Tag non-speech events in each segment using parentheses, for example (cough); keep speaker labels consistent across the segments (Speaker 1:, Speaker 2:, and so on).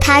Speaker 1: 他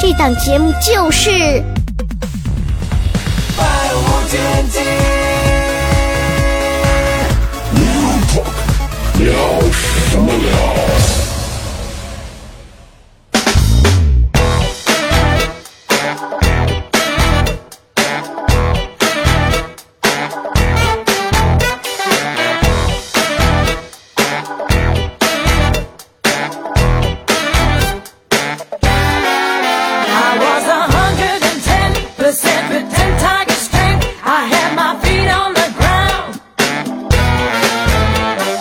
Speaker 1: 这档节目就是《
Speaker 2: 百无禁忌。I was a hundred and ten percent with ten tiger strength. I had my feet on the ground.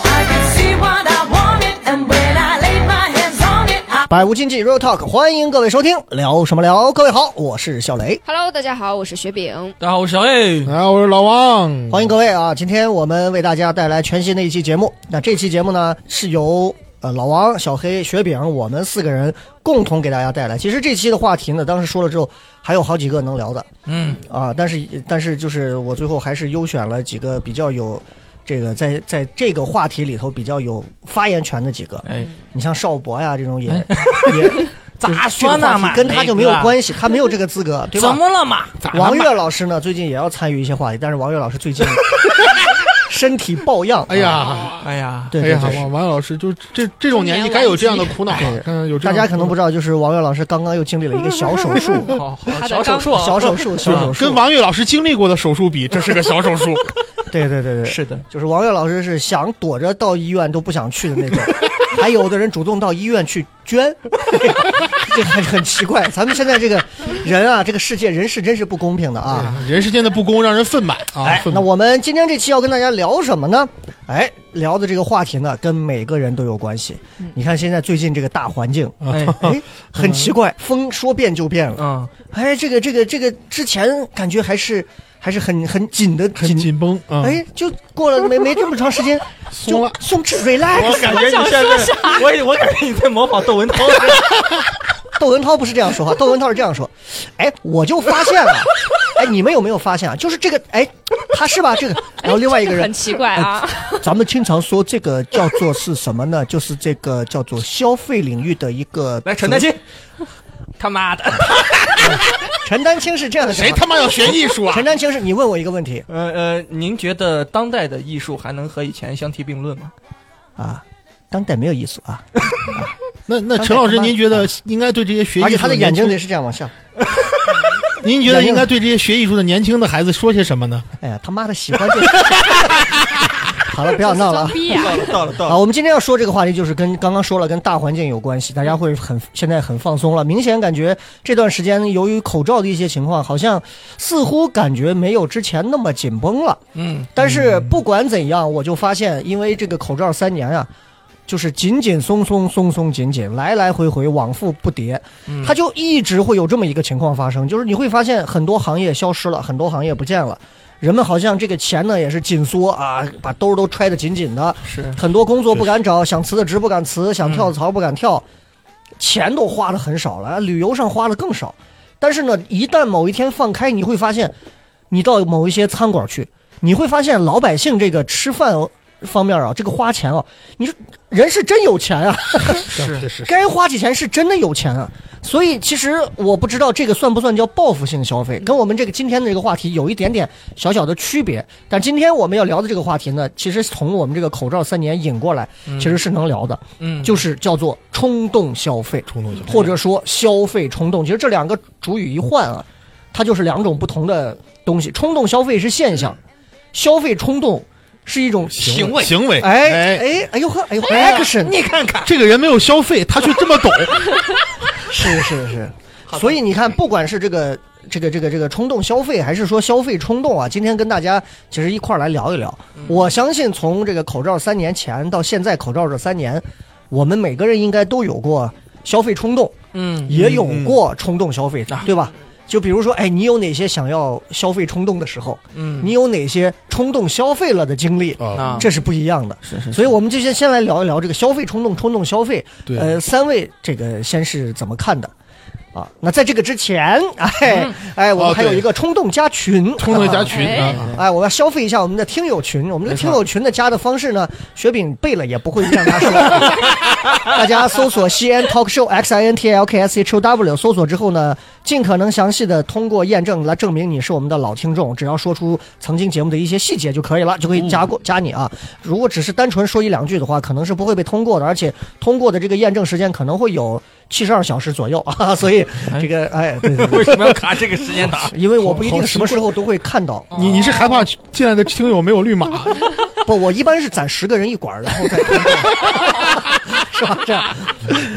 Speaker 2: I could see what I wanted, and when I laid my hands on it, I
Speaker 3: 百无禁忌 Real Talk，欢迎各位收听，聊什么聊？各位好，我是小雷，
Speaker 4: Hello，大家好，我是雪饼。
Speaker 5: 大家好，我是小 A。
Speaker 6: 大家好，我是老王。
Speaker 5: 嗯
Speaker 3: 欢迎各位啊！今天我们为大家带来全新的一期节目。那这期节目呢，是由呃老王、小黑、雪饼我们四个人共同给大家带来。其实这期的话题呢，当时说了之后，还有好几个能聊的
Speaker 5: 嗯，
Speaker 3: 啊，但是但是就是我最后还是优选了几个比较有这个在在这个话题里头比较有发言权的几个。
Speaker 5: 哎，
Speaker 3: 你像邵博呀这种也也
Speaker 5: 咋
Speaker 3: 这
Speaker 5: 说
Speaker 3: 个
Speaker 5: 呢
Speaker 3: 话
Speaker 5: 嘛？
Speaker 3: 题跟他就没有
Speaker 5: 雷哥
Speaker 3: 关系，他没有这个资格，对吧？
Speaker 5: 怎么了嘛？
Speaker 3: 王悦老师呢，最近也要参与一些话题，但是王悦老师最近身体抱恙。啊
Speaker 6: 哎，呀，
Speaker 5: 哎呀，
Speaker 3: 对
Speaker 6: 哎
Speaker 3: 对
Speaker 6: 呀，
Speaker 3: 对，
Speaker 6: 王王老师，就这这种年纪该有这样的苦恼
Speaker 3: 对
Speaker 6: 了。嗯，有这
Speaker 3: 大
Speaker 6: 样的
Speaker 3: 家可能不知道，就是王悦老师刚刚又经历了一个小手术，
Speaker 5: (laughs) 好
Speaker 4: 他
Speaker 5: 好
Speaker 4: 的
Speaker 5: 小手术啊，
Speaker 3: 小手术，小手术，
Speaker 6: 跟王岳老师经历过的手术比，这是个小手术。
Speaker 3: 对对对对，
Speaker 5: 是 (laughs) 的，
Speaker 3: 就是王悦老师是想躲着到医院都不想去的那种，还有的人主动到医院去捐， (laughs) 这很很奇怪。咱们现在这个人啊，这个世界人是真是不公平的 (laughs) 啊。
Speaker 6: 嗯人世间的不公让人愤满啊！
Speaker 3: 哎，
Speaker 6: 愤
Speaker 3: 那
Speaker 6: 满
Speaker 3: 我们今天这期要跟大家聊什么呢？哎，聊的这个话题呢，跟每个人都有关系。
Speaker 6: 嗯
Speaker 3: 你看现在最近这个大环境，
Speaker 5: 哎，
Speaker 6: (laughs)
Speaker 3: 哎，很奇
Speaker 6: 嗯
Speaker 3: 怪，风说变就变了。
Speaker 5: 嗯，
Speaker 3: 哎，这个这个这个之前感觉还是还是很很紧的
Speaker 6: 很紧绷啊！
Speaker 3: 哎，就过了没没这么长时间，
Speaker 6: (laughs) 松
Speaker 3: 就
Speaker 6: 了
Speaker 3: 松弛 relax。
Speaker 5: 感觉你现在，我我感觉你在模仿窦文涛。
Speaker 3: 窦文涛不是这样说话，窦文涛是这样说，哎，我就发现
Speaker 6: (laughs)
Speaker 3: 了，哎，你们有没有发现啊？就是这个，哎，他是吧？这
Speaker 6: (laughs) 哎
Speaker 3: 个，然后另外一个人
Speaker 4: 很奇怪啊，
Speaker 3: 咱们经常说这个叫做是什么呢？ (laughs) 就是这个叫做消费领域的一个。
Speaker 5: (laughs) 来，陈丹青，他妈的，
Speaker 3: 陈丹青是这样的，
Speaker 6: 谁他妈要学艺术啊
Speaker 3: 陈？丹青是你问我一个问题
Speaker 5: (laughs) 呃呃，您觉得当代的艺术还能和以前相提并论吗？
Speaker 3: 啊，当代没有艺术啊，
Speaker 6: 那那
Speaker 3: 刚才
Speaker 6: 陈老师，
Speaker 3: 他妈
Speaker 6: 您觉得应该对这些学艺术
Speaker 3: 啊而且他的眼睛
Speaker 6: 年
Speaker 3: 得是这样往下。
Speaker 6: 轻，您觉得应该对这些学艺术的年轻的孩子说些什么呢？
Speaker 3: 哎呀，他妈的喜欢这个。好 (laughs) 了，不要闹了啊！
Speaker 4: 逼
Speaker 3: (laughs)
Speaker 4: 呀！
Speaker 5: 到了，到了，到
Speaker 3: 啊，。我们今天要说这个话题，就是跟刚刚说了，跟大环境有关系，大家会很现在很放松了。明显感觉这段时间由于口罩的一些情况，好像似乎感觉没有之前那么紧绷了。
Speaker 5: 嗯，
Speaker 3: 但是不管怎样，我就发现，因为这个口罩三年啊，就是紧紧松松松松紧紧，来来回回往复不迭，它就一直会有这么一个情况发生，就是你会发现很多行业消失了，很多行业不见了。人们好像这个钱呢也是紧缩啊，把兜儿都揣得紧紧的，
Speaker 5: 是
Speaker 3: 很多工作不敢找，想辞的职不敢辞，想跳的槽不敢跳，钱都花的很少了，旅游上花的更少。但是呢，一旦某一天放开，你会发现，你到某一些餐馆去，你会发现老百姓这个吃饭方面啊，这个花钱啊，你说人是真有钱啊，
Speaker 6: 是是
Speaker 3: 该花起钱是真的有钱啊。所以其实我不知道这个算不算叫报复性消费，跟我们这个今天的这个话题有一点点小小的区别。但今天我们要聊的这个话题呢，其实从我们这个口罩三年引过来，其实是能聊的，
Speaker 5: 嗯，
Speaker 3: 就是叫做冲动消费，
Speaker 6: 冲动消费
Speaker 3: 或者说消费冲动。其实这两个主语一换啊，它就是两种不同的东西。冲动消费是现象，消费冲动是一种
Speaker 5: 行为
Speaker 6: 行为
Speaker 3: 哎哎哎呦呵哎呦 action，
Speaker 5: 你看看，
Speaker 6: 这个人没有消费，他却这么
Speaker 3: (laughs)
Speaker 6: 懂，
Speaker 3: 是是是，所以你看，不管是这个这个这个这个冲动消费，还是说消费冲动啊，今天跟大家其实一块儿来聊一聊。
Speaker 5: 嗯
Speaker 3: 我相信从这个口罩三年前到现在口罩这三年，我们每个人应该都有过消费冲动，
Speaker 5: 嗯，
Speaker 3: 也有过冲动消费，对吧？就比如说，哎，你有哪些想要消费冲动的时候？
Speaker 5: 嗯，
Speaker 3: 你有哪些冲动消费了的经历？
Speaker 6: 啊，
Speaker 5: 啊，
Speaker 3: 这是不一样的。
Speaker 5: 是是，
Speaker 3: 所以，我们就先先来聊一聊这个消费冲动、冲动消费。
Speaker 6: 对，
Speaker 3: 呃，三位这个先是怎么看的？啊，那在这个之前，哎、哎，我们
Speaker 6: 哦
Speaker 3: 还有
Speaker 6: 对
Speaker 3: 一个冲动加群，
Speaker 6: 冲动加群
Speaker 4: 哎
Speaker 6: 啊，
Speaker 3: 哎，我要消费一下我们的听友群。我们这个
Speaker 5: 没错
Speaker 3: 听友群的加的方式呢，雪饼背了也不会让他说。 (laughs) 大家搜索西安 talk show x i n t l k s h o w，搜索之后呢，尽可能详细的通过验证来证明你是我们的老听众，只要说出曾经节目的一些细节就可以了，就可以加过、
Speaker 5: 嗯
Speaker 3: 加你啊。如果只是单纯说一两句的话，可能是不会被通过的，而且通过的这个验证时间可能会有七十二小时左右啊，所以这个哎，对对对，
Speaker 5: 嗯为什么要卡这个时间档？
Speaker 3: 因为我不一
Speaker 6: 好
Speaker 3: 定
Speaker 6: 奇
Speaker 3: 什么时候都会看到。
Speaker 4: 哦
Speaker 6: 你你是害怕进来的听友没
Speaker 4: (laughs)
Speaker 6: 有绿码？
Speaker 3: (laughs) 不，我一般是攒十个人一管儿，然后再
Speaker 6: (laughs)
Speaker 3: 是吧？这样，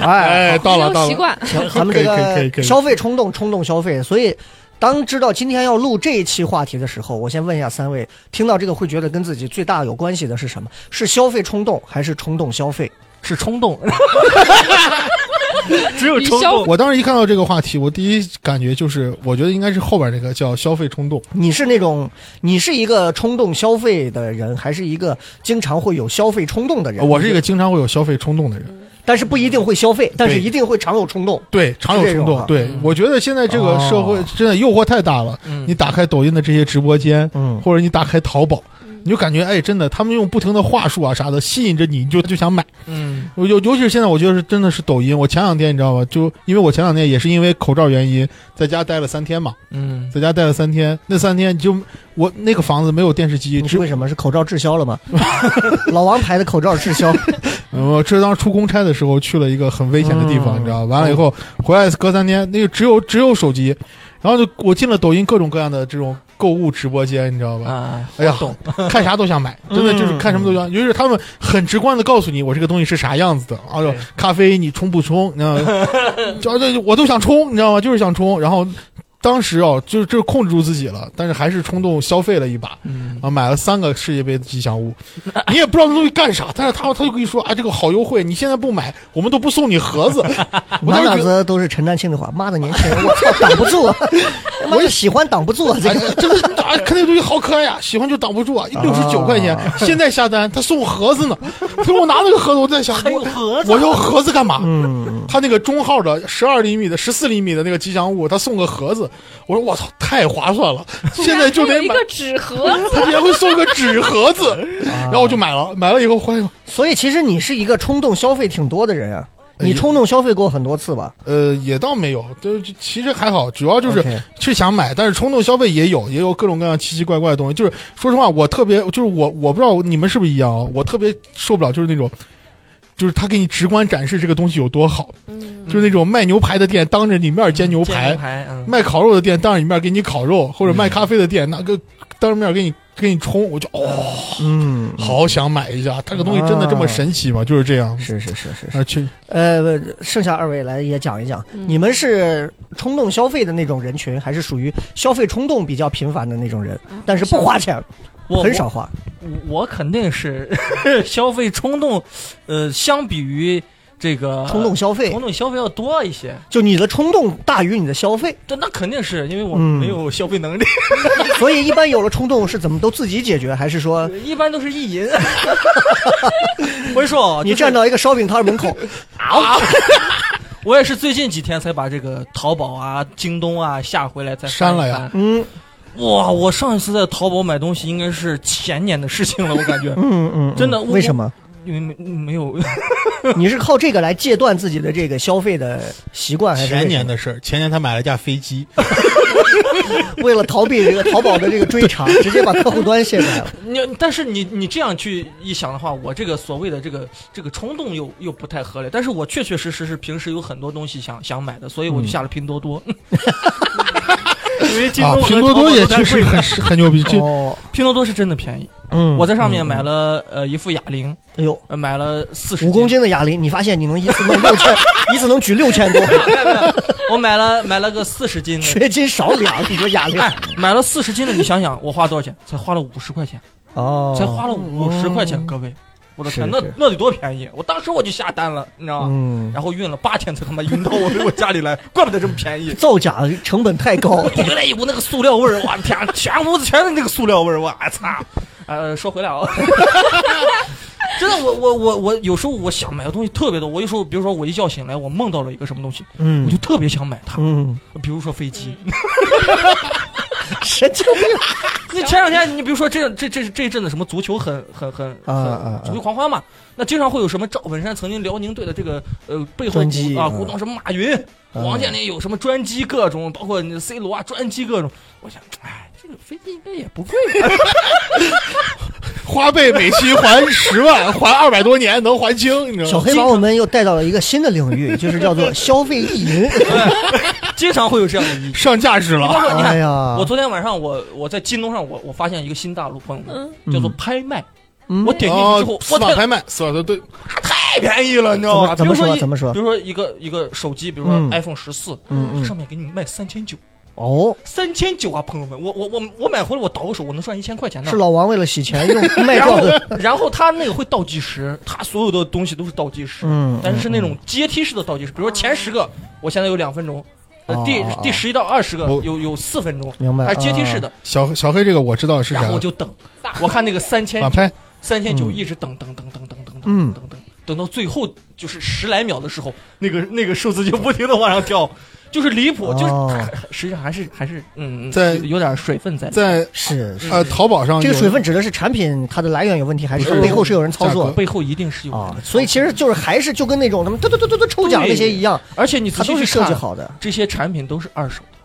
Speaker 3: 哎，
Speaker 6: 哎，到了到
Speaker 4: 习
Speaker 6: 了，
Speaker 4: 惯
Speaker 6: (laughs)
Speaker 3: 行，咱们这
Speaker 6: 可以可以可
Speaker 3: 个
Speaker 6: 以
Speaker 3: 消费冲动，冲动消费。所以，当知道今天要录这一期话题的时候，我先问一下三位，听到这个会觉得跟自己最大有关系的是什么？是消费冲动还是冲动消费？
Speaker 5: (laughs) 是冲动， (laughs) 只有
Speaker 4: 你
Speaker 5: 冲
Speaker 4: 消
Speaker 5: 动。
Speaker 6: 我当时一看到这个话题，我第一感觉就是，我觉得应该是后边这个叫消费冲动。
Speaker 3: 你是那种你是一个冲动消费的人，还是一个经常会有消费冲动的人？
Speaker 6: 我是一个，经常会有消费冲动的人，
Speaker 3: 但是不一定会消费，但是
Speaker 6: 对
Speaker 3: 一定会常有冲动。
Speaker 6: 对，常有
Speaker 3: 是这
Speaker 6: 冲
Speaker 3: 种啊
Speaker 6: 动。对
Speaker 5: 嗯，
Speaker 6: 我觉得现在这个社会
Speaker 3: 哦
Speaker 6: 真的诱惑太大了。
Speaker 5: 嗯
Speaker 6: 你打开抖音的这些直播间，
Speaker 3: 嗯
Speaker 6: 或者你打开淘宝，
Speaker 4: 嗯
Speaker 6: 你就感觉哎，真的，他们用不停的话术啊啥的吸引着你，你就就想买。
Speaker 5: 嗯
Speaker 6: 尤尤其是现在，我觉得是真的是抖音。我前两天你知道吗？就因为我前两天也是因为口罩原因，在家待了三天嘛，
Speaker 5: 嗯，
Speaker 6: 在家待了三天，那三天就我那个房子没有电视机，
Speaker 3: 你是
Speaker 6: 只
Speaker 3: 为什么是口罩滞销了吗？ (laughs) 老王牌的口罩滞销，
Speaker 6: 嗯我这当时出公差的时候去了一个很危险的地方，
Speaker 3: 嗯
Speaker 6: 你知道吧？完了以后回来隔三天，那个只有只有手机，然后就我进了抖音各种各样的这种购物直播间，你知道吧？
Speaker 5: 啊，
Speaker 6: 哎呀
Speaker 5: 活动
Speaker 6: 看啥都
Speaker 5: (laughs)
Speaker 6: 想买，真的
Speaker 3: 嗯
Speaker 6: 就是看什么都想，尤其是他们很直观的告诉你我这个东西是啥样子的，哎呦
Speaker 5: 对，
Speaker 6: 咖啡你冲不冲？那
Speaker 5: (laughs)
Speaker 6: 就就我都想冲，你知道吗？就是想冲，然后。当时哦，就是就是控制住自己了，但是还是冲动消费了一把，
Speaker 5: 嗯
Speaker 6: 啊，买了三个世界杯的吉祥物，你也不知道那东西干啥，但是他他就跟你说啊，这个好优惠，你现在不买，我们都不送你盒子。我
Speaker 3: 满
Speaker 6: 当时
Speaker 3: 脑
Speaker 6: 觉得，
Speaker 3: 子都是陈丹青的话，妈的年轻人，我操，挡不住啊！我就喜欢挡不住啊！这
Speaker 6: 哎
Speaker 3: 个，
Speaker 6: 真的啊，看那个东西好可爱呀、喜欢就挡不住啊，六十九块钱，现在下单他送我盒子呢，他说我拿那个盒子，我在想，我我要盒子干嘛？
Speaker 3: 嗯，
Speaker 6: 他那个中号的十二厘米的、十四厘米的那个吉祥物，他送个盒子，我说我操，太划算了，现在就
Speaker 4: 还有
Speaker 6: 得
Speaker 4: 一
Speaker 6: 买，
Speaker 4: 个纸盒，
Speaker 3: (laughs)
Speaker 6: 他竟然会送个纸盒子，
Speaker 3: 啊
Speaker 6: 然后我就买了，买了以后回来，
Speaker 3: 所以其实你是一个冲动消费挺多的人啊，
Speaker 6: 哎
Speaker 3: 你冲动消费过很多次吧？
Speaker 6: 呃，也倒没有，就就其实还好，主要就是
Speaker 3: OK
Speaker 6: 是想买，但是冲动消费也有，也有各种各样奇奇怪怪的东西。就是说实话，我特别就是我我不知道你们是不是一样啊，我特别受不了就是那种。就是他给你直观展示这个东西有多好，就是那种卖牛排的店当着你面煎牛排，
Speaker 5: 煎排，嗯，
Speaker 6: 卖烤肉的店当着你面给你烤肉，或者卖咖啡的店那个当着面给你给你冲，我就哦，
Speaker 3: 嗯，
Speaker 6: 好想买一下。他这个东西真的这么神奇吗？啊就是这样
Speaker 3: 是是是是是。
Speaker 6: 啊，去
Speaker 3: 呃，剩下二位来也讲一讲，你们是冲动消费的那种人群，还是属于消费冲动比较频繁的那种人？但是不花钱，
Speaker 5: 我
Speaker 3: 很少花。
Speaker 5: 我我肯定是 (laughs) 消费冲动，呃，相比于这个
Speaker 3: 冲动消费
Speaker 5: 冲，动消费要多一些。
Speaker 3: 就你的冲动大于你的消费，
Speaker 5: 这那肯定是因为我
Speaker 3: 嗯
Speaker 5: 没有消费
Speaker 3: (laughs)
Speaker 5: 能力，
Speaker 3: 所以一般有了冲动是怎么都自己解决，还是说
Speaker 5: 一般都是
Speaker 3: (laughs)
Speaker 5: 意淫。我跟你说，啊
Speaker 3: 你站
Speaker 5: 着，
Speaker 3: 到一个烧饼摊门口，
Speaker 5: 我也是最近几天才把这个淘宝啊、京东啊下回来才
Speaker 6: 删了呀
Speaker 5: 翻一翻。
Speaker 3: 嗯，
Speaker 5: 哇，我上一次在淘宝买东西应该是前年的事情了，我感觉
Speaker 3: 嗯嗯，
Speaker 5: 真的我
Speaker 3: 为什么？
Speaker 5: 因为没没有
Speaker 3: (laughs) 你是靠这个来戒断自己的这个消费的习惯，还是
Speaker 6: 哎前年
Speaker 3: 的？
Speaker 6: 的事儿，前年他买了架飞机，
Speaker 3: 为了逃避这个淘宝的这个追查，直接把客户端卸
Speaker 5: (laughs)
Speaker 3: 载了。
Speaker 5: 你，但是你你这样去一想的话，我这个所谓的这个这个冲动又又不太合理。但是我确确实实是平时有很多东西想想买的，所以我
Speaker 3: 嗯
Speaker 5: 就下了拼多多。 (laughs) 因为
Speaker 6: 啊，拼多多也确实很很牛逼，就
Speaker 3: 哦，
Speaker 5: 拼多多是真的便宜。
Speaker 3: 嗯
Speaker 5: 我在上面买，了呃一副哑铃，
Speaker 3: 嗯哎呦，
Speaker 5: 呃买了四十
Speaker 3: 五
Speaker 5: (laughs)
Speaker 3: 公，斤的哑铃，你发现你能一次弄六千， (laughs) 一次能举六千多， (laughs)
Speaker 5: 我买了买了个四十斤的，
Speaker 3: 缺斤少两，你说哑铃？
Speaker 5: (laughs) 哎，买了四十斤的，你想想我花多少钱？才花了五十块钱，
Speaker 3: 哦
Speaker 5: 才花了五十块钱，各位。我的
Speaker 3: 是
Speaker 5: 天，那
Speaker 3: 是
Speaker 5: 那得多便宜！我当时我就下单了，你知道吗？
Speaker 3: 嗯。
Speaker 5: 然后运了八天才他妈运到我我 (laughs) 家里来，怪不得这么便宜。
Speaker 3: 造假成本太高
Speaker 5: (laughs) 回来一股那个塑料味儿，哇天，全屋子全是那个塑料味儿，哇操！呃，说回来啊， (laughs) 真的，我我我我有时候我想买的东西特别多，我有时候比如说我一觉醒来，我梦到了一个什么东西，我
Speaker 3: 嗯
Speaker 5: 就特别想买它，
Speaker 3: 嗯，
Speaker 5: 比如说飞机。 (laughs)
Speaker 3: 神经病。啊
Speaker 5: 你前两天，你比如说这这这这一阵子什么足球很很很
Speaker 3: 啊啊啊
Speaker 5: 很足球狂欢嘛，那经常会有什么赵本山曾经辽宁队的这个呃背后
Speaker 3: 专
Speaker 5: 鼓
Speaker 3: 机
Speaker 5: 啊
Speaker 3: 啊
Speaker 5: 鼓动什么马云、王健林有什么专机各种，包括你 C 罗啊专机各种，我想哎这个飞机应该也不贵吧，
Speaker 6: 花呗每期还十万，还二百多年能还清，你知
Speaker 3: 小
Speaker 6: 道吗？
Speaker 3: 黑把我们又带到了一个新的领域，就是叫做消费意
Speaker 5: (laughs)
Speaker 3: 淫。
Speaker 5: 经常会有这样的疑义。
Speaker 6: 上价值
Speaker 5: 包
Speaker 6: 了，哦
Speaker 5: 括你
Speaker 3: (laughs) 哎
Speaker 5: 看，
Speaker 3: 呀，
Speaker 5: 我昨天晚上我我在京东上我我发现一个新大陆朋友们叫做拍卖，
Speaker 3: 嗯
Speaker 5: 我点进去之后
Speaker 6: 哦，，
Speaker 5: 我
Speaker 6: 司法
Speaker 5: 天
Speaker 6: 拍卖，司法的对，
Speaker 5: 太便宜了，你知道吗？
Speaker 3: 怎么
Speaker 5: 比如
Speaker 3: 说
Speaker 5: 一
Speaker 3: 怎么说
Speaker 5: 比如说一个一个手机，比如说
Speaker 3: 嗯
Speaker 5: iPhone 十四，
Speaker 3: 嗯嗯
Speaker 5: 上面给你卖三千九，
Speaker 3: 哦，
Speaker 5: 三千九啊，朋友们，我我我我买回来我倒个手，我能赚一千块钱呢。
Speaker 3: 是老王为了洗钱用卖
Speaker 5: (laughs) 然
Speaker 3: 掉
Speaker 5: 后
Speaker 3: 的。
Speaker 5: 然后他那个会倒计时，他所有的东西都是倒计时，
Speaker 3: 嗯
Speaker 5: 但是是那种阶梯式的倒计时，比如说前十个，我现在有两分钟，呃
Speaker 3: 哦，
Speaker 5: 第
Speaker 3: 哦哦
Speaker 5: 第十一到二十个
Speaker 6: 我
Speaker 5: 有有四分钟，
Speaker 3: 明白嗯
Speaker 5: 它是阶梯式的，
Speaker 6: 小小黑这个我知道是啥
Speaker 5: 然，后我就等，我看那个三千
Speaker 6: 法拍
Speaker 5: 三千九
Speaker 3: 嗯
Speaker 5: 一直等等等等等等等
Speaker 3: 嗯
Speaker 5: 等等等，等到最后就是十来秒的时候，那个那个数字就不停的往上跳， (laughs) 就是离谱，就是
Speaker 3: 哦
Speaker 5: 还还实际上还是还是嗯，嗯
Speaker 6: 在
Speaker 5: 有有点水分在里面
Speaker 6: 在
Speaker 3: 是是，
Speaker 6: 呃淘宝上
Speaker 3: 这个
Speaker 6: 有
Speaker 3: 水分指的是产品它的来源有问题，还是
Speaker 6: 不
Speaker 3: 说
Speaker 6: 是
Speaker 3: 背后是有人操
Speaker 6: 价
Speaker 3: 作
Speaker 6: 格
Speaker 5: 背后一定是有
Speaker 3: 啊？所以其实就是还是就跟那种什么嘟嘟嘟嘟嘟抽奖那些一样，
Speaker 5: 而且你
Speaker 3: 它
Speaker 5: 仔细
Speaker 3: 都
Speaker 5: 去
Speaker 3: 是设计
Speaker 5: 看，
Speaker 3: 好的。
Speaker 5: 这些产品都是二手的，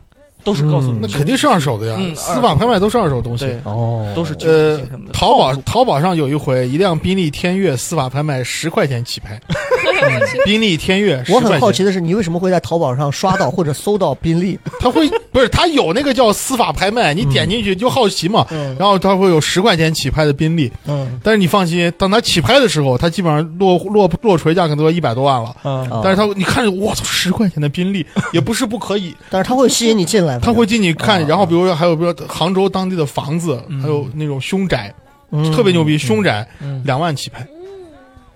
Speaker 5: 都是告诉
Speaker 3: 嗯
Speaker 5: 你
Speaker 6: 那肯定是二手的呀，
Speaker 5: 嗯
Speaker 6: 司法拍卖都是二手东西
Speaker 5: 对。
Speaker 3: 哦
Speaker 5: 都是旧
Speaker 6: 呃
Speaker 5: 品什么，的。
Speaker 6: 淘宝
Speaker 5: 套路
Speaker 6: 淘宝上有一回，一辆宾利天越司法拍卖十块钱起拍，嗯宾利天越10
Speaker 3: 我
Speaker 6: 块
Speaker 3: 很
Speaker 6: 钱
Speaker 3: 好奇的是，你为什么会在淘宝上刷到或者搜到宾
Speaker 6: (laughs)
Speaker 3: 利？
Speaker 6: 他
Speaker 3: (laughs)
Speaker 6: 会不是他有那个叫司法拍卖，你点进去就好奇嘛，然后他会有十块钱起拍的宾利，
Speaker 3: 嗯
Speaker 6: 但是你放心，当他起拍的时候，他基本上落落落锤价可能都要一百多万了。
Speaker 5: 啊，
Speaker 3: 啊
Speaker 6: 但是他，你看着，我操，十块钱的宾利也不是不可以，
Speaker 3: 但是它会吸引你进来，
Speaker 6: 他会进去
Speaker 3: 啊
Speaker 6: 看，然后比如说还有，比如说杭州当地的房子，还有那种凶宅，
Speaker 3: 嗯
Speaker 6: 特别牛逼，凶宅
Speaker 5: 嗯
Speaker 6: 两万起拍，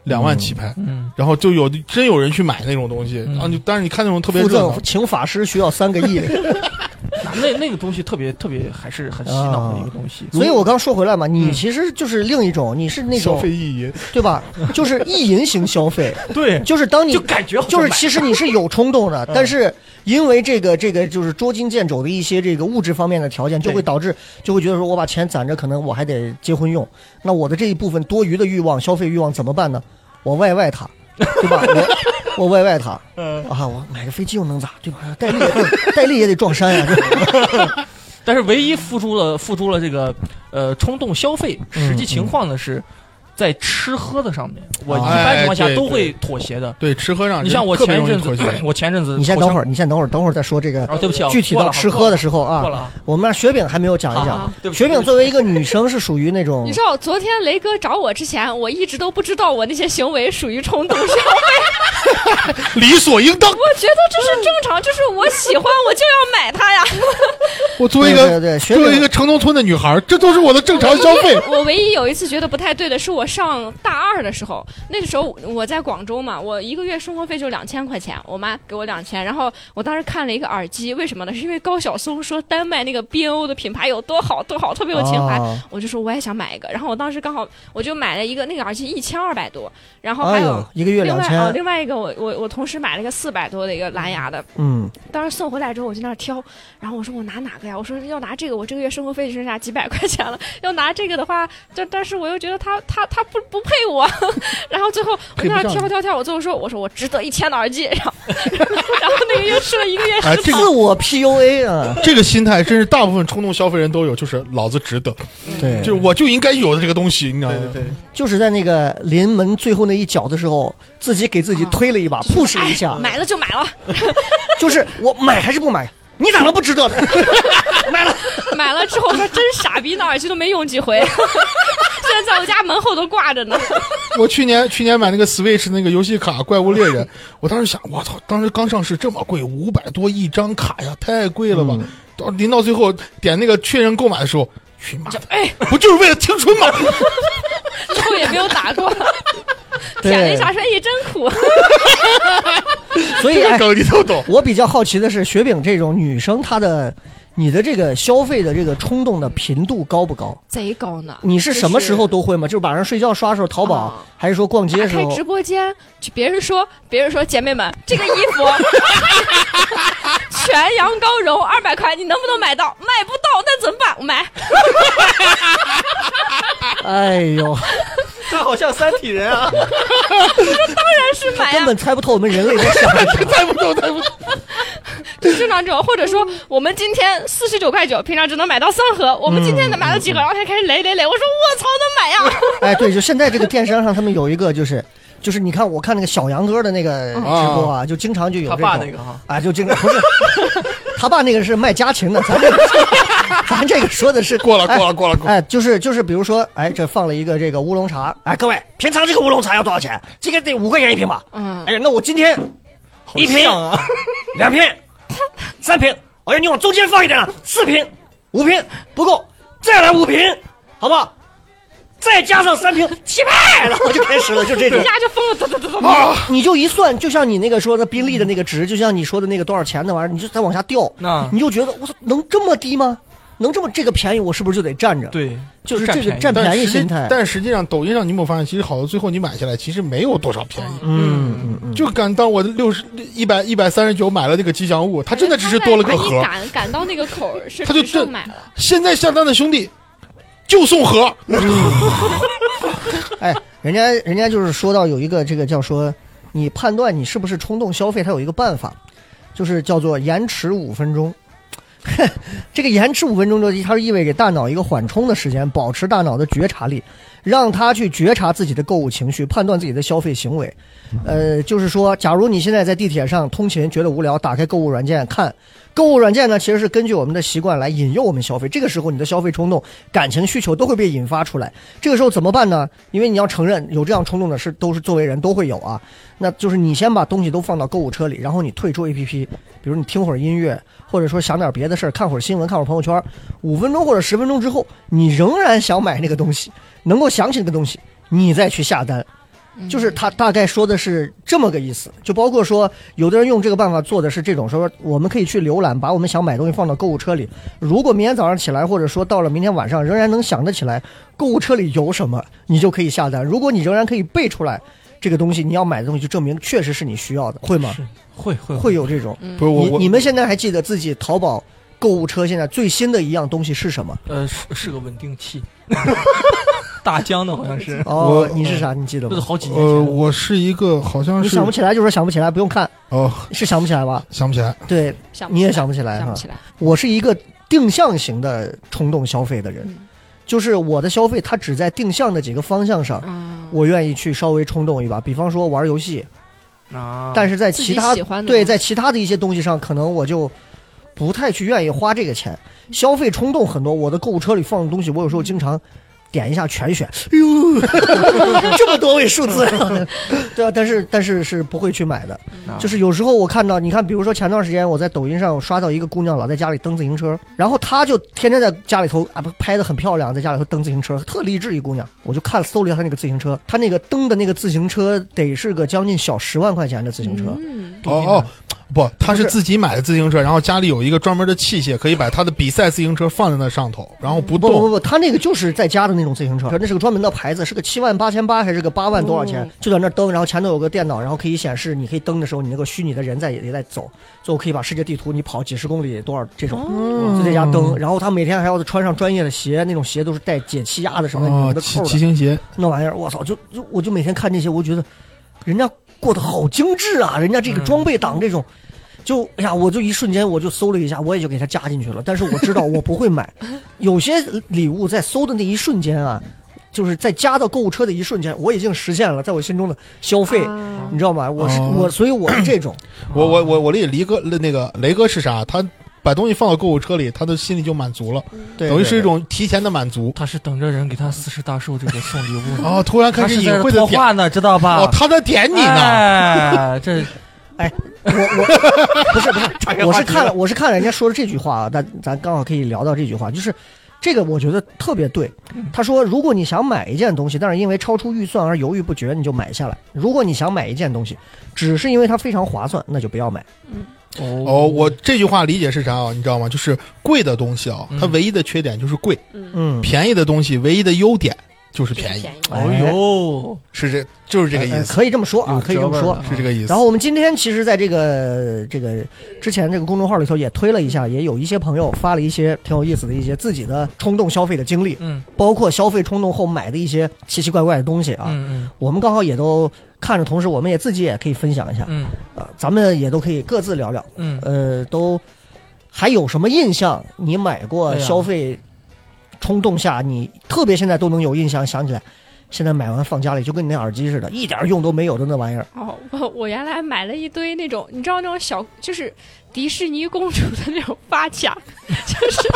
Speaker 6: 两万起拍，
Speaker 5: 嗯，
Speaker 6: 然后就有真有人去买那种东西，然后你但是你看那种特别
Speaker 3: 嗯附
Speaker 6: 热闹
Speaker 3: 赠，请法师需要三个
Speaker 6: (laughs)
Speaker 3: 亿，
Speaker 5: 那那个东西特别特别还是很洗脑的一个东西，
Speaker 3: 啊所以我刚说回来嘛，你
Speaker 5: 嗯
Speaker 3: 其实就是另一种，你是那
Speaker 6: 消
Speaker 3: 种
Speaker 6: 费意义，
Speaker 3: 对吧？就是意淫型消费，
Speaker 5: 对，
Speaker 3: 就是当你
Speaker 5: 就感 (laughs) 觉好像
Speaker 3: 就是
Speaker 5: 买嗯
Speaker 3: 其实你是有冲动
Speaker 5: (laughs)
Speaker 3: 的，但是因为这个这个就是捉襟见肘的一些这个物质方面的条件，就会
Speaker 5: 对
Speaker 3: 导致就会觉得说我把钱攒着，可能我还得结婚用，那我的这一部分多余的欲望、消费欲望怎么办呢？我外外
Speaker 5: (laughs)
Speaker 3: 它，对吧？我我外外它。
Speaker 5: 嗯，
Speaker 3: 啊，我买个飞机又能咋，对吧？戴笠也得戴笠也得撞山呀、啊
Speaker 5: (laughs)
Speaker 3: 这
Speaker 5: 但是唯一付出了付出了这个呃冲动消费，
Speaker 3: 嗯啊
Speaker 5: 实际情况呢是在吃喝的上面，我一般情况
Speaker 6: 哎
Speaker 5: 下
Speaker 6: 对
Speaker 5: 都会妥协的。
Speaker 6: 对，吃喝让
Speaker 5: 你像我
Speaker 6: 人特别
Speaker 5: 前一
Speaker 6: 容易
Speaker 5: 阵
Speaker 6: 妥
Speaker 5: 子
Speaker 6: 协。，
Speaker 5: (laughs) 我前一阵子
Speaker 3: 哎你先等会
Speaker 5: 儿，
Speaker 3: 儿，你先等会儿，等会儿再说这个
Speaker 5: 啊，对不起啊，
Speaker 3: 具体
Speaker 5: 过了
Speaker 3: 到吃喝的时候
Speaker 5: 过了
Speaker 3: 啊
Speaker 5: 啊。
Speaker 3: 我们让雪饼还没有讲一
Speaker 4: 啊
Speaker 3: 讲
Speaker 4: 啊。
Speaker 5: 对不起
Speaker 3: 雪饼作为一个女生是属于那种
Speaker 4: 你知道昨天雷哥找我之前，我一直都不知道我那些行为属于冲动消
Speaker 3: (laughs)
Speaker 4: 费，
Speaker 6: (laughs) 理所应当。
Speaker 4: 我觉得这是正常，就是我喜欢我就要买
Speaker 3: (laughs)
Speaker 4: 它呀。
Speaker 6: (laughs) 我作为一
Speaker 3: 对对
Speaker 6: 个
Speaker 3: 对学
Speaker 6: 作为
Speaker 3: 者
Speaker 6: 一个城中村的女孩，这都是我的正常消
Speaker 5: (laughs)
Speaker 6: 费。
Speaker 4: 我唯一有一次觉得不太对的是，我上大二的时候，那个时候我在广州嘛，我一个月生活费就两千块钱，我妈给我两千，然后我当时看了一个耳机，为什么呢？是因为高晓松说丹麦那个 B N O 的品牌有多好多好，特别有情怀，
Speaker 3: 啊
Speaker 4: 我就说我也想买一个，然后我当时刚好我就买了一个那个耳机一千二百多，然后
Speaker 3: 哎
Speaker 4: 哦还有。
Speaker 3: 呦，一个月
Speaker 4: 另
Speaker 3: 两
Speaker 4: 外哦，
Speaker 3: 千，
Speaker 4: 另外一个我我我同时买了一个四百多的一个蓝牙的，
Speaker 3: 嗯，
Speaker 4: 当时送回来之后我就那儿挑，然后我说我拿哪个呀？我说要拿这个，我这个月生活费只剩下几百块钱了。要拿这个的话， (laughs) 就但是我又觉得它它它不不配我， (laughs) 然后最后我
Speaker 6: 配不
Speaker 4: 那儿
Speaker 6: 上
Speaker 4: 挑挑挑，我最后说我说我值得一千的耳机，然后 (laughs) 然后那个又吃了一
Speaker 3: (laughs)
Speaker 4: 个月
Speaker 6: 哎，
Speaker 4: 食
Speaker 6: 这
Speaker 4: 堂。
Speaker 6: 个
Speaker 3: 自我 PUA 啊，
Speaker 6: 这个心态真是大部分冲动消费人都有，就是老子值得，
Speaker 3: 对，
Speaker 6: 就是我就应该有的这个东西，你知道吗？对对
Speaker 3: 就是在那个临门最后那一脚的时候，自己给自己推了一把，push 了一下
Speaker 4: 哎，买哦了就买了，
Speaker 3: 就是我买还是不买？你咋能不值得
Speaker 4: (laughs)
Speaker 3: 呢？买了，
Speaker 4: 买了之后我说真傻逼，那耳机都没用几回， (laughs) 现在在我家门后都挂着呢。
Speaker 6: 我去年去年买那个 Switch 那个游戏卡《怪物猎人》，我当时想，我操，当时刚上市这么贵，五百多一张卡呀，太贵了吧！
Speaker 5: 嗯
Speaker 6: 到临到最后点那个确认购买的时候，去妈的，
Speaker 4: 哎，
Speaker 5: (laughs)
Speaker 6: 不就是为了青春吗？
Speaker 4: 之后也没有打
Speaker 3: (laughs)
Speaker 4: 过，舔了一下说哎真苦，
Speaker 3: 所以
Speaker 6: (laughs) 这个
Speaker 3: 哎
Speaker 6: 梗你都懂。
Speaker 3: 我比较好奇的是，雪饼这种女生，她的你的这个消费的这个冲动的频度高不高？
Speaker 4: 贼高呢。
Speaker 3: 你是什么时候都会吗？就是晚上睡觉刷的时候，淘宝
Speaker 4: 啊，
Speaker 3: 还是说逛街
Speaker 4: 打
Speaker 3: 的时
Speaker 4: 开
Speaker 3: 候
Speaker 4: 直？播间，就别人说，别人说，姐妹们，这个衣服 (laughs) 全羊羔绒二百块，你能不能买到？买不到那怎么办？我买。
Speaker 3: 哎
Speaker 4: (laughs)
Speaker 3: 呦，
Speaker 5: 他好像三体人啊！
Speaker 4: 但是买啊
Speaker 3: 根
Speaker 4: 呀，
Speaker 3: 本猜不透我们人类在想什么。
Speaker 6: 猜不透， (laughs) 猜不透。
Speaker 4: 就正常这种，或者
Speaker 3: 嗯
Speaker 4: 说我们今天四十九块九，平常只能买到三盒，我们今
Speaker 3: 嗯
Speaker 4: 天能买到几盒？然后他开始垒垒垒，我说我操，能
Speaker 3: (laughs)
Speaker 4: 买呀！啊
Speaker 3: 哎，对，就现在这个电商上，他们有一个就是。就是你看，我看那个小杨哥的那个直播啊，就经常就有
Speaker 5: 嗯他
Speaker 3: 这
Speaker 5: 爸
Speaker 3: 种
Speaker 5: 那个哈，
Speaker 3: 啊，就经常不是他爸那个是卖 (laughs) 家禽的，咱这个咱这个说的是
Speaker 6: 过了，
Speaker 3: 哎
Speaker 6: 过了，过了，过了。
Speaker 3: 哎，就是就是，比如说，哎，这放了一个这个乌龙茶，哎，各位，平常这个乌龙茶要多少钱？这个得五块钱一瓶吧？
Speaker 4: 嗯
Speaker 3: 哎呀，那我今天
Speaker 6: 啊
Speaker 3: 一瓶、两瓶、三瓶，哎呀，你往中间放一点啊，四瓶、五瓶不够，再来五瓶，好不好？再加上三瓶，七百，然后就开始了，就这
Speaker 4: (laughs)
Speaker 3: 种
Speaker 4: 一。下就疯了，哒哒哒哒哒。
Speaker 6: 啊，
Speaker 3: 你就一算，就像你那个说的宾利的那个值，就像你说的那个多少钱的玩意儿，你就再往下掉，
Speaker 5: 啊
Speaker 3: 你就觉得我操，能这么低吗？能这么这个便宜，我是不是就得占着？，
Speaker 5: 对，
Speaker 3: 就是
Speaker 5: 占
Speaker 3: 这个
Speaker 5: 便宜
Speaker 3: 占
Speaker 6: 但
Speaker 3: 便宜
Speaker 6: 实际
Speaker 3: 心态。
Speaker 6: 但实际上，抖音上你有没有发现，其实好多最后你买下来，其实没有多少便宜。
Speaker 3: 嗯嗯嗯，
Speaker 6: 就敢当我六十一百一百三十九买了那个吉祥物，它真的只是多了
Speaker 4: 他
Speaker 6: 个
Speaker 4: 一
Speaker 6: 盒。
Speaker 4: 赶赶到那个口儿是
Speaker 6: 他就
Speaker 4: 只剩
Speaker 6: 这
Speaker 4: 买了，
Speaker 6: 现在下单的兄弟，就送盒。
Speaker 3: 哎，人家人家就是说到有一个这个叫说，你判断你是不是冲动消费，它有一个办法，就是叫做延迟五分钟。这个延迟五分钟就它意味着大脑一个缓冲的时间，保持大脑的觉察力，让它去觉察自己的购物情绪，判断自己的消费行为。呃，就是说，假如你现在在地铁上通勤觉得无聊，打开购物软件看。购物软件呢，其实是根据我们的习惯来引诱我们消费。这个时候，你的消费冲动、感情需求都会被引发出来。这个时候怎么办呢？因为你要承认有这样冲动的事，都是作为人都会有啊。那就是你先把东西都放到购物车里，然后你退出 APP，比如你听会儿音乐，或者说想点别的事儿，看会儿新闻，看会儿朋友圈。五分钟或者十分钟之后，你仍然想买那个东西，能够想起那个东西，你再去下单。就是他大概说的是这么个意思，就包括说，有的人用这个办法做的是这种，说我们可以去浏览，把我们想买东西放到购物车里。如果明天早上起来，或者说到了明天晚上，仍然能想得起来购物车里有什么，你就可以下单。如果你仍然可以背出来这个东西，你要买的东西，就证明确实是你需要的，会吗？
Speaker 5: 会会
Speaker 3: 会有这种。
Speaker 6: 不是嗯我
Speaker 3: 你
Speaker 6: 我
Speaker 3: 你们现在还记得自己淘宝购物车现在最新的一样东西是什么？
Speaker 5: 呃是是个稳定器，大疆的好像是，
Speaker 3: 哦
Speaker 6: 我，
Speaker 3: 你是啥？你记得
Speaker 5: 这是
Speaker 3: 吗？
Speaker 5: 好几年
Speaker 6: 呃，
Speaker 5: 前了。
Speaker 6: 我是一个好像
Speaker 3: 你
Speaker 6: 是
Speaker 3: 想不起来就说想不起来，不用看，
Speaker 6: 哦，
Speaker 3: 是想不起来吧？
Speaker 6: 想不起来。
Speaker 3: 对，
Speaker 4: 想不
Speaker 3: 你也
Speaker 4: 起来
Speaker 3: 想不起来
Speaker 4: 想
Speaker 3: 哈
Speaker 4: 不。起来。
Speaker 3: 我是一个定向型的冲动消费的人，
Speaker 6: 嗯
Speaker 3: 就是我的消费它只在定向的几个方向上，
Speaker 6: 啊
Speaker 4: 嗯，
Speaker 3: 我愿意去稍微冲动一把，比方说玩游戏，
Speaker 5: 啊，
Speaker 3: 但是在
Speaker 4: 自
Speaker 3: 其
Speaker 4: 己
Speaker 3: 他
Speaker 4: 喜欢的
Speaker 3: 对
Speaker 4: 吗
Speaker 3: 在其他的一些东西上，可能我就不太去愿意花这个钱，消费冲动很多。我的购物车里放的东西，我有
Speaker 4: 嗯
Speaker 3: 时候经常点一下全选，哎
Speaker 4: (laughs)
Speaker 3: 呦， (laughs) 这么多位数字，
Speaker 4: 嗯
Speaker 3: (laughs) 对啊，但是但是是不会去买的。
Speaker 4: 啊
Speaker 3: 就是有时候我看到，你看，比如说前段时间我在抖音上我刷到一个姑娘老在家里蹬自行车，然后她就天天在家里头啊不拍的很漂亮，在家里头蹬自行车，特励志一姑娘。我就看搜了一下她那个自行车，她那个蹬的那个自行车得是个将近小十万块钱的自行
Speaker 4: 嗯
Speaker 3: 车。
Speaker 6: 哦哦，不，他是
Speaker 3: 不是
Speaker 6: 自己买的自行车，然后家里有一个专门的器械，可以把他的比赛自行车放在那上头，然后不
Speaker 3: 不不
Speaker 6: 动。
Speaker 3: 不，他那个就是在家的那种自行车，那是个专门的牌子，是个七万八千八还是个八万多少钱？就在那儿蹬，然后前头有个电脑，然后可以显示你可以蹬的时候，你那个虚拟的人在也也在走，最后可以把世界地图你跑几十公里多少这种，嗯就在家
Speaker 6: 嗯
Speaker 3: 蹬。然后他每天还要穿上专业的鞋，那种鞋都是带解气压的什么
Speaker 6: 哦
Speaker 3: 拧，的
Speaker 6: 骑
Speaker 3: 扣
Speaker 6: 骑
Speaker 3: 的，
Speaker 6: 行鞋，
Speaker 3: 那玩意儿，我操，就就我就每天看这些，我就觉得人家过得好精致啊，人家这个
Speaker 6: 嗯
Speaker 3: 装备党这种。就哎呀，我就一瞬间我就搜了一下，我也就给它加进去了。但是我知道我不会买，有些礼物在搜的那一瞬间啊，就是在加到购物车的一瞬间，我已经实现了在我心中的消费，你知道吗？我是、
Speaker 6: 哦
Speaker 3: 我，所以我是这种，
Speaker 6: 我我
Speaker 3: 啊
Speaker 6: 我我理解雷哥那个雷哥是啥？他把东西放到购物车里，他的心里就满足了，
Speaker 3: 对
Speaker 6: 等于是
Speaker 3: 对
Speaker 6: 一。
Speaker 3: 对
Speaker 6: 种提前的满足。
Speaker 5: 他是等着人给他四十大寿这个送礼物呢，
Speaker 6: 哦，突然
Speaker 5: 他
Speaker 6: 开始
Speaker 5: 是在
Speaker 6: 隐
Speaker 5: 这
Speaker 6: 晦的
Speaker 5: 托
Speaker 6: 点，
Speaker 5: 话呢，知道
Speaker 3: 啊
Speaker 5: 吧？
Speaker 6: 哦，他在点你呢。
Speaker 5: 哎，这
Speaker 3: 我我不是不
Speaker 5: 岔开 (laughs)
Speaker 3: 是，我
Speaker 5: 话题
Speaker 3: 是看了
Speaker 5: 了
Speaker 3: 我是看了人家说的这句话啊，咱咱刚好可以聊到这句话，就是这个我觉得特别对。
Speaker 5: 嗯
Speaker 3: 他说，如果你想买一件东西，但是因为超出预算而犹豫不决，你就买下来；如果你想买一件东西，只是因为它非常划算，那就不要买。
Speaker 6: 哦，我这句话理解是啥啊？你知道吗？就是贵的东西啊，它唯一的缺点就是贵；
Speaker 3: 嗯，
Speaker 6: 便宜的东西唯一的优点就是便宜，
Speaker 4: 宜。
Speaker 5: 哎呦，
Speaker 6: 是这，就是哦这个意
Speaker 3: 呃呃
Speaker 6: 思，
Speaker 3: 可以这么说啊，可以这么说。
Speaker 6: 是这个意思。
Speaker 3: 然后我们今天其实在这个这个之前这个公众号里头也推了一下，也有一些朋友发了一些挺有意思的一些自己的冲动消费的经历，
Speaker 5: 嗯
Speaker 3: 包括消费冲动后买的一些奇奇怪怪的东西啊。
Speaker 5: 嗯
Speaker 3: 我们刚好也都看着，同时我们也自己也可以分享一下，
Speaker 5: 嗯
Speaker 3: 啊，咱们也都可以各自聊聊。
Speaker 5: 嗯嗯，
Speaker 3: 呃，都还有什么印象？你买过
Speaker 5: 对哎呀
Speaker 3: 消费冲动下，你特别现在都能有印象，想起来。现在买完放家里就跟你那耳机似的，一点用都没有的那玩意儿。
Speaker 4: 哦，我我原来买了一堆那种，你知道那种小，就是迪士尼公主的那种发卡， (laughs) 就是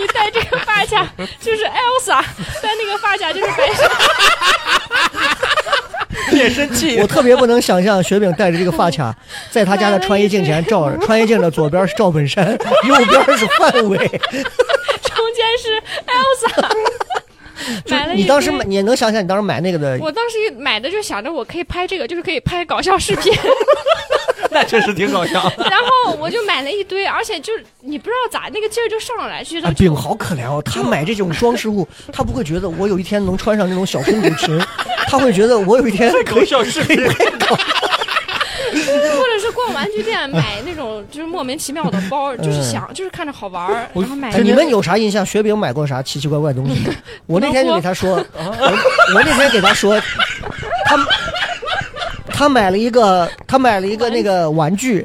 Speaker 4: 你戴这个发卡，就是 Elsa 戴那个发卡就是白色，
Speaker 5: 别生气
Speaker 3: 我，特别不能想象雪饼戴着这个发卡，在他家的穿衣镜前照着，穿衣镜的左边是赵本山，右边是范
Speaker 5: (laughs)
Speaker 3: 伟。
Speaker 4: 中间是 Elsa。
Speaker 3: (laughs)
Speaker 4: 买了一
Speaker 3: 你当时
Speaker 4: 堆
Speaker 3: 买，你能想想你当时买那个的
Speaker 4: 我当时一买的就想着我可以拍这个，就是可以拍搞笑
Speaker 3: (laughs)
Speaker 4: 视频，
Speaker 5: 那真是挺搞 (laughs) 笑。
Speaker 4: 然后我就买了一堆，而且就是你不知道咋那个劲儿就上来，就觉
Speaker 3: 啊
Speaker 4: 得，
Speaker 3: 饼好可怜哦，他买这种装饰物，他不会觉得我有一天能穿上这种小公主裙， (laughs) 他会觉得我有一天可
Speaker 5: 搞
Speaker 3: 以
Speaker 5: 笑视频，
Speaker 4: 或者是逛玩具店买那种就是莫名其妙的包，就是想就是看着好玩儿，然后买
Speaker 3: 嗯哎。你们有啥印象？雪饼买过啥奇奇怪怪的东西？我那天就给他说，我我那天给他说，他他买了一个，他买了一个那个玩具，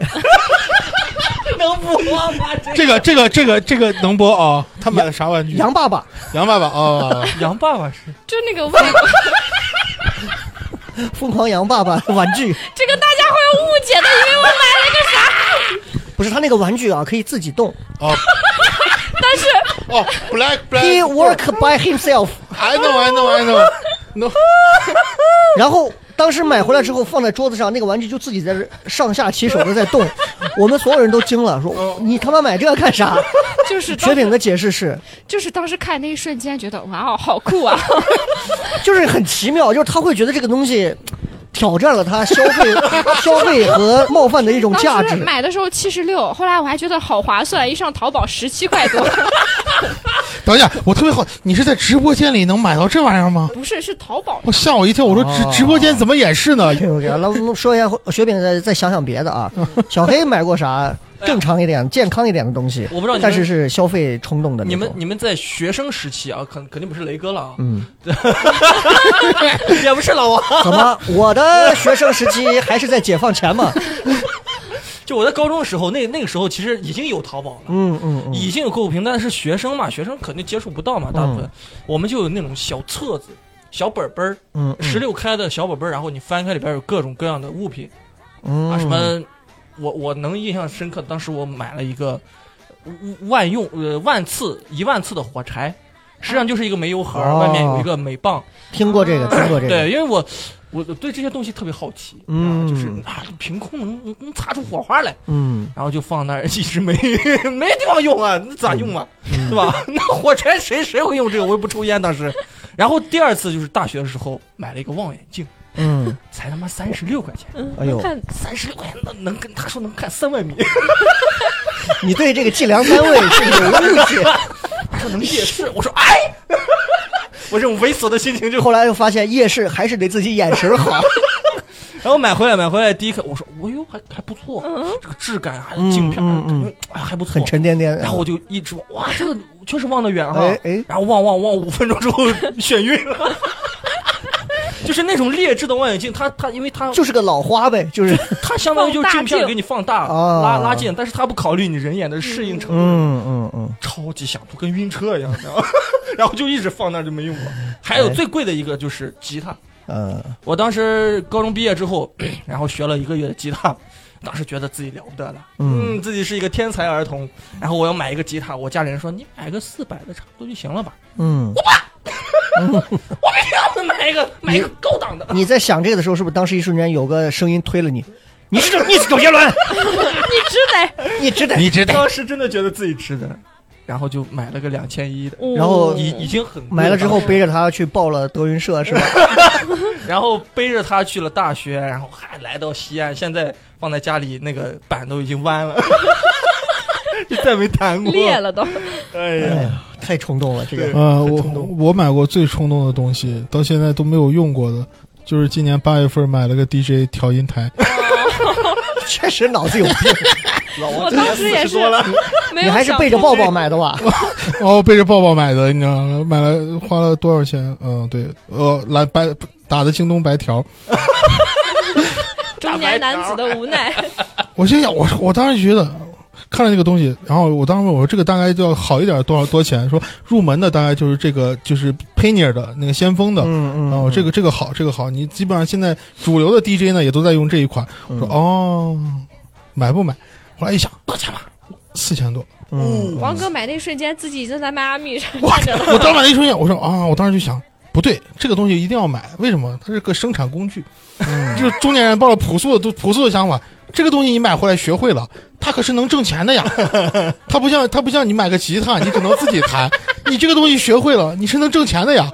Speaker 5: 能不播吗？这
Speaker 6: 这个这个这个这个能播啊？他买了啥玩具？
Speaker 3: 杨爸爸
Speaker 6: 杨爸爸啊，
Speaker 5: 杨爸爸
Speaker 4: (laughs)
Speaker 5: 是
Speaker 4: 就那个外国，
Speaker 3: 疯狂杨爸爸玩具，
Speaker 4: 这个大家会有误解的，以为我买了个啥，
Speaker 3: 不是他那个玩具啊，可以自己动
Speaker 6: 哦
Speaker 4: 但是
Speaker 6: 哦，Black
Speaker 3: ，He
Speaker 6: Black，
Speaker 3: work by himself。
Speaker 6: I know I know I (laughs) know no，
Speaker 3: (laughs) 然后当时买回来之后放在桌子上，那个玩具就自己在这上下其手的在
Speaker 5: (laughs)
Speaker 3: 动，我们所有人都惊了，
Speaker 5: 哦
Speaker 3: 说你他妈买这个干
Speaker 5: (laughs)
Speaker 3: 啥？
Speaker 4: 就是当
Speaker 3: 雪饼
Speaker 4: 时
Speaker 3: 的解释是，
Speaker 4: 就是当时看那一瞬间觉得哇哦好酷啊，
Speaker 3: 就是很奇妙，就是他会觉得这个东西挑战了他消
Speaker 5: (laughs)
Speaker 3: 费、消费和冒犯的一种价
Speaker 4: 当时
Speaker 3: 值。
Speaker 4: 买的时候七十六，后来我还觉得好划算，一上淘宝十七块多， (laughs)
Speaker 6: 等一下，我特别好，你是在直播间里能买到这玩意儿吗？
Speaker 4: 不是是淘宝
Speaker 3: (laughs)
Speaker 6: 我吓我一跳，我说直直播间怎么演示呢？
Speaker 3: 对，OK，那我哎们说一下雪饼，再再想想别的
Speaker 5: (laughs)
Speaker 3: 啊。小黑买过啥正常一点、健康一点的东西？
Speaker 5: 啊我不知道你们
Speaker 3: 但是是消费冲动的那
Speaker 5: 你们
Speaker 3: 种。
Speaker 5: 你们在学生时期啊，肯肯定不是雷哥了啊，
Speaker 3: 嗯，
Speaker 5: (laughs) 也不是老王，
Speaker 3: 怎么？我的学生时期还是在解放前嘛。
Speaker 5: 就我在高中的时候，那那个时候其实已经有淘宝了。
Speaker 3: 嗯嗯嗯。
Speaker 5: 已经有购物平台，但是学生嘛，学生肯定接触不到嘛，大部
Speaker 3: 嗯
Speaker 5: 分、我们就有那种小册子、小本本儿，
Speaker 3: 嗯，嗯
Speaker 5: (laughs) 十六开的小本本儿，然后你翻开里边有各种各样的物品
Speaker 3: 嗯
Speaker 5: 啊，什么，我我能印象深刻，当时我买了一个呃万用呃万次一万次的火柴，实际上就是一个煤油盒，
Speaker 3: 哦
Speaker 5: 外面有一个镁棒，
Speaker 3: 听过这个，听过这个。
Speaker 5: 啊对，因为我我对这些东西特别好奇，
Speaker 3: 嗯
Speaker 5: 啊就是啊凭空能能能擦出火花来，
Speaker 3: 嗯，
Speaker 5: 然后就放那儿，一直没 (laughs) 没地方用啊，那咋用啊，对吧？ (laughs) 那火柴谁谁会用这个？我又不抽烟，当时。然后第二次就是大学的时候买了一个望远镜，
Speaker 3: 嗯，
Speaker 5: 才他妈三十六块钱，
Speaker 3: 哎呦，
Speaker 4: 看
Speaker 5: 三十六块钱能能跟他说能看三万米，
Speaker 3: 你对这个计量单位是有误解。
Speaker 5: 他说能夜视，我说哎， (laughs) 我这种猥琐的心 (laughs) 情就，
Speaker 3: 后来又发现夜市还是得自己眼神好。
Speaker 5: (laughs) 然后买回来买回来第一看，我说我哟哎还还不错，这个质感还有镜片
Speaker 3: 嗯嗯
Speaker 5: 感觉哎还不错，
Speaker 3: 很沉甸甸。
Speaker 5: 然后我就一直望，哇，这个确实望得远哈、
Speaker 3: 哎哎
Speaker 5: 然后望望望，五分钟之后 (laughs) 眩晕了， (laughs) 就是那种劣质的望远镜，它它因为它
Speaker 3: 就是个老花呗，
Speaker 5: (laughs)
Speaker 3: 就是
Speaker 5: 它相当于就是镜
Speaker 4: 放大
Speaker 5: 片
Speaker 4: 镜
Speaker 5: 给你放大
Speaker 3: 哦
Speaker 5: 拉拉近，但是它不考虑你人眼的适应程度，
Speaker 3: 嗯嗯嗯，
Speaker 5: 超级想吐，跟晕车一样，然后 (laughs) 然后就一直放那儿就没用过。还有
Speaker 3: 哎
Speaker 5: 最贵的一个就是吉他，
Speaker 3: 呃，
Speaker 5: 我当时高中毕业之后， (clears throat) 然后学了一个月的吉他， (laughs) 当时觉得自己了不得了，
Speaker 3: 嗯
Speaker 5: 嗯，自己是一个天才儿童。然后我要买一个吉他，我家里人说你买个四百的差不多就行了吧？ (laughs)
Speaker 3: 嗯，
Speaker 5: 我没要的买一个，买一个高档的。
Speaker 3: 你在想这个的时候，是不是当时一瞬间有个声音推了你？你
Speaker 4: (laughs)
Speaker 5: (laughs)
Speaker 3: 是你是周杰伦，
Speaker 4: 你只得
Speaker 3: (laughs) 你只得
Speaker 6: 你只
Speaker 5: (laughs)
Speaker 6: 得
Speaker 5: 当时真的觉得自己值得，然后就买了个两千一的，
Speaker 3: 然后
Speaker 5: 已已经很贵
Speaker 3: 买了之后背着它去报了德云社
Speaker 5: (laughs)
Speaker 3: 是吧？
Speaker 5: 然后背着它去了大学，然后还来到西安，现在放在家里那个板都已经弯了， (laughs) 就再没弹过。
Speaker 4: 裂了都。
Speaker 5: 哎
Speaker 3: 哎
Speaker 5: 呀，
Speaker 3: 呀，太冲动了这个
Speaker 5: 对。
Speaker 6: (laughs) 呃，
Speaker 5: 很
Speaker 6: 我
Speaker 5: 冲动
Speaker 6: 我买过最冲动的东西，到现在都没有用过的，就是今年八月份买了个 DJ 调音台，
Speaker 3: 确实脑子有病，
Speaker 5: 老王
Speaker 4: 我
Speaker 5: 今年
Speaker 4: 当时也
Speaker 5: 40
Speaker 4: 是
Speaker 5: 多了，
Speaker 4: 没
Speaker 3: 你
Speaker 4: 有
Speaker 3: 还是
Speaker 4: 想
Speaker 3: 背着
Speaker 4: 通
Speaker 3: 抱
Speaker 4: 知
Speaker 3: 抱买的
Speaker 5: (laughs)
Speaker 3: 吧？
Speaker 6: 哦，背着抱抱买的，你知道吗？买了花了多少钱？嗯，对，呃，来白打的京东白条，
Speaker 4: 中年男子的无奈。
Speaker 6: 我心想，我我当时觉得看了这个东西，然后我当时问我说这个大概就要好一点多少多少钱？说入门的大概就是这个就是 Pioneer 的那个先锋的。
Speaker 3: 嗯
Speaker 6: 然后这个这个好，这个好，你基本上现在主流的 DJ 呢也都在用这一款。我
Speaker 3: 嗯
Speaker 6: 说哦，买不买？后来一想，多少钱吧？四千多。
Speaker 3: 嗯
Speaker 4: 王哥买那瞬间自己已经在迈阿密上
Speaker 6: 我
Speaker 4: 站着了。
Speaker 6: 我当时买了一瞬间，我说啊，我当时就想，不对，这个东西一定要买，为什么？它是个生产工具，就是中年人抱着朴素的朴素的想法，这个东西你买回来学会了，它可是能挣钱的呀。它不像它不像你买个吉他，你只能自己弹，你这个东西学会了，你是能挣钱的呀。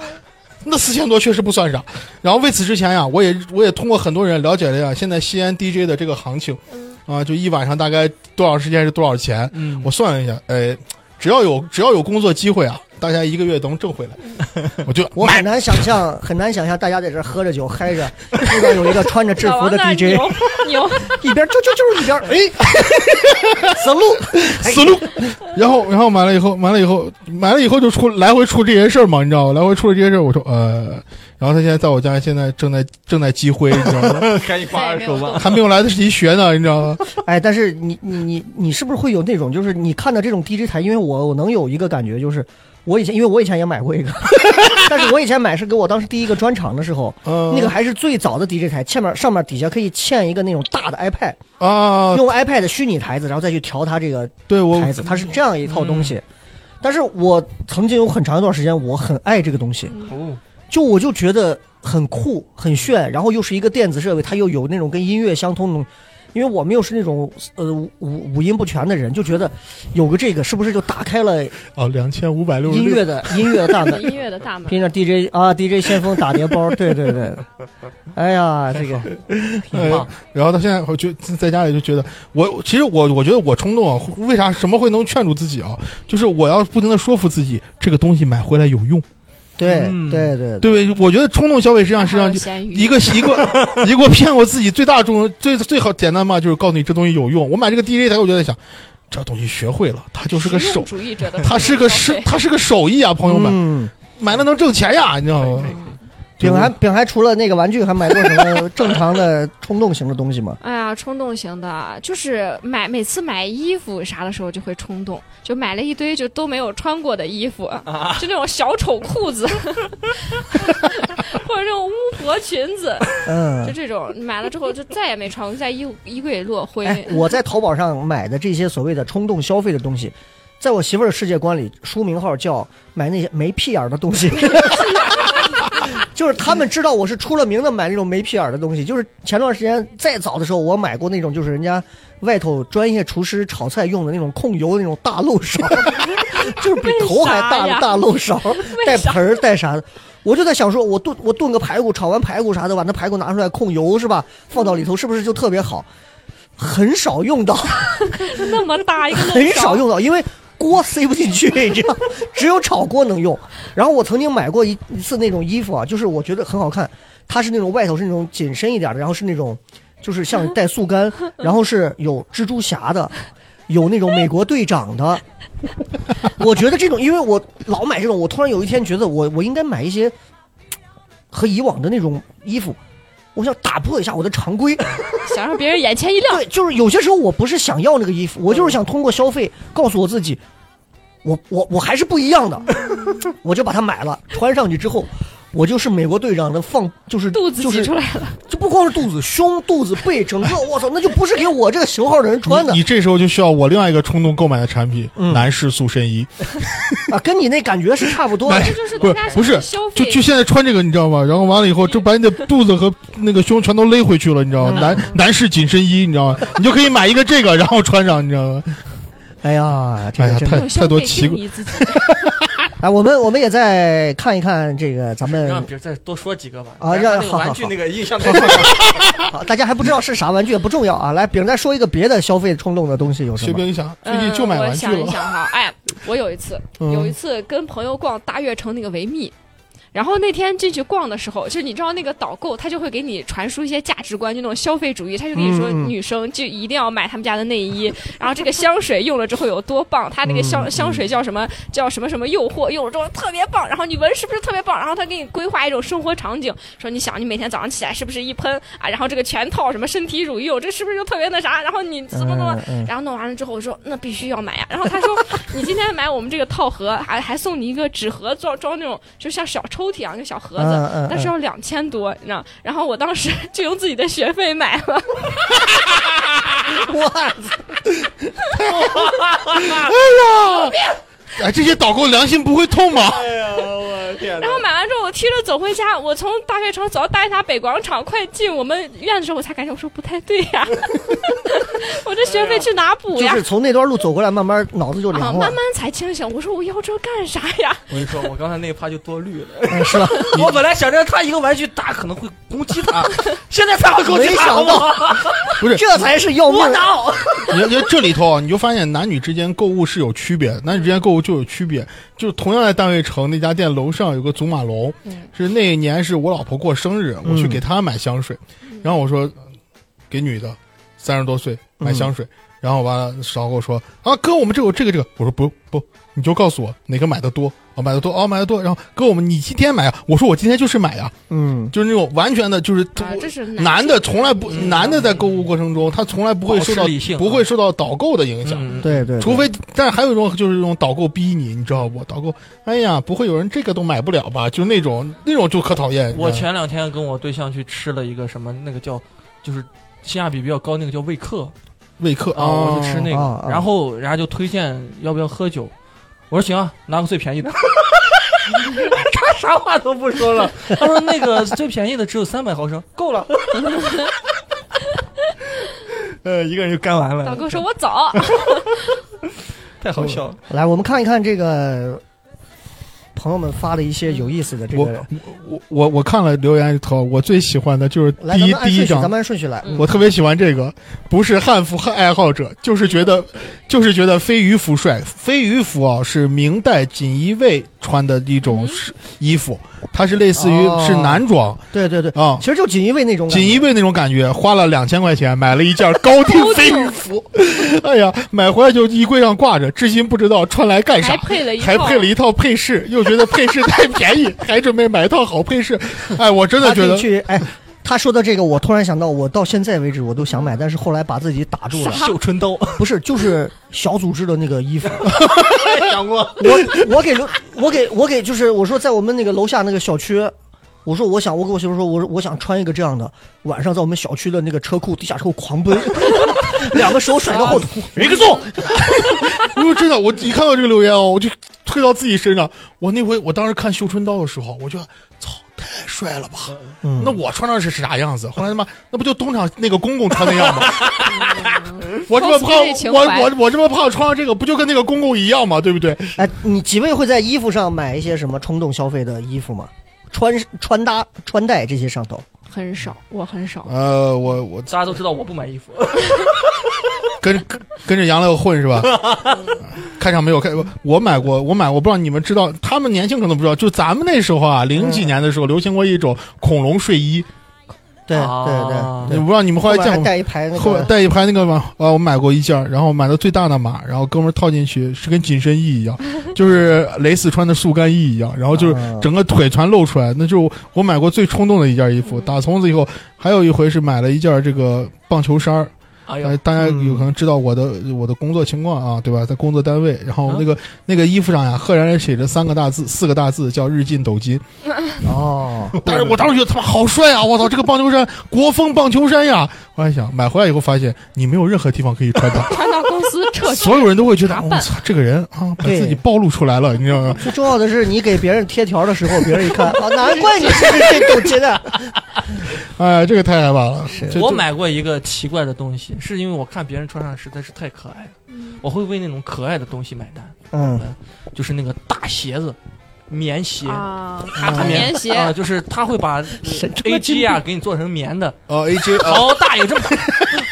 Speaker 6: 那四千多确实不算啥。然后为此之前呀，我也我也通过很多人了解了呀，现在西安 DJ 的这个行情，
Speaker 4: 嗯
Speaker 6: 啊，就一晚上大概多少时间是多少钱？
Speaker 5: 嗯，
Speaker 6: 我算了一下，呃，只要有只要有工作机会啊，大家一个月都能挣回来，我就
Speaker 3: 我
Speaker 6: 买
Speaker 3: 很难想象，很难想象大家在这儿喝着酒嗨着，遇到有一个穿着制
Speaker 4: 老
Speaker 3: 服
Speaker 4: 王
Speaker 3: 的
Speaker 4: 那
Speaker 3: DJ，
Speaker 4: 牛 (laughs) 牛，
Speaker 3: 一边啾啾啾一边哎，死路，
Speaker 6: 死路。然后然后买了以后，买了以后，买了以后就出来回出这些事儿嘛，你知道吧？来回出了这些事儿，我说呃，然后他现在在我家，现在正在正在积灰，你知道吗？ (laughs)
Speaker 5: (laughs) 赶紧挂二手吧。
Speaker 6: 还没有来得及学呢，你知道吗？
Speaker 3: 哎，但是你你你你是不是会有那种，就是你看到这种 DJ 台，因为我我能有一个感觉，就是我以前因为我以前也买过一个， (laughs) 但是我以前买是给我当时第一个专场的时候，
Speaker 6: 嗯
Speaker 3: 那个还是最早的 DJ 台，前面上面底下可以嵌一个那种大的 iPad，
Speaker 6: 啊，
Speaker 3: 用 iPad 虚拟台子，然后再去调它这个
Speaker 6: 对我
Speaker 3: 台子，它是这样一套东西。但是我曾经有很长一段时间，我很爱这个东西，
Speaker 5: 哦，
Speaker 3: 就我就觉得很酷很炫，然后又是一个电子设备，它又有那种跟音乐相通的东西。因为我们又是那种呃五五五音不全的人，就觉得有个这个是不是就打开了
Speaker 6: 啊，两千五百六十
Speaker 3: 音
Speaker 6: 六，
Speaker 3: 乐
Speaker 6: (laughs)
Speaker 3: 的音乐的大门？
Speaker 4: 音乐的大门。
Speaker 3: 拼着 DJ 啊 DJ 先锋打碟包，对对
Speaker 6: (laughs)
Speaker 3: 对，哎呀这个挺棒，
Speaker 6: 哎然后他现在我觉在家里就觉得我其实我我觉得我冲动啊，为啥什么会能劝住自己啊？就是我要不停的说服自己，这个东西买回来有用。
Speaker 3: 对
Speaker 5: 嗯
Speaker 3: 对对，
Speaker 6: 对不对？我觉得冲动消费实际上实际上就
Speaker 4: 还有咸鱼
Speaker 6: 一个一
Speaker 3: (laughs)
Speaker 6: 个一个骗我自己最大众最最好简单嘛，就是告诉你这东西有用。我买这个 DJ 台，我就在想，这东西学会了，它就是个
Speaker 4: 实
Speaker 6: 手
Speaker 4: 用，主义者的，
Speaker 6: 它是个手，它是个手艺啊，朋友们，
Speaker 3: 嗯，
Speaker 6: 买了能挣钱呀，你知道吗？
Speaker 3: 饼还饼还除了那个玩具，还买过什么正常的冲动型的东西吗？
Speaker 4: 哎呀，冲动型的，就是买每次买衣服啥的时候就会冲动，就买了一堆就都没有穿过的衣服，就那种小丑裤子， (laughs) 或者这种巫婆裙子，就
Speaker 3: 嗯，
Speaker 4: 这种买了之后就再也没穿过，就在衣衣柜里落灰。
Speaker 3: 哎，我在淘宝上买的这些所谓的冲动消费的东西，在我媳妇儿的世界观里，书名号叫买那些没屁眼儿的东西。 (laughs) 就是他们知道我是出了名的买那种没屁眼儿的东西。就是前段时间再早的时候，我买过那种就是人家外头专业厨师炒菜用的那种控油的那种大漏勺， (laughs) 就是比头还大的大漏勺，带盆儿带啥的。我就在想说，我炖我炖个排骨，炒完排骨啥的，把那排骨拿出来控油是吧？放到里头是不是就特别好？很少用到，
Speaker 4: 那么大一 (laughs) 个，
Speaker 3: 很少。用到，因为锅塞不进去，你知道，只有炒锅能用。然后我曾经买过一一次那种衣服啊，就是我觉得很好看，它是那种外头是那种紧身一点的，然后是那种就是像带速干，然后是有蜘蛛侠的。有那种美国队长的，我觉得这种，因为我老买这种，我突然有一天觉得我我应该买一些和以往的那种衣服，我想打破一下我的常规，
Speaker 4: 想让别人眼前一亮。
Speaker 3: (laughs) 对，就是有些时候我不是想要那个衣服，我
Speaker 4: 嗯
Speaker 3: 就是想通过消费告诉我自己，我我我还是不一
Speaker 4: (laughs)
Speaker 3: 样的，我就把它买了，穿上去之后。我就是美国队长的放，就是
Speaker 4: 肚子
Speaker 3: 就
Speaker 4: 挤
Speaker 3: 是
Speaker 4: 出来了，
Speaker 3: 就不光是肚子、胸、肚子、背，整个我操，那就不是给我这个型号的人穿的
Speaker 6: 你你这时候就需要我另外一个冲动购买的产品——
Speaker 3: 嗯
Speaker 6: 男士塑身衣。
Speaker 3: 啊，跟你那感觉是差不多的
Speaker 6: 哎。
Speaker 4: 这就是
Speaker 6: 不
Speaker 4: 大
Speaker 6: 是
Speaker 4: 家
Speaker 6: 不是
Speaker 4: 消，
Speaker 6: 就
Speaker 4: 费
Speaker 6: 就现在穿这个，你知道吗？然后完了以后，就把你的肚子和那个胸全都勒回
Speaker 4: 嗯
Speaker 6: 去了，你知道吗？男男士紧身衣，你知道吗？你就可以买一个这个，然后穿上，你知道吗？
Speaker 3: 哎呀，这
Speaker 6: 哎
Speaker 3: 个
Speaker 6: 呀
Speaker 3: 真
Speaker 6: 太
Speaker 3: 的，
Speaker 4: 用消
Speaker 6: (laughs) 太多
Speaker 4: 费
Speaker 6: 奇
Speaker 4: 定
Speaker 6: 怪
Speaker 4: 义自己。
Speaker 3: 哎，我们我们也再看一看这个咱
Speaker 5: 嗯让
Speaker 3: 们
Speaker 5: 别人再多说几个吧。
Speaker 3: 啊
Speaker 5: 咱
Speaker 3: 让
Speaker 5: 那个
Speaker 3: 好好
Speaker 5: 玩具
Speaker 3: 好
Speaker 5: 那个印象
Speaker 3: (laughs)
Speaker 5: 太深
Speaker 3: 好，大家还不知道是啥玩具也不重要啊。来，饼再说一个别的消费冲动的东西有什
Speaker 6: 薛
Speaker 3: 么？
Speaker 6: 冰一想，最近就买玩
Speaker 4: 嗯、
Speaker 6: 具
Speaker 4: 我想一
Speaker 6: 了，
Speaker 4: 想哈，哎，我有一次，
Speaker 6: (laughs) 嗯
Speaker 4: 有一次跟朋友逛大悦城那个维密。然后那天进去逛的时候，就你知道那个导购，他就会给你传输一些价值观，就那种消费主义，他就跟你说
Speaker 3: 嗯嗯
Speaker 4: 女生就一定要买他们家的内衣，然后这个香水用了之后有多棒，他那个
Speaker 6: 嗯
Speaker 4: 香、香水叫什么叫什么什么诱惑，用了之后特别棒，然后你闻是不是特别棒？然后他给你规划一种生活场景，说你想你每天早上起来是不是一喷啊，然后这个全套什么身体乳液，这是不是就特别那啥？然后你怎么怎么
Speaker 3: 嗯，嗯
Speaker 4: 然后弄完了之后，我说那必须要买啊呀。然后他说你今天买我们这个套盒，还还送你一个纸盒装装那种，就像小抽屉啊一样一个小盒子，
Speaker 3: 嗯嗯
Speaker 4: 但是要两千多，你知道？然后我当时 (laughs) 就用自己的学费买了，
Speaker 3: 我操
Speaker 6: 哎，这些导购良心不会痛吗？
Speaker 4: 嗯 (laughs) 然后买完之后我提着走回家，我从大悦城走到大雁塔北广场，快进我们院子的时候，我才感觉我说不太对呀， (laughs) 我这学费去哪补
Speaker 3: 哎就
Speaker 4: 呀？
Speaker 3: 是从那段路走过来，慢哦慢脑子就
Speaker 4: 啊，
Speaker 3: 凉了
Speaker 4: 慢慢，才清醒。我说我要这干啥呀？
Speaker 5: 我跟你说，我刚才那一趴就多虑了。
Speaker 3: 嗯
Speaker 5: (laughs)
Speaker 3: 是吧？
Speaker 5: 我本来想着他一个玩具打可能会攻击
Speaker 3: (laughs)
Speaker 5: 他，现在才会攻击
Speaker 3: 没
Speaker 5: 他，
Speaker 3: 想
Speaker 5: 好不
Speaker 3: 到
Speaker 5: 好？
Speaker 6: 不是，
Speaker 3: 这才是要命
Speaker 5: 我。操！
Speaker 6: (laughs) 你觉得这里头啊，你就发现男女之间购物是有区别，男女之间购物就有区别。就同样在大悦城那家店楼上有个祖马龙，是那一年是我老婆过生日，我去给她买香水，然后我说给女的三十多岁买香水，然后完了勺给我说啊哥，我们这有这个这个，我说不不，你就告诉我哪个买的多，哦买的多哦买的多，然后哥我们你今天买啊，我说我今天就是买啊，
Speaker 3: 嗯，
Speaker 6: 就是那种完全的就是。
Speaker 4: 啊，这是男
Speaker 6: 男的从来不，男的在购物过程中，他从来不会受
Speaker 5: 保
Speaker 6: 到
Speaker 5: 持理性啊
Speaker 6: 不会受到导购的
Speaker 5: (laughs)
Speaker 6: 影响，
Speaker 5: 嗯，
Speaker 3: 对对，
Speaker 6: 除非，但是还有一种就是那种导购逼你，你知道不？导购，哎呀，不会有人这个都买不了吧？就那种那种就可讨厌。
Speaker 5: 我
Speaker 6: 去，
Speaker 5: 前两天跟我对象去吃了一个什么，那个叫就是性价比比较高，那个叫胃客
Speaker 6: 胃客
Speaker 5: 啊，我去吃那
Speaker 3: 啊啊
Speaker 5: 个，然后人家就推荐要不要喝酒，我说行啊，拿个最便宜
Speaker 3: (laughs)
Speaker 5: (laughs) 的。他啥话都不说了，他说那个最便宜的只有三百毫升，够了。呃，一个人就干
Speaker 3: 嗯
Speaker 5: 完了，
Speaker 4: 导购说我 (laughs) 走，
Speaker 5: 太好笑了。
Speaker 3: 来，我们看一看这个朋友们发的一些有意思的这
Speaker 6: 我
Speaker 3: 个。
Speaker 6: 我我我看了留言里头，我最喜欢的就是
Speaker 3: 来，
Speaker 6: 第
Speaker 3: 咱
Speaker 6: 一
Speaker 3: 们按
Speaker 6: 第一
Speaker 3: 顺序，咱
Speaker 6: 张嗯
Speaker 3: 们。按顺序
Speaker 4: 嗯
Speaker 3: 来。
Speaker 6: 我特别喜欢这个，不是汉服爱好者，就是觉得，就是觉得飞鱼服帅。飞鱼服啊，是明代锦衣卫穿的一种
Speaker 4: 嗯
Speaker 6: 是衣服，它是类似于
Speaker 3: 哦
Speaker 6: 是男装
Speaker 3: 对对对，
Speaker 6: 啊，
Speaker 3: 其实就锦衣卫那种感觉。
Speaker 6: 锦衣卫那种感觉，花了两千块钱买了一件高定飞鱼
Speaker 4: (laughs)
Speaker 6: 服，哎呀，买回来就衣柜上挂着，至今不知道穿来干
Speaker 4: 还
Speaker 6: 啥。
Speaker 4: 配了一
Speaker 6: 还
Speaker 4: 套
Speaker 6: 配了一套配饰，又觉得配饰太便宜，还准备买一套好配饰。哎，我真的
Speaker 3: 他
Speaker 6: 觉
Speaker 3: 可以
Speaker 6: 得，
Speaker 3: 去哎。他说的这个，我突然想到，我到现在为止我都想买，但是后来把自己打住了。
Speaker 5: 绣春 (laughs) 刀，
Speaker 3: 不是，就是小组织的那个衣
Speaker 6: (laughs)
Speaker 3: 服，
Speaker 5: 想过
Speaker 3: 我我给刘我给我给就是我说在我们那个楼下那个小区，我说我想我给我媳妇说，我说我想穿一个这样的，晚上在我们小区的那个车库地下车库狂奔， (laughs) 两个手甩到后头，
Speaker 6: 一个送。 (laughs) 我说真的，我一看到这个留言哦，我就推到自己身上。我那回我当时看《绣春刀》的时候，我觉得操，太帅了吧！那我穿上是啥样子？后来他妈那不就东厂那个公公穿那
Speaker 4: (laughs)
Speaker 6: 样吗？我这么胖，
Speaker 4: cosplay 情
Speaker 6: 我
Speaker 4: 怀
Speaker 6: 我我这么胖，穿上这个不就跟那个公公一样吗？对不对？
Speaker 3: 哎，你几位会在衣服上买一些什么冲动消费的衣服吗？穿穿搭、穿戴这些上头，
Speaker 4: 很少，我很少。
Speaker 6: 呃，我我
Speaker 5: 大家都知道我不买衣服，
Speaker 6: 跟跟跟着杨乐混是吧？开场没有开，我买过，我买过，不知道你们知道，他们年轻可能不知道，就咱们那时候啊，零几年的时候流行过一种恐龙睡衣，
Speaker 3: 对
Speaker 5: 啊
Speaker 3: 对对
Speaker 6: 我
Speaker 3: 对，
Speaker 6: 不知道你们后
Speaker 3: 面
Speaker 6: 来见
Speaker 3: 还
Speaker 6: 过
Speaker 3: 带一排那
Speaker 6: 后面
Speaker 3: 个，
Speaker 6: 带一排那个码，啊，我买过一件儿，然后买的最大的码，然后哥们儿套进去是跟紧身衣
Speaker 3: (laughs)
Speaker 6: 一样，就是蕾丝穿的速干衣一样，然后就是
Speaker 3: 啊
Speaker 6: 整个腿全露出来，那就是我买过最冲动的一件衣
Speaker 3: 嗯
Speaker 6: 服。打从此以后，还有一回是买了一件这个棒球衫儿，
Speaker 5: 哎
Speaker 6: 呃
Speaker 5: 呀，
Speaker 6: 大家有
Speaker 3: 嗯
Speaker 6: 可能知道我的我的工作情况啊，对吧？在工作单位，然后
Speaker 5: 啊
Speaker 6: 那个那个衣服上呀，赫然写着三个大字，四个大字叫“日进斗金”。
Speaker 3: 哦，
Speaker 6: 但是我当时觉得他妈好帅啊！我操，这个棒球衫，国风棒球衫呀！我还想买回来以后发现你没有任何地方可以穿
Speaker 3: (laughs)
Speaker 6: 它，
Speaker 4: 传到公司撤去。
Speaker 6: 所有人都会觉得
Speaker 4: 打
Speaker 6: 我
Speaker 4: 扮
Speaker 6: 操，这个人啊，把
Speaker 3: 对
Speaker 6: 自己暴露出来了，你知道吗？
Speaker 3: 最重要
Speaker 6: (laughs)
Speaker 3: 的是，你给别人贴条的时候，别人一看，啊，难怪你是这斗鸡的。
Speaker 6: 哎，这个太害怕了。
Speaker 3: 是
Speaker 6: 这
Speaker 5: 我
Speaker 6: 这
Speaker 5: 买过一个奇怪的东西，是因为我看别人穿上实在是太可爱了，我会为那种可爱的东西买单，
Speaker 3: 嗯
Speaker 5: 就是那个大鞋子，棉
Speaker 4: (laughs)
Speaker 5: 鞋。
Speaker 4: 啊，
Speaker 5: 卡通
Speaker 4: 棉鞋
Speaker 5: 啊，就是他会把
Speaker 3: 神经
Speaker 5: A G 啊给你做成棉的，
Speaker 7: 哦，A
Speaker 6: 呃
Speaker 7: J 哦，
Speaker 5: 好大有这么大。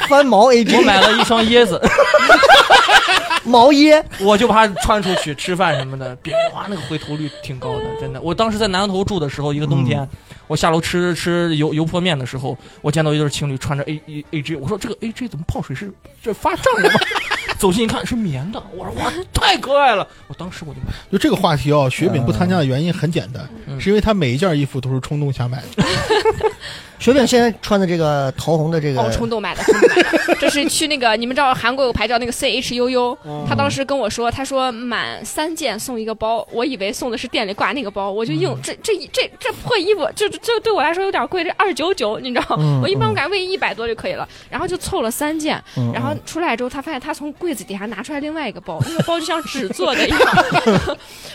Speaker 3: 翻毛 A
Speaker 5: 我
Speaker 3: G
Speaker 5: 买了一双椰子，
Speaker 3: 毛椰，
Speaker 5: (laughs) 我就把它穿出去吃饭什么的，别哇那个回头率挺高的，真的。我当时在南头住的时候，一个冬
Speaker 3: 嗯
Speaker 5: 天，我下楼吃吃油油泼面的时候，我见到一对情侣穿着 A A A J，我说这个 A J 怎么泡水是这发胀了吗？ (laughs) 走近一看是棉的，我说哇太可爱了，我当时我就买了。
Speaker 6: 就这个话题哦，雪饼不参加的原因很简单，
Speaker 5: 嗯
Speaker 6: 是因为他每一件衣服都是冲动下买
Speaker 3: (laughs)
Speaker 6: 的。
Speaker 3: 雪饼现在穿的这个桃红的这个
Speaker 4: 哦，冲动买的，冲动买的。这是去那个，你们知道韩国有个牌叫那个 C H U U，他
Speaker 3: 嗯
Speaker 4: 当时跟我说，他说满三件送一个包，我以为送的是店里挂那个包，我就硬、
Speaker 3: 嗯
Speaker 4: 这这这这破衣服，这这这对我来说有点贵，这二九九，你知道，
Speaker 3: 嗯
Speaker 4: 我一般我敢为一百多就可以了，然后就凑了三件，
Speaker 3: 嗯
Speaker 4: 然后出来之后，他发现他从柜子底下拿出来另外一个包，那个包就像纸做的
Speaker 3: (laughs)
Speaker 4: 一样，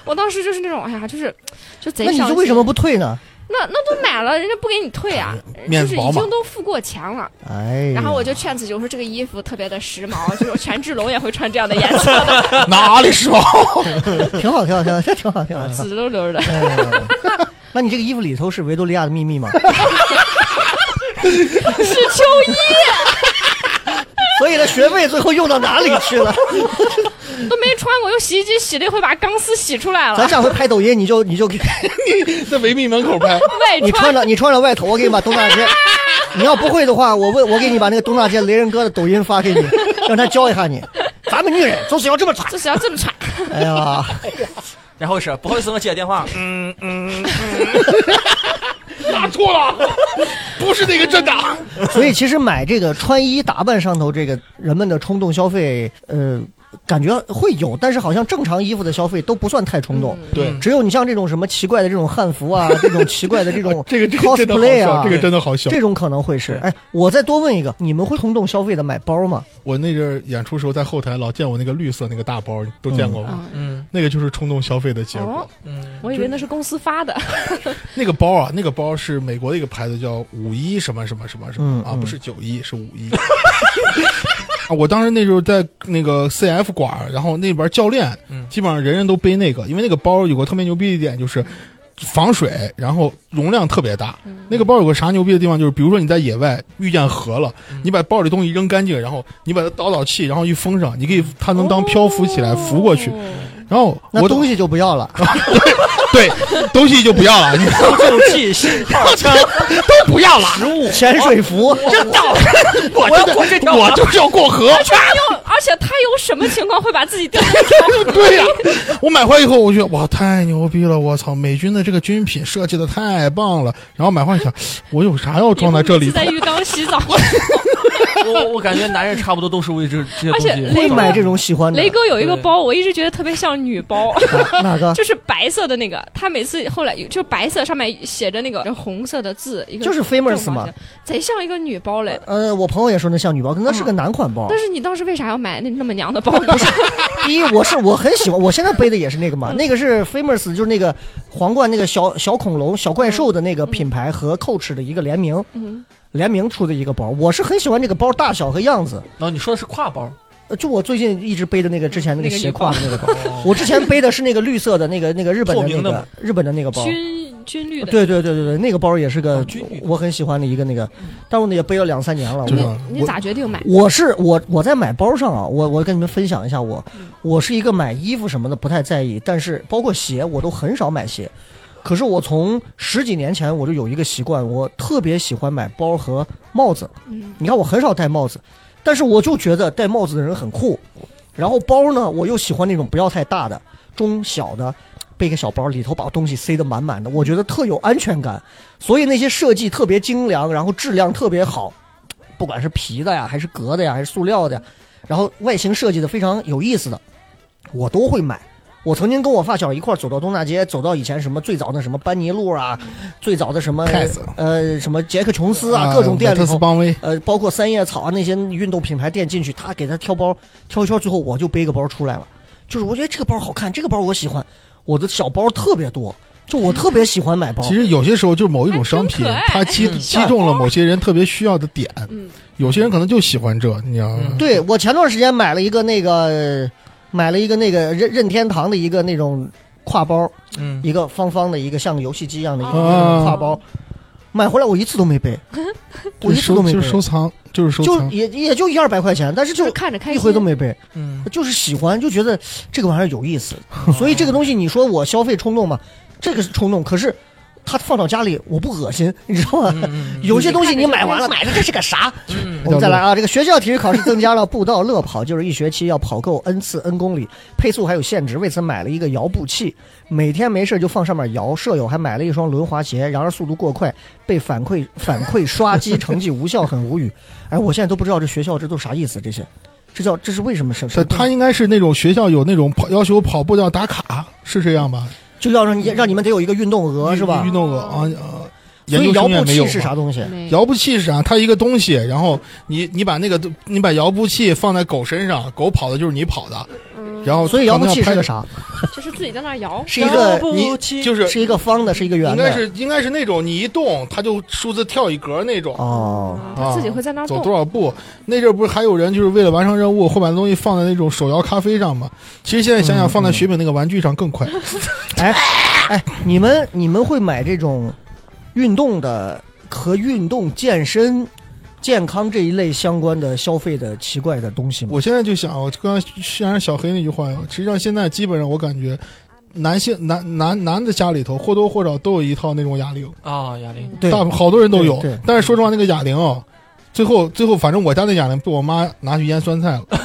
Speaker 4: 我当时就是那种，哎呀，就是就贼
Speaker 3: 那你
Speaker 4: 伤
Speaker 3: 是
Speaker 4: 心。
Speaker 3: 为什么不退呢？
Speaker 4: 那那都买了，人家不给你退啊，
Speaker 6: 面
Speaker 4: 就
Speaker 6: 子
Speaker 4: 是
Speaker 6: 薄嘛
Speaker 4: 已经都付过钱了。
Speaker 3: 哎呀，
Speaker 4: 然后我就劝自己，我说这个衣服特别的
Speaker 3: (laughs)
Speaker 4: 时髦，就是权志龙也会穿这样的颜色的，
Speaker 6: 哪里是好？
Speaker 3: 挺好，挺好，挺好，这挺好，挺好。挺好
Speaker 4: (laughs) 紫溜溜的。
Speaker 3: 哎那你这个衣服里头是维多利亚的秘密吗？
Speaker 4: 是秋
Speaker 3: 所以呢，学费最后用到哪里去
Speaker 4: (laughs)
Speaker 3: 了？
Speaker 4: 衣都没穿过，用洗衣机洗了一会，把钢丝洗出来
Speaker 3: 咱
Speaker 4: 了。
Speaker 3: 下回拍抖音，你就你就给
Speaker 6: (laughs) 在维密门口拍，
Speaker 4: 外
Speaker 3: 你穿
Speaker 4: 哎穿
Speaker 3: 着你穿着外头，我给你把东大街。你要不会的话，我问我给你把那个东大街雷人哥的抖音发给你，让他教一下你。咱们女人总是要这么穿。
Speaker 4: 就是要这么
Speaker 3: (laughs)
Speaker 4: 穿，
Speaker 3: 哎呀，
Speaker 5: 然后是不好意思，我接
Speaker 3: (laughs)
Speaker 5: 电话。嗯
Speaker 6: 打错了，不是那个
Speaker 3: (laughs)
Speaker 6: 正打。
Speaker 3: 所以其实买这个穿衣打扮上头，这个人们的冲动消费，呃，感觉会有，但是好像正常衣服的消费都不算太冲动。
Speaker 6: 嗯对，
Speaker 3: 只有你像这种什么奇怪的这种汉服
Speaker 6: (laughs)
Speaker 3: 啊，这种奇怪的这种
Speaker 6: 啊这个这个真的好
Speaker 3: cosplay
Speaker 6: 笑，
Speaker 3: 啊，
Speaker 6: 这个真的好笑。
Speaker 3: 这种可能会是。哎，我再多问一个，你们会冲动消费的买包吗？
Speaker 6: 我那阵儿演出时候在后台老见我那个绿色那个大包，都见过吗？
Speaker 5: 嗯
Speaker 6: 那个就是冲动消费的结果
Speaker 4: 哦。，
Speaker 5: 嗯，
Speaker 4: 我以为那是公司
Speaker 3: (laughs)
Speaker 4: 发的，
Speaker 6: 那个包啊，那个包是美国的一个牌子叫五一什么什么什么什
Speaker 3: 嗯
Speaker 6: 么啊，
Speaker 3: 嗯
Speaker 6: 不是九一，是五一。 (laughs) 啊，我当时那时候在那个 CF 馆儿，然后那边教练
Speaker 5: 嗯
Speaker 6: 基本上人人都背那个，因为那个包有个特别牛逼的一点就是防水，然后容量特别大。那个包有个啥牛逼的地方，就是比如说你在野外遇见河了，你把包里东西扔干净，然后你把它倒倒气，然后一封上，你可以它能当漂浮起来浮过去。然后
Speaker 3: 那
Speaker 6: 我哦
Speaker 3: 东西就不
Speaker 6: (laughs)
Speaker 3: 要了，
Speaker 6: 对东西就不要了，你
Speaker 5: 蒸汽信
Speaker 3: (laughs)
Speaker 5: 号枪
Speaker 6: 都不要了。
Speaker 3: (laughs) 潜水
Speaker 6: 哦
Speaker 3: 服。
Speaker 6: (laughs) 我要过这条，我就是要过河。
Speaker 4: 用，而且他有什么情况会把自己掉进
Speaker 6: (laughs) 对呀、我买回来以后，我觉得哇，太牛逼了！我操，美军的这个军品设计的太棒了。然后买回来想，我有啥要装在这里
Speaker 4: 在
Speaker 6: 的？
Speaker 4: 浴缸洗
Speaker 3: (laughs)
Speaker 4: 澡。
Speaker 5: 我我感觉男人差不多都是为这这些东
Speaker 4: 而且
Speaker 5: 西
Speaker 4: 雷
Speaker 3: 会
Speaker 4: 哥
Speaker 3: 买这种喜欢的
Speaker 4: 雷哥有一个包，我一直觉得特别像女包。
Speaker 3: 哪个？
Speaker 4: (laughs) 就是白色的那个，他每次后来就白色上面写着那个红色的字，一个
Speaker 3: 就是 famous 嘛
Speaker 4: 正方形，贼像一个女包嘞。
Speaker 3: 呃，我朋友也说那像女包，可能
Speaker 6: 嗯
Speaker 3: 是个男款包
Speaker 4: 但。是你当时为啥要买那那么娘的包 (laughs) 呢？
Speaker 3: 第一，我是我很喜欢，我现在背的也是那个嘛，那个是 famous，就是那个皇冠那个小小恐龙、小怪兽的那个品牌和 Coach 的一个联名，联名出的一个包，我是很喜欢这个包大小和样子。
Speaker 5: 然后哦你说的是挎包，
Speaker 3: 呃就我最近一直背的那个之前那个哦
Speaker 4: 那个
Speaker 3: 斜
Speaker 4: 女包
Speaker 3: 挎的那个包，我之前背的是那个绿色的那个那个日本的
Speaker 5: 透
Speaker 3: 那
Speaker 5: 明的
Speaker 3: 个
Speaker 5: 吗
Speaker 3: 日本的那个包。
Speaker 4: 军军绿的。
Speaker 3: 对对对对对，那个包也是个
Speaker 5: 哦军绿的
Speaker 3: 我很喜欢的一个那个，但我呢也背了两三年了。
Speaker 6: 对
Speaker 3: 我
Speaker 6: 啊，
Speaker 4: 你
Speaker 6: 我
Speaker 4: 咋决定买？
Speaker 3: 我是我我在买包上啊，我我跟你们分享一下我，我是一个买衣服什么的不太在意，但是包括鞋我都很少买鞋。可是我从十几年前我就有一个习惯，我特别喜欢买包和帽子。你看我很少戴帽子，但是我就觉得戴帽子的人很酷。然后包呢，我又喜欢那种不要太大的、中小的，背个小包，里头把东西塞得满满的，我觉得特有安全感。所以那些设计特别精良，然后质量特别好，不管是皮的呀，还是革的呀，还是塑料的呀，然后外形设计的非常有意思的，我都会买。我曾经跟我发小一块儿走到东大街，走到以前什么最早的什么班尼路啊，最早的什么
Speaker 6: Keds
Speaker 3: 呃什么杰克琼斯啊，
Speaker 6: 啊
Speaker 3: 各种店
Speaker 6: 买特
Speaker 3: 里
Speaker 6: 斯
Speaker 3: 头，
Speaker 6: 邦威，
Speaker 3: 呃，包括三叶草啊那些运动品牌店进去，他给他挑包，挑一圈，最后我就背个包出来了。就是我觉得这个包好看，这个包我喜欢，我的小包特别多，就我特别喜欢买包，
Speaker 6: (laughs) 其实有些时候，就某一种商
Speaker 4: 还真
Speaker 6: 品
Speaker 4: 可爱，
Speaker 6: 它击
Speaker 5: 嗯
Speaker 6: 击中了某些人特别需要的点，
Speaker 4: 嗯，
Speaker 6: 有些人可能就喜欢这，你知道吗
Speaker 5: 嗯？
Speaker 3: 对我前段时间买了一个那个，买了一个那个任任天堂的一个那种挎包，
Speaker 5: 嗯，
Speaker 3: 一个方方的一个像游戏机一样的一个
Speaker 6: 啊
Speaker 3: 挎包，买回来我一次都没
Speaker 6: (laughs)
Speaker 3: 背，我一次
Speaker 6: 收
Speaker 3: 都没
Speaker 6: 就
Speaker 3: 背
Speaker 6: 是，收藏，就是收
Speaker 3: 就
Speaker 6: 藏。
Speaker 3: 也也就一二百块钱，但是就
Speaker 4: 就看着开
Speaker 3: 一
Speaker 4: 心，
Speaker 3: 回都没背，
Speaker 5: 嗯，
Speaker 3: 就是喜欢，就觉得这个玩意儿有意思，所以这个东西你说我消费冲动嘛，这个是冲动，可是它放到家里我不恶心，你知道吗？
Speaker 5: 嗯
Speaker 3: (laughs) 有些东西你买完了，买的这是个啥？
Speaker 5: 嗯
Speaker 3: 我们再来啊，这个学校体育考试增加了步道乐跑，就是一学期要跑够 n 次 n 公里，配速还有限制。为此买了一个摇步器，每天没事就放上面摇。舍友还买了一双轮滑鞋，然而速度过快，被反
Speaker 6: (laughs)
Speaker 3: 馈反馈刷机，成绩无效，很无语。哎，我现在都不知道这学校这都啥意思，这些，这叫这是为什么是？
Speaker 6: 他他应该是那种学校有那种跑要求跑步要打卡，是这样吧？
Speaker 3: 就要让你让你们得有一个运动额是吧
Speaker 6: 运？动额啊啊，研
Speaker 3: 所以
Speaker 6: 究
Speaker 3: 摇
Speaker 6: 生也
Speaker 3: 步
Speaker 6: 没有
Speaker 3: 器是
Speaker 6: 嘛
Speaker 3: 啥东西？
Speaker 4: 没
Speaker 6: 摇步器是啥？它啊一个东西，然后你你把那个你把摇步器放在狗身上，狗跑的就是你跑的，
Speaker 4: 嗯
Speaker 6: 然后
Speaker 3: 所以摇步器是
Speaker 6: 可能要
Speaker 3: 个
Speaker 6: 拍？ (laughs)
Speaker 3: 啥？
Speaker 4: 就是自己在那儿摇，
Speaker 3: 是一个
Speaker 6: 你就是
Speaker 3: 是一个方的，是一个圆
Speaker 6: 应该
Speaker 3: 的。
Speaker 6: 是应该是那种你一动它就数字跳一格那种，啊
Speaker 3: 哦，
Speaker 4: 他自己会在那儿
Speaker 6: 走
Speaker 4: 动
Speaker 6: 多。少步？那阵儿不是还有人就是为了完成任务会把东西放在那种手摇咖啡上吗？其实现在想
Speaker 3: 嗯
Speaker 6: 想，放在雪饼那个玩具上更快。
Speaker 3: 哎哎，你们你们会买这种运动的和运动健身、健康这一类相关的消费的奇怪的东西吗？
Speaker 6: 我现在就想，我刚刚虽然小黑那句话呀，实际上现在基本上我感觉，男性男男男的家里头或多或少都有一套那种哑铃，
Speaker 5: 啊，哑铃，
Speaker 3: 对
Speaker 6: 大好多人都有
Speaker 3: 对对。
Speaker 6: 但是说实话，那个哑铃哦。最后，最后，反正我家那哑铃被我妈拿去腌酸菜了，
Speaker 3: 嗯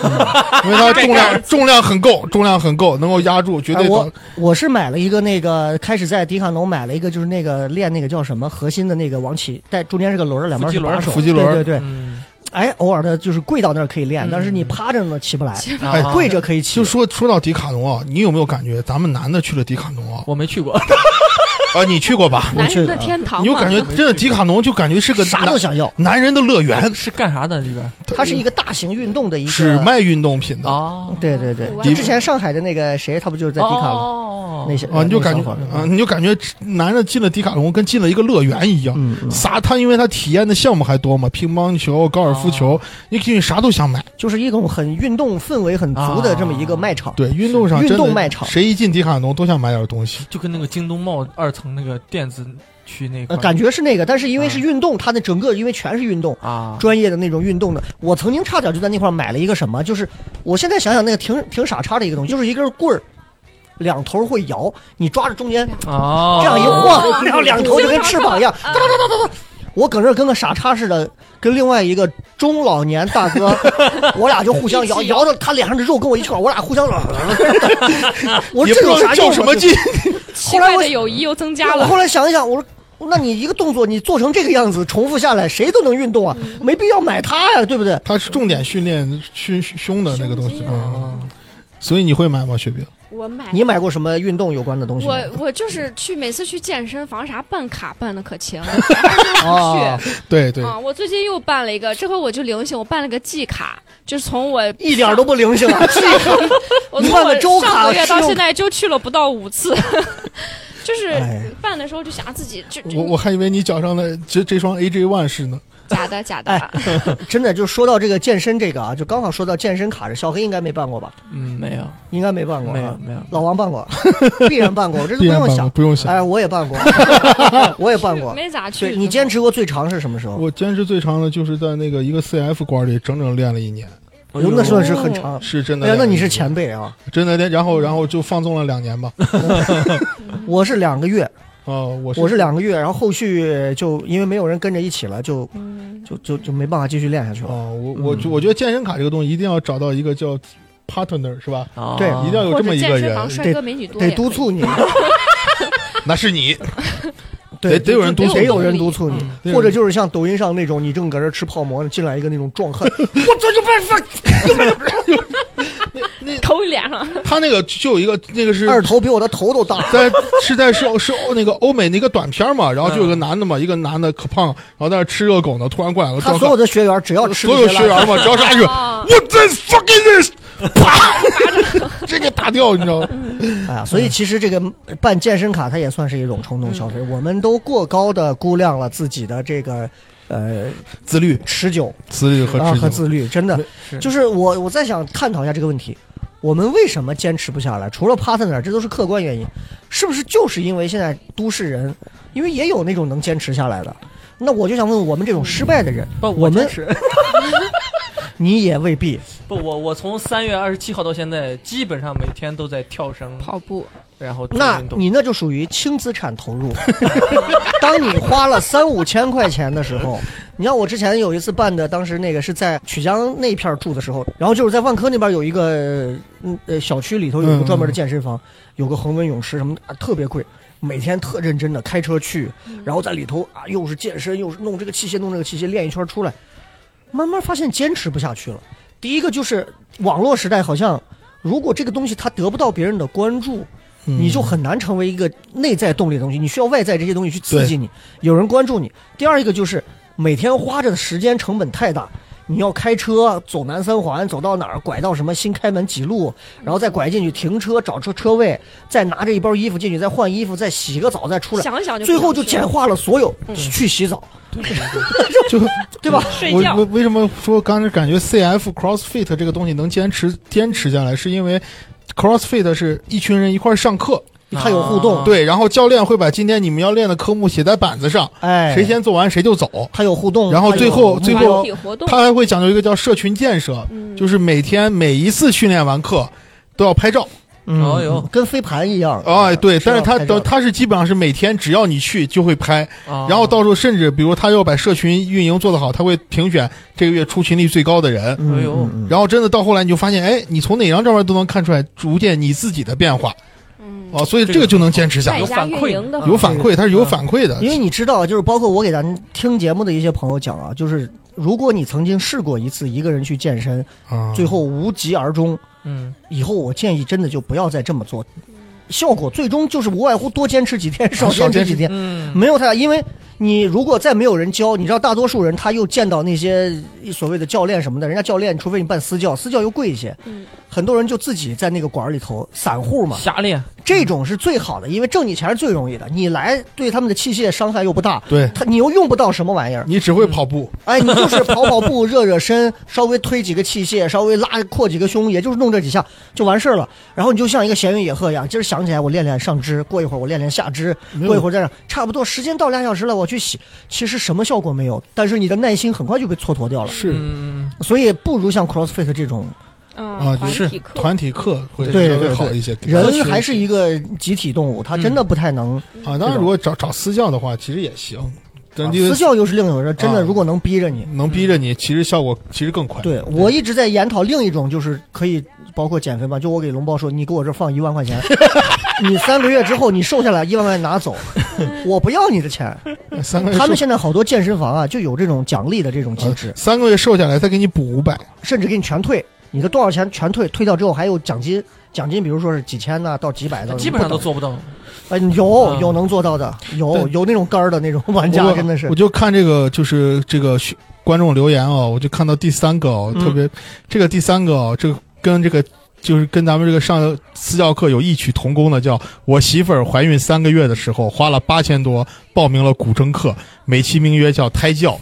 Speaker 6: 因为它重量重量很够，重量很够，能够压住，绝对
Speaker 3: 哎
Speaker 6: 搞。
Speaker 3: 我我是买了一个那个，开始在迪卡侬买了一个，就是那个练那个叫什么核心的那个往起带，中间是个轮儿，两边是把手，
Speaker 6: 腹肌轮儿
Speaker 3: 对对对。
Speaker 5: 嗯，
Speaker 3: 哎，偶尔的就是跪到那儿可以练，
Speaker 5: 嗯
Speaker 3: 但是你趴着呢起不来，
Speaker 5: 哎
Speaker 3: 跪着可以起
Speaker 6: 就。说说到迪卡侬啊，你有没有感觉咱们男的去了迪卡侬啊？
Speaker 5: 我没去过，
Speaker 6: 啊，你去过吧？
Speaker 4: 男人
Speaker 3: 啊
Speaker 4: 的天堂嘛，
Speaker 6: 你就感觉真的迪卡侬就感觉是个
Speaker 3: 啥
Speaker 6: 男
Speaker 3: 都想要，
Speaker 6: 男人的乐园，
Speaker 5: 是干啥的里边？
Speaker 3: 它是一个大型运动的一个。
Speaker 6: 只卖运动品的啊，
Speaker 5: 啊，
Speaker 3: 对对对，
Speaker 4: 我
Speaker 3: 就之前上海的那个谁，他不就是在迪卡侬
Speaker 5: 哦
Speaker 3: 那些
Speaker 6: 你就
Speaker 3: 那
Speaker 6: 感
Speaker 3: 小
Speaker 6: 觉
Speaker 3: 伙儿
Speaker 6: 啊，你就感觉男的进了迪卡侬跟进了一个乐园一样。
Speaker 3: 嗯，嗯
Speaker 6: 啥？他因为他体验的项目还多嘛，乒乓球、高尔夫
Speaker 3: 哦
Speaker 6: 球，你进去啥都想买。
Speaker 3: 就是一种很运动氛围很足的这么一个卖场。
Speaker 6: 啊对，运动上
Speaker 3: 运
Speaker 6: 真的
Speaker 3: 动卖场
Speaker 6: 谁一进迪卡侬都想买点东西。
Speaker 5: 就跟那个京东茂二层那个电子区那块
Speaker 3: 呃，
Speaker 5: 儿
Speaker 3: 感觉是那个，但是
Speaker 6: 嗯
Speaker 3: 因为是运动，它的整个因为全是运动，
Speaker 5: 啊，
Speaker 3: 专业的那种运动的。我曾经差点就在那块儿买了一个什么，就是我现在想想那个挺挺傻叉的一个东西，就是一根棍儿，两头会摇，你抓着中间
Speaker 5: 哦，
Speaker 3: 这样一
Speaker 4: 哦
Speaker 3: 晃，然后两头就跟翅膀一
Speaker 6: 哦
Speaker 3: 样，哒哒哒哒哒哒。我搁那儿跟个傻叉似的，跟另外一个中老年大
Speaker 6: (laughs)
Speaker 3: 哥，我俩就互相摇，摇到他脸上的肉跟我一起搞，我
Speaker 6: (laughs)
Speaker 3: 俩互相。我说这
Speaker 6: 也不知
Speaker 3: 有
Speaker 6: 道
Speaker 3: 啥用
Speaker 6: 叫
Speaker 3: 啊？
Speaker 6: 什么啊劲，
Speaker 4: 奇怪的友谊又增加
Speaker 3: 我
Speaker 4: 了
Speaker 3: 后。来想一想，我说，那你一个动作你做成这个样子，重复下来，谁都能运动啊，
Speaker 6: 嗯
Speaker 3: 没必要买它呀，对不对？
Speaker 6: 它是重点训练胸胸的那个东西啊。所以你会买吗，雪饼？
Speaker 4: 我买
Speaker 3: 你买过什么运动有关的东西吗？
Speaker 4: 我我就是去每次去健身房啥办卡办的可勤了，
Speaker 3: (laughs) 啊，
Speaker 6: 对对，
Speaker 4: 啊！我最近又办了一个，这回我就灵性，我办了个季卡，就是从我
Speaker 3: 一点都不灵性啊！
Speaker 4: 我
Speaker 3: 你
Speaker 4: 从
Speaker 3: 办
Speaker 4: 我
Speaker 3: 个周卡
Speaker 4: 上个月
Speaker 3: 是
Speaker 4: 到
Speaker 3: 用
Speaker 4: 现在就去了不到五次， (laughs) 就是
Speaker 3: 哎
Speaker 4: 办的时候就想自己就
Speaker 6: 我我还以为你脚上的这这双 AJ One 是呢。
Speaker 4: 假的假的，啊
Speaker 3: 哎 (laughs) 真的，就说到这个健身这个啊，就刚好说到健身卡，这小黑应该没办过吧？
Speaker 5: 嗯，没有，
Speaker 3: 应该没办过、啊，
Speaker 5: 没有没有
Speaker 3: 老王办过， (laughs) 必然办过，这都不
Speaker 6: 必然
Speaker 3: 用
Speaker 6: 办过
Speaker 3: 想，
Speaker 6: 不用想
Speaker 3: 哎，我也
Speaker 6: (laughs)
Speaker 3: 办过，我也办过。
Speaker 4: 没咋去。
Speaker 3: 对你坚持过最长是什么时候？
Speaker 6: 我坚持最长的就是在那个一个 CF 馆里整整练了一年，
Speaker 3: 我那算是
Speaker 4: 哦
Speaker 3: 很长。
Speaker 6: 是真的
Speaker 3: 哎
Speaker 6: 练
Speaker 3: 呀，那
Speaker 6: 了一年。
Speaker 3: 你是前辈啊！
Speaker 6: 真的练，然后然后就放纵了两
Speaker 3: (laughs)
Speaker 6: 年吧。
Speaker 3: 我是两个月，
Speaker 6: 哦，我是
Speaker 3: 我是两个月，然后后续就因为没有人跟着一起了，就
Speaker 4: 嗯
Speaker 3: 就就就没办法继续练下去了。
Speaker 6: 哦，我我
Speaker 3: 嗯
Speaker 6: 就我觉得健身卡这个东西一定要找到一定要找到一个叫 partner 是吧？
Speaker 5: 啊
Speaker 3: 对
Speaker 6: 一定要有
Speaker 4: 或
Speaker 6: 这
Speaker 4: 者
Speaker 6: 么一
Speaker 4: 健
Speaker 6: 个
Speaker 4: 身
Speaker 6: 人，
Speaker 4: 房帅哥美女多
Speaker 3: 得
Speaker 4: 也可以
Speaker 3: 督
Speaker 4: (laughs)
Speaker 3: 促你，
Speaker 6: (laughs) 那是你。
Speaker 3: 对，
Speaker 6: 哎得得有人督促
Speaker 3: 得
Speaker 6: 你
Speaker 3: 有人督促你，
Speaker 6: 嗯
Speaker 3: 或者就是像抖音上那种，你正搁这吃泡馍呢，进来一个那种壮
Speaker 6: (laughs)
Speaker 3: 汉，
Speaker 4: 抠你脸上，
Speaker 6: 他那个就有一个那个是
Speaker 3: 二头比我的头都
Speaker 6: (laughs)
Speaker 3: 大，
Speaker 6: 在是在是是欧那个欧美那个短片嘛，然后就有个男的嘛，一个男的可胖，然后在那吃热狗呢，突然过来了，
Speaker 3: 啊他
Speaker 6: 壮
Speaker 3: 所
Speaker 6: 汉
Speaker 3: 有的学员只要吃
Speaker 6: 所有
Speaker 3: 这些
Speaker 6: 学
Speaker 3: 辣 (laughs)
Speaker 6: (laughs) 员嘛，只要是
Speaker 4: 哦
Speaker 6: 我 t h i fucking this，啪，直接打 (laughs) 掉，你知道吗？
Speaker 3: 啊，所以其实这个办健身卡它也算是一种冲动消费，我们都过高的估量了自己的这个呃
Speaker 6: 自律、
Speaker 3: 持久
Speaker 6: 自律和
Speaker 3: 啊
Speaker 6: 持
Speaker 3: 和
Speaker 6: 久。
Speaker 3: 自律，真的
Speaker 5: 是
Speaker 3: 就是我我在想探讨一下这个问题，我们为什么坚持不下来？除了 partner，这都是客观原因，是不是就是因为现在都市人，因为也有那种能坚持下来的？那我就想问问我们这种失败的人，
Speaker 5: 不，
Speaker 3: 我
Speaker 5: 坚
Speaker 3: 们
Speaker 5: (laughs) 持。
Speaker 3: 你也未必
Speaker 5: 不，我我从三月二十七号到现在，基本上每天都在跳绳，
Speaker 4: 跑步，
Speaker 5: 然后做
Speaker 3: 那
Speaker 5: 运动。
Speaker 3: 你那就属于轻资产投入。 (laughs) 当你花了三五千块钱的时候，你像我之前有一次办的，当时那个是在曲江那片儿住的时候，然后就是在万科那边有一个嗯呃小区里头有一个专门的健身房，
Speaker 5: 嗯
Speaker 3: 有个恒温泳池什么的、啊，特别贵。每天特认真的开车去，
Speaker 5: 嗯
Speaker 3: 然后在里头啊，又是健身，又是弄这个器械，弄这个器械，练一圈出来，慢慢发现坚持不下去了。第一个就是网络时代，好像如果这个东西它得不到别人的关注，
Speaker 6: 嗯
Speaker 3: 你就很难成为一个内在动力的东西，你需要外在这些东西去刺激你，有人关注你。第二一个就是每天花着的时间成本太大，你要开车走南三环，走到哪儿拐到什么新开门几路，然后再拐进去停车找车车位，再拿着一包衣服进去，再换衣服，再洗个澡再出来，
Speaker 4: 想想就
Speaker 3: 最后
Speaker 4: 不
Speaker 3: 就
Speaker 4: 想去了
Speaker 3: 简化了所有
Speaker 5: 嗯
Speaker 3: 去洗澡， (laughs)
Speaker 6: 就
Speaker 3: 对吧？
Speaker 4: (laughs) 睡
Speaker 6: 我
Speaker 4: 觉
Speaker 6: 我为什么说刚才感觉 CF CrossFit 这个东西能坚持坚持下来，是因为 CrossFit 是一群人一块儿上课，
Speaker 3: 它有互动
Speaker 5: 啊，
Speaker 6: 对，然后教练会把今天你们要练的科目写在板子上，
Speaker 3: 哎，
Speaker 6: 谁先做完谁就
Speaker 4: 哦
Speaker 6: 走。
Speaker 3: 它有互动，
Speaker 6: 然后
Speaker 3: 它有
Speaker 6: 最后
Speaker 3: 嗯
Speaker 6: 最
Speaker 4: 团
Speaker 6: 后
Speaker 4: 体活动，嗯
Speaker 6: 他还会讲究一个叫社群建设，就是每天每一次训练完课都要拍照。
Speaker 3: 嗯
Speaker 5: 哦哟
Speaker 3: 跟飞盘一
Speaker 4: 哦
Speaker 3: 样
Speaker 6: 哎，对，但是他
Speaker 3: 等
Speaker 6: 他他是基本上是每天只要你去就会拍，
Speaker 4: 哦
Speaker 5: 啊，
Speaker 6: 然后到时候甚至比如他要把社群运营做得好，他会评选这个月出勤率最高的人。
Speaker 5: 哎
Speaker 3: 嗯
Speaker 5: 呦
Speaker 6: 然后真的到后来，你就发现，哎，你从哪张照片都能看出来逐渐你自己的变化，
Speaker 4: 嗯，
Speaker 6: 啊，所以
Speaker 5: 这
Speaker 6: 这
Speaker 5: 个
Speaker 6: 个就能坚持下
Speaker 5: 有
Speaker 6: 来
Speaker 4: 在，家
Speaker 5: 反馈
Speaker 4: 运营的
Speaker 5: 啊
Speaker 6: 有反馈，它是有反馈的。
Speaker 3: 嗯因为你知道，啊就是包括我给咱听节目的一些朋友讲啊，就是如果你曾经试过一次一个人去健身，
Speaker 6: 啊
Speaker 3: 最后无疾而终，
Speaker 5: 嗯，
Speaker 3: 以后我建议真的就不要再这么做，效果最终就是无外乎多坚持几天，少坚
Speaker 6: 少
Speaker 3: 持
Speaker 6: 坚持
Speaker 3: 几天，
Speaker 5: 嗯
Speaker 3: 没有太大，因为你如果再没有人教，你知道大多数人他又见到那些所谓的教练什么的，人家教练除非你办私教，私教又贵一些，
Speaker 4: 嗯
Speaker 3: 很多人就自己在那个馆儿里头散户嘛，
Speaker 5: 嗯瞎练，
Speaker 3: 这种是最好的，因为挣你钱是最容易的，你来对他们的器械伤害又不大，
Speaker 6: 对
Speaker 3: 他你又用不到什么玩意
Speaker 6: (laughs)
Speaker 3: 儿，
Speaker 6: 你只会跑步，
Speaker 3: 哎，你就是跑跑步、热热身，稍微推几个器械，稍微拉扩几个胸，也就是弄这几下就完事儿了。然后你就像一个闲云野鹤一样，今儿想起来我练练上肢，过一会儿我练练下肢，
Speaker 6: 有
Speaker 3: 过一会儿再让，差不多时间到俩小时了，我去洗。其实什么效果没有，但是你的耐心很快就被蹉跎掉了。
Speaker 6: 是
Speaker 5: 嗯，
Speaker 3: 所以不如像 CrossFit 这种
Speaker 6: 啊，
Speaker 4: 嗯，
Speaker 6: 就
Speaker 4: 团
Speaker 6: 是
Speaker 4: 体课，
Speaker 6: 团体课会稍
Speaker 3: 对对
Speaker 6: 微
Speaker 3: 对
Speaker 6: 好一些。嗯科学
Speaker 3: 人还是一个集体动物，他真的不太能。
Speaker 6: 啊，当然如果找找私教的话，其实也行，但就
Speaker 3: 啊私
Speaker 6: 是
Speaker 3: 教又是另一回事，真的
Speaker 6: 啊
Speaker 3: 如果能逼着你。
Speaker 6: 能逼着你，其实效果其实更快。
Speaker 3: 对我一直在研讨另一种，就是可以包括减肥嘛。就我给龙包说，你给我这放一万块
Speaker 6: (laughs)
Speaker 3: 钱，你三个月之后你瘦下来一万块钱拿走， (laughs) 我不要你的
Speaker 6: (laughs)
Speaker 3: 钱。
Speaker 6: 三个月
Speaker 3: 他们
Speaker 6: 瘦
Speaker 3: 现在好多健身房啊就有这种奖励的这种机制
Speaker 6: 啊，三个月瘦下来，再给你补五百，
Speaker 3: 甚至给你全退，你的多少钱全退，退掉之后还有奖金。奖金，比如说是几千呐、到几百的，
Speaker 5: 基本上都
Speaker 3: 不
Speaker 5: 做不到。
Speaker 3: 等。哎，有
Speaker 5: 嗯
Speaker 3: 有能做到的，有
Speaker 6: 啊对
Speaker 3: 有那种杆儿的那种玩家，
Speaker 6: 我
Speaker 3: 真的是
Speaker 6: 我就看这个，就是这个学观众留言哦，我就看到第三个哦，
Speaker 3: 嗯
Speaker 6: 特别这个第三个哦，这个跟这个就是跟咱们这个上私教课有异曲同工的，叫我媳妇儿怀孕三个月的时候，花了八千多报名了古筝课，美其名曰叫胎教。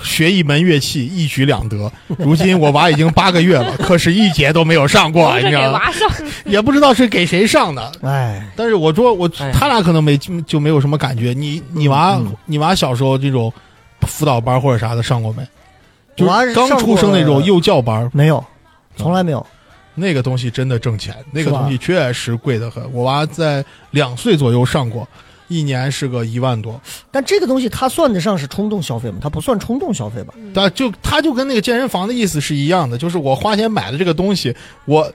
Speaker 6: 学一门乐器，一举两得。如今我娃已经八个月了，可是一节都没有上过，啊
Speaker 4: (laughs) 都是
Speaker 6: 你知
Speaker 4: 给
Speaker 6: 道吗？
Speaker 4: 娃
Speaker 6: (laughs)
Speaker 4: 上，
Speaker 6: 也不知道是给谁上的。
Speaker 3: 哎，
Speaker 6: 但是我说我
Speaker 5: 哎
Speaker 6: 他俩可能没就没有什么感觉。你你娃、
Speaker 3: 嗯
Speaker 6: 你娃小时候这种辅导班或者啥的上过没？就
Speaker 3: 我还是
Speaker 6: 是刚
Speaker 3: 上
Speaker 6: 出生那
Speaker 3: 过
Speaker 6: 种幼教班，
Speaker 3: 没有，从来没有。
Speaker 6: 那个东西真的挣钱，那
Speaker 3: 是
Speaker 6: 个
Speaker 3: 吧
Speaker 6: 东西确实贵得很。我娃在两岁左右上过，一年是个一万多。
Speaker 3: 但这个东西它算得上是冲动消费吗？它不算冲动消费吧？
Speaker 6: 但就他就跟那个健身房的意思是一样的，就是我花钱买的这个东西，我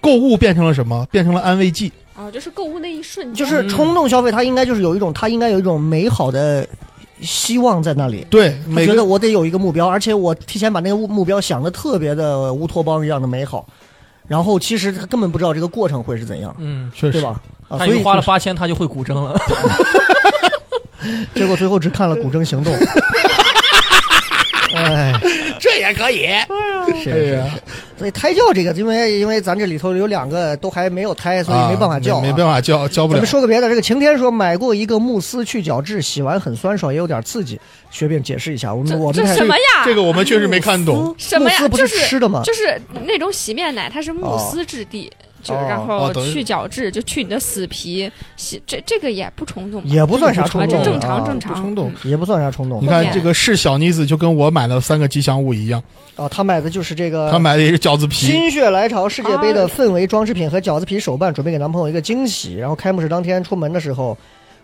Speaker 6: 购物变成了什么？变成了安慰剂。
Speaker 4: 啊，就是购物那一瞬间，
Speaker 3: 就是冲动消费，它应该就是有一种，它应该有一种美好的希望在那里。
Speaker 6: 对，
Speaker 3: 我
Speaker 6: 嗯每
Speaker 3: 觉
Speaker 6: 个
Speaker 3: 得我得有一个目标，而且我提前把那个目标想的特别的乌托邦一样的美好，然后其实他根本不知道这个过程会是怎样，
Speaker 5: 嗯，
Speaker 6: 确
Speaker 3: 对
Speaker 6: 实
Speaker 3: 吧？啊，
Speaker 5: 他
Speaker 3: 所
Speaker 5: 已
Speaker 3: 以
Speaker 5: 经花了八千，他就会古
Speaker 3: (laughs)
Speaker 5: 筝了。
Speaker 3: 结果最后只看了《古筝行动》。哎，
Speaker 7: 这也可以。
Speaker 3: 是
Speaker 6: 哎
Speaker 3: 是。
Speaker 6: 呀，
Speaker 3: 所以胎教这个，因为因为咱这里头有两个都还没有胎，所以没办法叫、啊
Speaker 6: 没没办法叫，叫不
Speaker 3: 咱
Speaker 6: 了
Speaker 3: 们。说个别的，这个晴天说买过一个慕斯去角质，洗完很酸爽，也有点刺激。雪饼解释一下，我
Speaker 4: 这
Speaker 3: 们我
Speaker 4: 这
Speaker 3: 们看
Speaker 4: 什么呀？
Speaker 6: 这个我们确实没看懂。
Speaker 4: 什么呀
Speaker 3: 慕斯不
Speaker 4: 就是
Speaker 3: 吃的吗？
Speaker 4: 就是那种洗面奶，它是慕斯质地，就
Speaker 3: 哦
Speaker 4: 然
Speaker 6: 哦
Speaker 4: 后
Speaker 6: 等于
Speaker 4: 去角质，就去你的死皮，洗这这个也不冲动吧，
Speaker 3: 也不算啥
Speaker 4: 啊，
Speaker 3: 冲
Speaker 4: 这
Speaker 3: 动，
Speaker 4: 正常正
Speaker 3: 啊、
Speaker 4: 常，
Speaker 6: 不冲动
Speaker 4: 嗯
Speaker 3: 也不算啥冲动
Speaker 6: 你
Speaker 4: 后
Speaker 6: 看
Speaker 4: 面
Speaker 6: 这个是小妮子就跟我买了三个吉祥物一样，
Speaker 3: 啊。他买的就是这个，
Speaker 6: 她买的也是饺子皮。
Speaker 3: 心血来潮世界杯的氛围装饰品和饺子皮手办，准备给男朋友一个惊喜。然后开幕式当天出门的时候，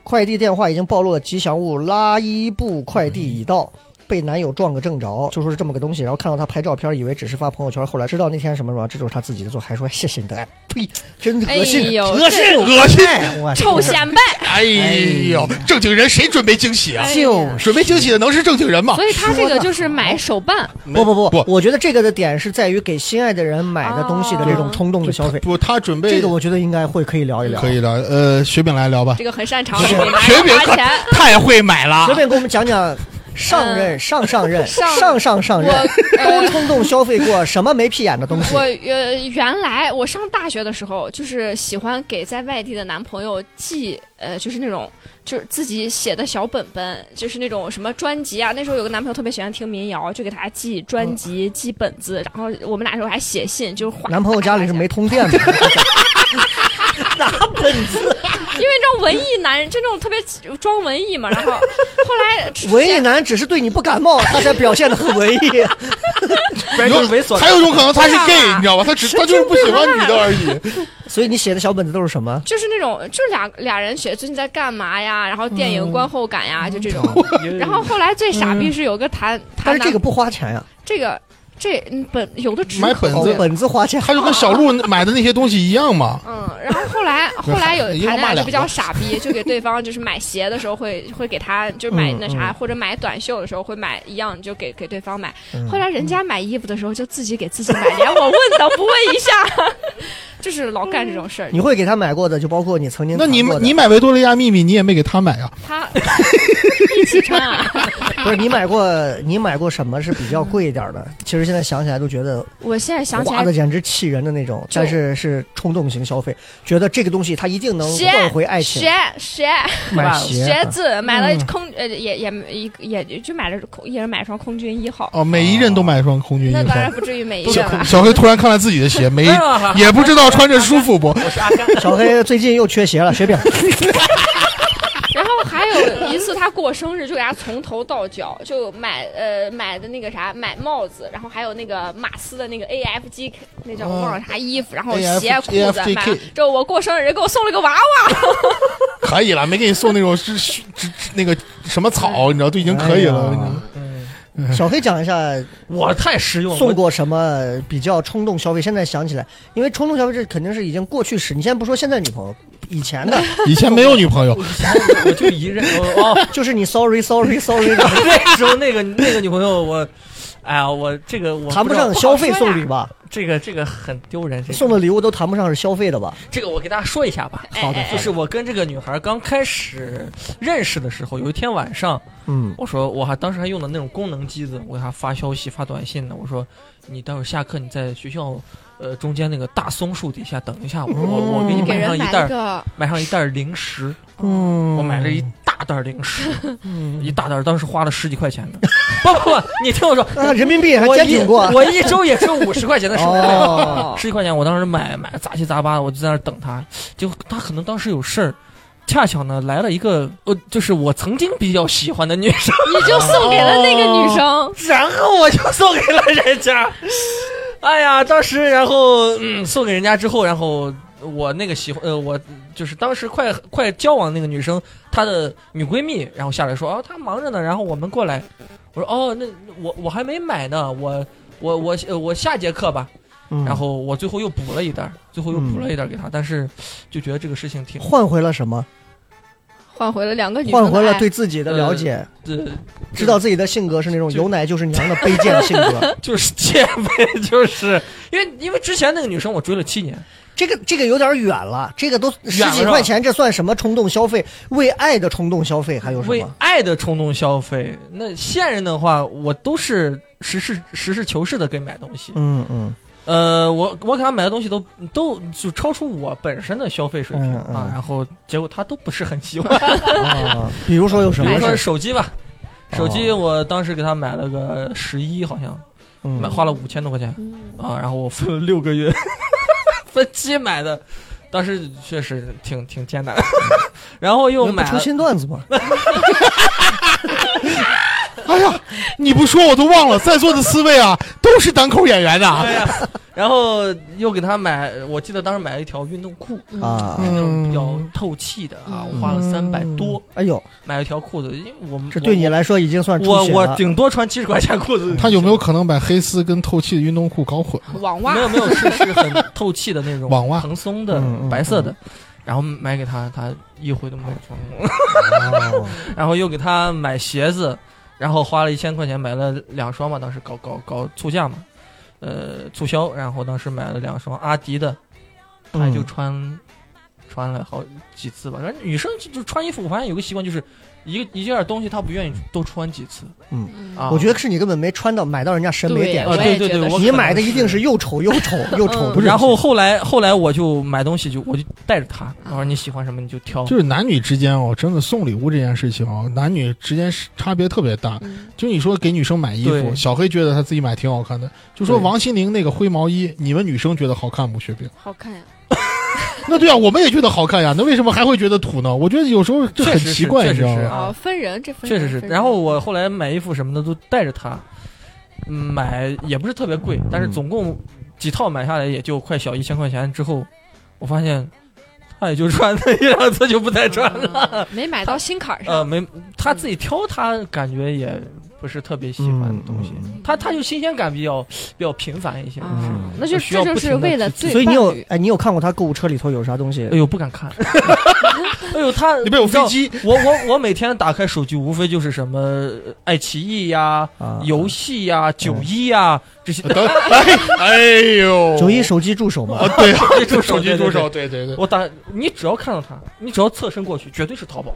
Speaker 3: 快递电话已经暴露了吉祥物拉伊布快递已到，被男友撞个正着，就说是这么个东西。然后看到他拍照片，以为只是发朋友圈，后来知道那天什么什么，这就是他自己的做，还说谢谢你的爱，呸，真
Speaker 4: 哎
Speaker 3: 恶心，
Speaker 4: 呦
Speaker 3: 恶心，
Speaker 4: 这
Speaker 3: 恶心，我
Speaker 4: 臭显摆。
Speaker 7: 哎呦，正经人谁准备惊喜啊？
Speaker 4: 哎
Speaker 3: 就
Speaker 4: 呀
Speaker 7: 准备惊喜的能是正经人
Speaker 6: 哦
Speaker 7: 吗？
Speaker 4: 所以他这个就是买手办，
Speaker 3: 不不不
Speaker 6: 不，
Speaker 3: 我觉得这个的点是在于给心爱的人买的东西的这
Speaker 4: 啊
Speaker 3: 种冲动的消费，
Speaker 6: 不，她准备
Speaker 3: 这个我觉得应该会可以聊一聊。
Speaker 6: 可以聊。呃，雪饼来聊吧。
Speaker 4: 这个很擅长，给
Speaker 7: 雪
Speaker 4: 拿
Speaker 7: 饼
Speaker 4: 零花
Speaker 7: 可
Speaker 6: (laughs)
Speaker 4: 钱。
Speaker 7: 太会买了
Speaker 3: 随，便给我们讲讲上任、上上任、
Speaker 4: 啊上
Speaker 3: 上上上 (laughs) 任
Speaker 4: 我呃
Speaker 3: 都冲动消费过什么没屁眼的东西
Speaker 4: (laughs) 我？呃，原来我上大学的时候，就是喜欢给在外地的男朋友寄，呃，就是那种就是自己写的小本本，就是那种什么专辑啊。那时候有个男朋友特别喜欢听民谣，就给他寄
Speaker 3: 嗯
Speaker 4: 专辑、寄本子，然后我们俩那时候还写信，就是花
Speaker 3: 男朋友家里是没通电的，拿本子。
Speaker 4: 因为这种文艺男人，就那种特别装文艺嘛。然
Speaker 3: (laughs)
Speaker 4: 后后来 (laughs)
Speaker 3: 文艺男只是对你不感冒，他才表现的很文艺。
Speaker 5: 反 (laughs) 正就是猥琐
Speaker 6: 还有一种可能她是
Speaker 4: 这
Speaker 6: gay，
Speaker 4: 样啊
Speaker 6: 你知道吧？她只她就是不喜欢女的而已。
Speaker 3: 所以你写的小本子都是什么？
Speaker 4: 就是那种，就俩俩人写最近在干嘛呀，然后电影观
Speaker 3: 嗯
Speaker 4: 后感呀，就这种。然后后来最傻逼是有个谈
Speaker 3: 但
Speaker 4: 谈
Speaker 3: 是
Speaker 4: 男
Speaker 3: 这个不花钱呀、
Speaker 4: 这个这嗯本有的只
Speaker 6: 买本
Speaker 3: 哦
Speaker 6: 子，
Speaker 3: 本子花钱。
Speaker 6: 她就跟小鹿买的那些东西一样嘛。
Speaker 4: 嗯，然后后来后来有
Speaker 6: 一个
Speaker 4: 谈恋
Speaker 6: 骂
Speaker 4: 爱就
Speaker 6: 两
Speaker 4: 比较
Speaker 6: 个
Speaker 4: 傻逼，就给对方就是买鞋的时候会会给他就是买那啥，或者买短袖的时候会买一样就给给对方买。后来人家买衣服的时候就自己给自己买，连我问都不问一下， (laughs) 就是老干这种事儿。
Speaker 3: 你会给他买过的，就包括你曾经
Speaker 6: 那你
Speaker 3: 谈过
Speaker 6: 买
Speaker 3: 的
Speaker 6: 你买维多利亚秘密，你也没给她买啊？
Speaker 4: 他一起穿啊！
Speaker 3: 不是你买过你买过什么是比较贵一点的？其实现在想起来都觉得
Speaker 4: 我现在想起
Speaker 3: 花
Speaker 4: 来
Speaker 3: 的简直气人的那种，
Speaker 4: 就
Speaker 3: 但是是冲动型消费，觉得这个东西它一定能
Speaker 4: 鞋
Speaker 3: 换回爱情
Speaker 4: 鞋。鞋
Speaker 3: 买
Speaker 4: 鞋
Speaker 3: 鞋，啊
Speaker 4: 子买了空呃也也一也就买了空一人买双空军一号，
Speaker 6: 哦，每一任都买一双空军
Speaker 4: (laughs) 那
Speaker 6: (laughs) 一
Speaker 4: 当然
Speaker 6: 号。
Speaker 4: 不至于每一啊
Speaker 5: 都
Speaker 4: 个
Speaker 5: 是
Speaker 6: (laughs)
Speaker 4: 了。
Speaker 6: 小黑突然看了自己的鞋，没也不知道穿着舒服不？
Speaker 5: 我是阿甘，
Speaker 3: (laughs) 小
Speaker 4: (laughs)
Speaker 3: 黑最近又缺鞋了，雪
Speaker 5: (laughs)
Speaker 3: 饼。
Speaker 4: 然后还有一次他过生日，就给他从头到脚就买呃买的那个啥买帽子，然后还有那个马斯的那个 AFG 那叫
Speaker 3: 哦
Speaker 4: 我忘了啥衣服，然后
Speaker 6: AF
Speaker 4: 鞋裤子
Speaker 6: AFGK
Speaker 4: 买了。之后我过生日人给我送了个娃
Speaker 5: (laughs)
Speaker 4: 娃，
Speaker 6: 可以了，没给你送那种是是是那个什么草，你知道都已经可以了。
Speaker 3: 哎呀
Speaker 6: 你知道吗
Speaker 3: 小黑讲一下
Speaker 5: 我太实用了。
Speaker 3: 送过什么比较冲动消费，现在想起来，因为冲动消费这肯定是已经过去式。你先不说现在女朋友，以前
Speaker 4: (laughs)
Speaker 3: 的，
Speaker 6: 以前没有女朋友，
Speaker 5: (laughs) 我我就一任哦，
Speaker 3: (laughs)
Speaker 5: 哦
Speaker 3: 就是你 sorry sorry
Speaker 4: (laughs)
Speaker 3: sorry，
Speaker 5: 那时候那个那个女朋友我，哎呀，我这个我
Speaker 3: 谈不
Speaker 5: 知道
Speaker 3: 上消费送礼吧，
Speaker 5: 这个这个很丢人，这个
Speaker 3: 送的哎礼物都谈不上是消费的吧？
Speaker 5: 这个我给大家说一下吧。
Speaker 4: 好的
Speaker 5: 就是我跟这个女孩刚开始认识的时候，有一天晚上，
Speaker 3: 嗯，
Speaker 5: 我说我还当时还用的那种功能机子，我给她发消息发短信呢，我说你待会儿下课你在学校呃中间那个大松树底下等一下我，我我
Speaker 3: 嗯
Speaker 5: 给你
Speaker 4: 给
Speaker 5: 买
Speaker 4: 人
Speaker 5: 上一
Speaker 4: 买
Speaker 5: 袋
Speaker 4: 了
Speaker 5: 儿
Speaker 4: 个
Speaker 5: 买上一袋儿零食，
Speaker 6: 嗯，
Speaker 5: 我买了一大袋儿零
Speaker 3: (laughs)
Speaker 5: 食，一大袋儿，当时花了十几块钱的。不不不，你听我说，
Speaker 3: 啊，人民币 (laughs) 还
Speaker 5: 我
Speaker 3: 坚
Speaker 5: 一
Speaker 3: 挺过，
Speaker 5: 我一周也只有五十块钱的生
Speaker 3: 哦
Speaker 5: 活费， (laughs) 十几块钱，我当时买买杂七杂八的，我就在那儿等他，结果他可能当时有事儿。恰巧呢，来了一个呃，就是我曾经比较喜欢的女生，
Speaker 4: 你就送给了那个女生，
Speaker 5: (laughs) 然后我就送给了人家。哎呀，当时然后、嗯、送给人家之后，然后我那个喜欢呃，我就是当时快快交往那个女生，她的女闺蜜，然后下来说哦，她忙着呢，然后我们过来，我说哦，那我我还没买呢，我我我呃我下节课吧。
Speaker 3: 嗯
Speaker 5: 然后我最后又补了一袋儿，最后又补了一袋儿给她，但是就觉得这个事情挺
Speaker 3: 换回了什么？
Speaker 4: 换回了两个女生的
Speaker 3: 换回了
Speaker 4: 爱
Speaker 3: 对自己的了解，
Speaker 5: 这
Speaker 3: 知道自己的性格是那种
Speaker 5: 就
Speaker 3: 有奶就是娘的卑贱的性
Speaker 5: (laughs)
Speaker 3: 格。
Speaker 5: 就是贱呗，就是因为因为之前那个女生我追了七年，
Speaker 3: 这个这个有点远了，这个都十
Speaker 5: 远了
Speaker 3: 几
Speaker 5: 是吧
Speaker 3: 块钱，这算什么冲动消费？为爱的冲动消费还有什
Speaker 5: 为
Speaker 3: 么？
Speaker 5: 爱的冲动消费。那现任的话，我都是实事实事求是的给买东西。
Speaker 3: 嗯嗯
Speaker 5: 呃，我我给他买的东西都都就超出我本身的消费水平、
Speaker 3: 嗯嗯
Speaker 5: 啊，然后结果他都不是很喜欢。
Speaker 3: 啊，比如说有什
Speaker 5: 比如
Speaker 3: 么
Speaker 5: 说
Speaker 3: 事？
Speaker 5: 手机吧，手机
Speaker 3: 哦
Speaker 5: 我当时给他买了个十一，好像
Speaker 3: 嗯
Speaker 5: 买花了五千多块钱啊，然后我分了六个月分期买的，当时确实挺挺艰难， (laughs) 然后又
Speaker 3: 那不
Speaker 5: 买
Speaker 3: 出
Speaker 5: 了
Speaker 3: 新段子吗？
Speaker 6: 哎呀，你不说我都忘了，在座的四位啊，都是单口演员的啊。
Speaker 5: 哎对呀、然后又给他买，我记得当时买了一条运动裤，
Speaker 3: 啊，
Speaker 5: 那种比较透气的啊，
Speaker 3: 嗯
Speaker 5: 我花了三百多
Speaker 3: 哎呦，
Speaker 5: 买了一条裤子，因为我们
Speaker 3: 这对你来说已经算出
Speaker 5: 我
Speaker 3: 血
Speaker 5: 我
Speaker 3: 了
Speaker 5: 顶多穿七十块钱裤子，
Speaker 6: 他有没有可能把黑丝跟透气的运动裤搞混？
Speaker 4: 网袜
Speaker 5: 没，有没有，是是很透气的那种
Speaker 6: 网袜
Speaker 5: 蓬松的
Speaker 3: 嗯嗯
Speaker 5: 白色的，然后买给他，他一回都没有
Speaker 3: (laughs)
Speaker 5: 穿过，
Speaker 3: 哦
Speaker 5: 然后又给他买鞋子，然后花了一千块钱买了两双嘛，当时搞搞搞促价嘛，呃促销，然后当时买了两双阿迪的，他
Speaker 3: 嗯
Speaker 5: 就穿、穿了好几次吧，反正女生就就穿衣服，我发现有个习惯就是。一个一件东西，她不愿意多穿几次。
Speaker 3: 嗯
Speaker 5: 啊，
Speaker 3: 我觉得是你根本没穿到买到人家审美点上
Speaker 5: 啊，
Speaker 4: 我。
Speaker 5: 对
Speaker 4: 也
Speaker 5: 对
Speaker 4: 觉
Speaker 5: 对，
Speaker 4: 得
Speaker 5: 我
Speaker 3: 你
Speaker 5: 可能
Speaker 3: 买的一定是又丑又
Speaker 5: (laughs)
Speaker 3: 丑又丑，
Speaker 4: 嗯
Speaker 3: 不是？
Speaker 5: 然后后来后来我就买东西就我就带着他，我说你喜欢什么你就挑。
Speaker 6: 就是男女之间哦，真的送礼物这件事情哦，男女之间是差别特别大。就你说给女生买衣服，
Speaker 5: 对
Speaker 6: 小黑觉得他自己买挺好看的，就说
Speaker 5: 对
Speaker 6: 王心凌那个灰毛衣，你们女生觉得好看吗？雪冰？
Speaker 4: 好看呀，
Speaker 6: (laughs) 那对啊，我们也觉得好看呀，那为什么还会觉得土呢？我觉得有时候这很
Speaker 5: 确实是
Speaker 6: 奇怪，
Speaker 5: 确
Speaker 6: 你
Speaker 5: 实
Speaker 6: 知道
Speaker 5: 是 (laughs)
Speaker 6: 吗？
Speaker 5: 啊
Speaker 4: 哦，分人这分
Speaker 5: 确
Speaker 4: 人
Speaker 5: 实是。
Speaker 4: 分人
Speaker 5: 然后我后来买衣服什么的都带着他，嗯买也不是特别贵，但
Speaker 3: 嗯
Speaker 5: 是总共几套买下来也就快小一千块钱。之后我发现他也就穿那一两次就不再穿了。
Speaker 4: 啊没买到心坎儿
Speaker 5: 呃，
Speaker 4: 上，
Speaker 5: 没他自己挑，他感觉也不是特别喜欢的东西。
Speaker 3: 嗯
Speaker 5: 他他就新鲜感比较比较频繁一些。嗯
Speaker 4: 啊，那就
Speaker 5: 需要
Speaker 4: 这就
Speaker 5: 不停
Speaker 4: 是
Speaker 5: 地
Speaker 4: 为了
Speaker 5: 去
Speaker 4: 最
Speaker 3: 所以你有
Speaker 4: 伴侣
Speaker 3: 哎，你有看过他购物车里头有啥东西
Speaker 5: 哎？呦，不
Speaker 4: (laughs)
Speaker 5: 敢看！哎呦，他
Speaker 6: 里面有
Speaker 5: 你知道
Speaker 6: 飞机，
Speaker 5: 我我我每天打开手机，无非就是什么呃爱奇艺呀、
Speaker 3: 啊，
Speaker 5: 游戏呀、九一呀这些。
Speaker 6: 等，哎，哎呦，
Speaker 3: 九一手机助手嘛
Speaker 6: 啊，， (laughs) 对啊，
Speaker 5: 助手
Speaker 6: 手机
Speaker 5: 对对
Speaker 6: 助手，对对对，
Speaker 5: 我打你只要看到他，你只要侧身过去，绝对是淘宝，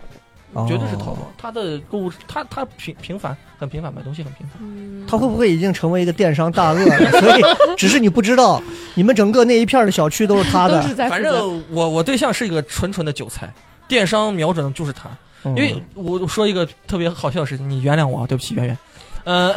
Speaker 3: 哦
Speaker 5: 绝对是淘宝。他的购物，他他频频繁，很频繁，买东西很频繁。
Speaker 3: 他会不会已经成为一个电商大鳄了？所
Speaker 6: (laughs)
Speaker 3: 以只是你不知道，你们整个那一片儿的小区都是他
Speaker 4: 都
Speaker 3: 的
Speaker 4: 是。在
Speaker 5: 反
Speaker 4: 负责
Speaker 5: 正我我对象是一个纯纯的韭菜，电商瞄准的就是他。
Speaker 3: 因
Speaker 6: 嗯
Speaker 5: 因为我说一个特别好笑的事情，你原谅我啊，对不起，圆圆。呃，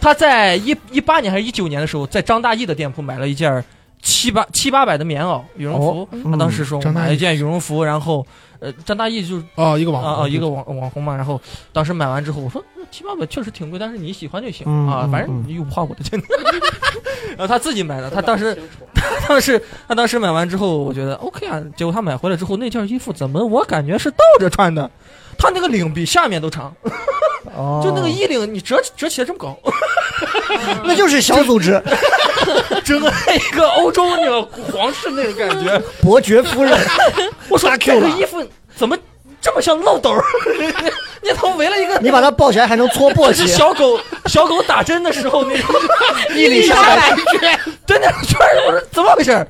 Speaker 5: 他在一一八年还是一九年的时候，在张大奕的店铺买了一件儿七八七八百的棉袄羽绒服。他当时说我
Speaker 6: 哦嗯张大奕
Speaker 5: 买了一件羽绒服，然后呃，张大奕就是
Speaker 6: 哦，一个网
Speaker 5: 啊
Speaker 6: 红
Speaker 5: 啊一
Speaker 6: (laughs)
Speaker 5: 个网网红嘛，然后当时买完之后，我说嗯七八百确实挺贵，但是你喜欢就行、
Speaker 3: 嗯
Speaker 5: 啊，
Speaker 3: 嗯
Speaker 5: 反正你又不花我的钱。 (laughs) 然后他自己买的，他当时他当时他当时买完之后，我觉得 OK 啊，结果他买回来之后，那件衣服怎么我感觉是倒着穿的？他那个领比下面都长，就
Speaker 3: 就
Speaker 5: 那个，衣领，你折折起来这么
Speaker 3: (laughs)
Speaker 5: 高，
Speaker 3: 那就是小组织
Speaker 5: 整个一个欧洲那个皇室那种感觉。
Speaker 3: (laughs) 伯爵夫
Speaker 6: (laughs)
Speaker 3: 人。
Speaker 5: 我说
Speaker 3: 大 Q
Speaker 5: 这个
Speaker 3: 了
Speaker 5: 衣服怎么这么像漏斗儿？ (laughs) 你头围了一个，
Speaker 3: 你把它抱起来还能搓簸
Speaker 5: 是
Speaker 3: 箕，
Speaker 5: 小狗小狗打针的时候那
Speaker 4: (laughs)
Speaker 5: 种
Speaker 3: 一里香
Speaker 5: 来圈， (laughs) 对那种圈儿，我说怎么回事儿？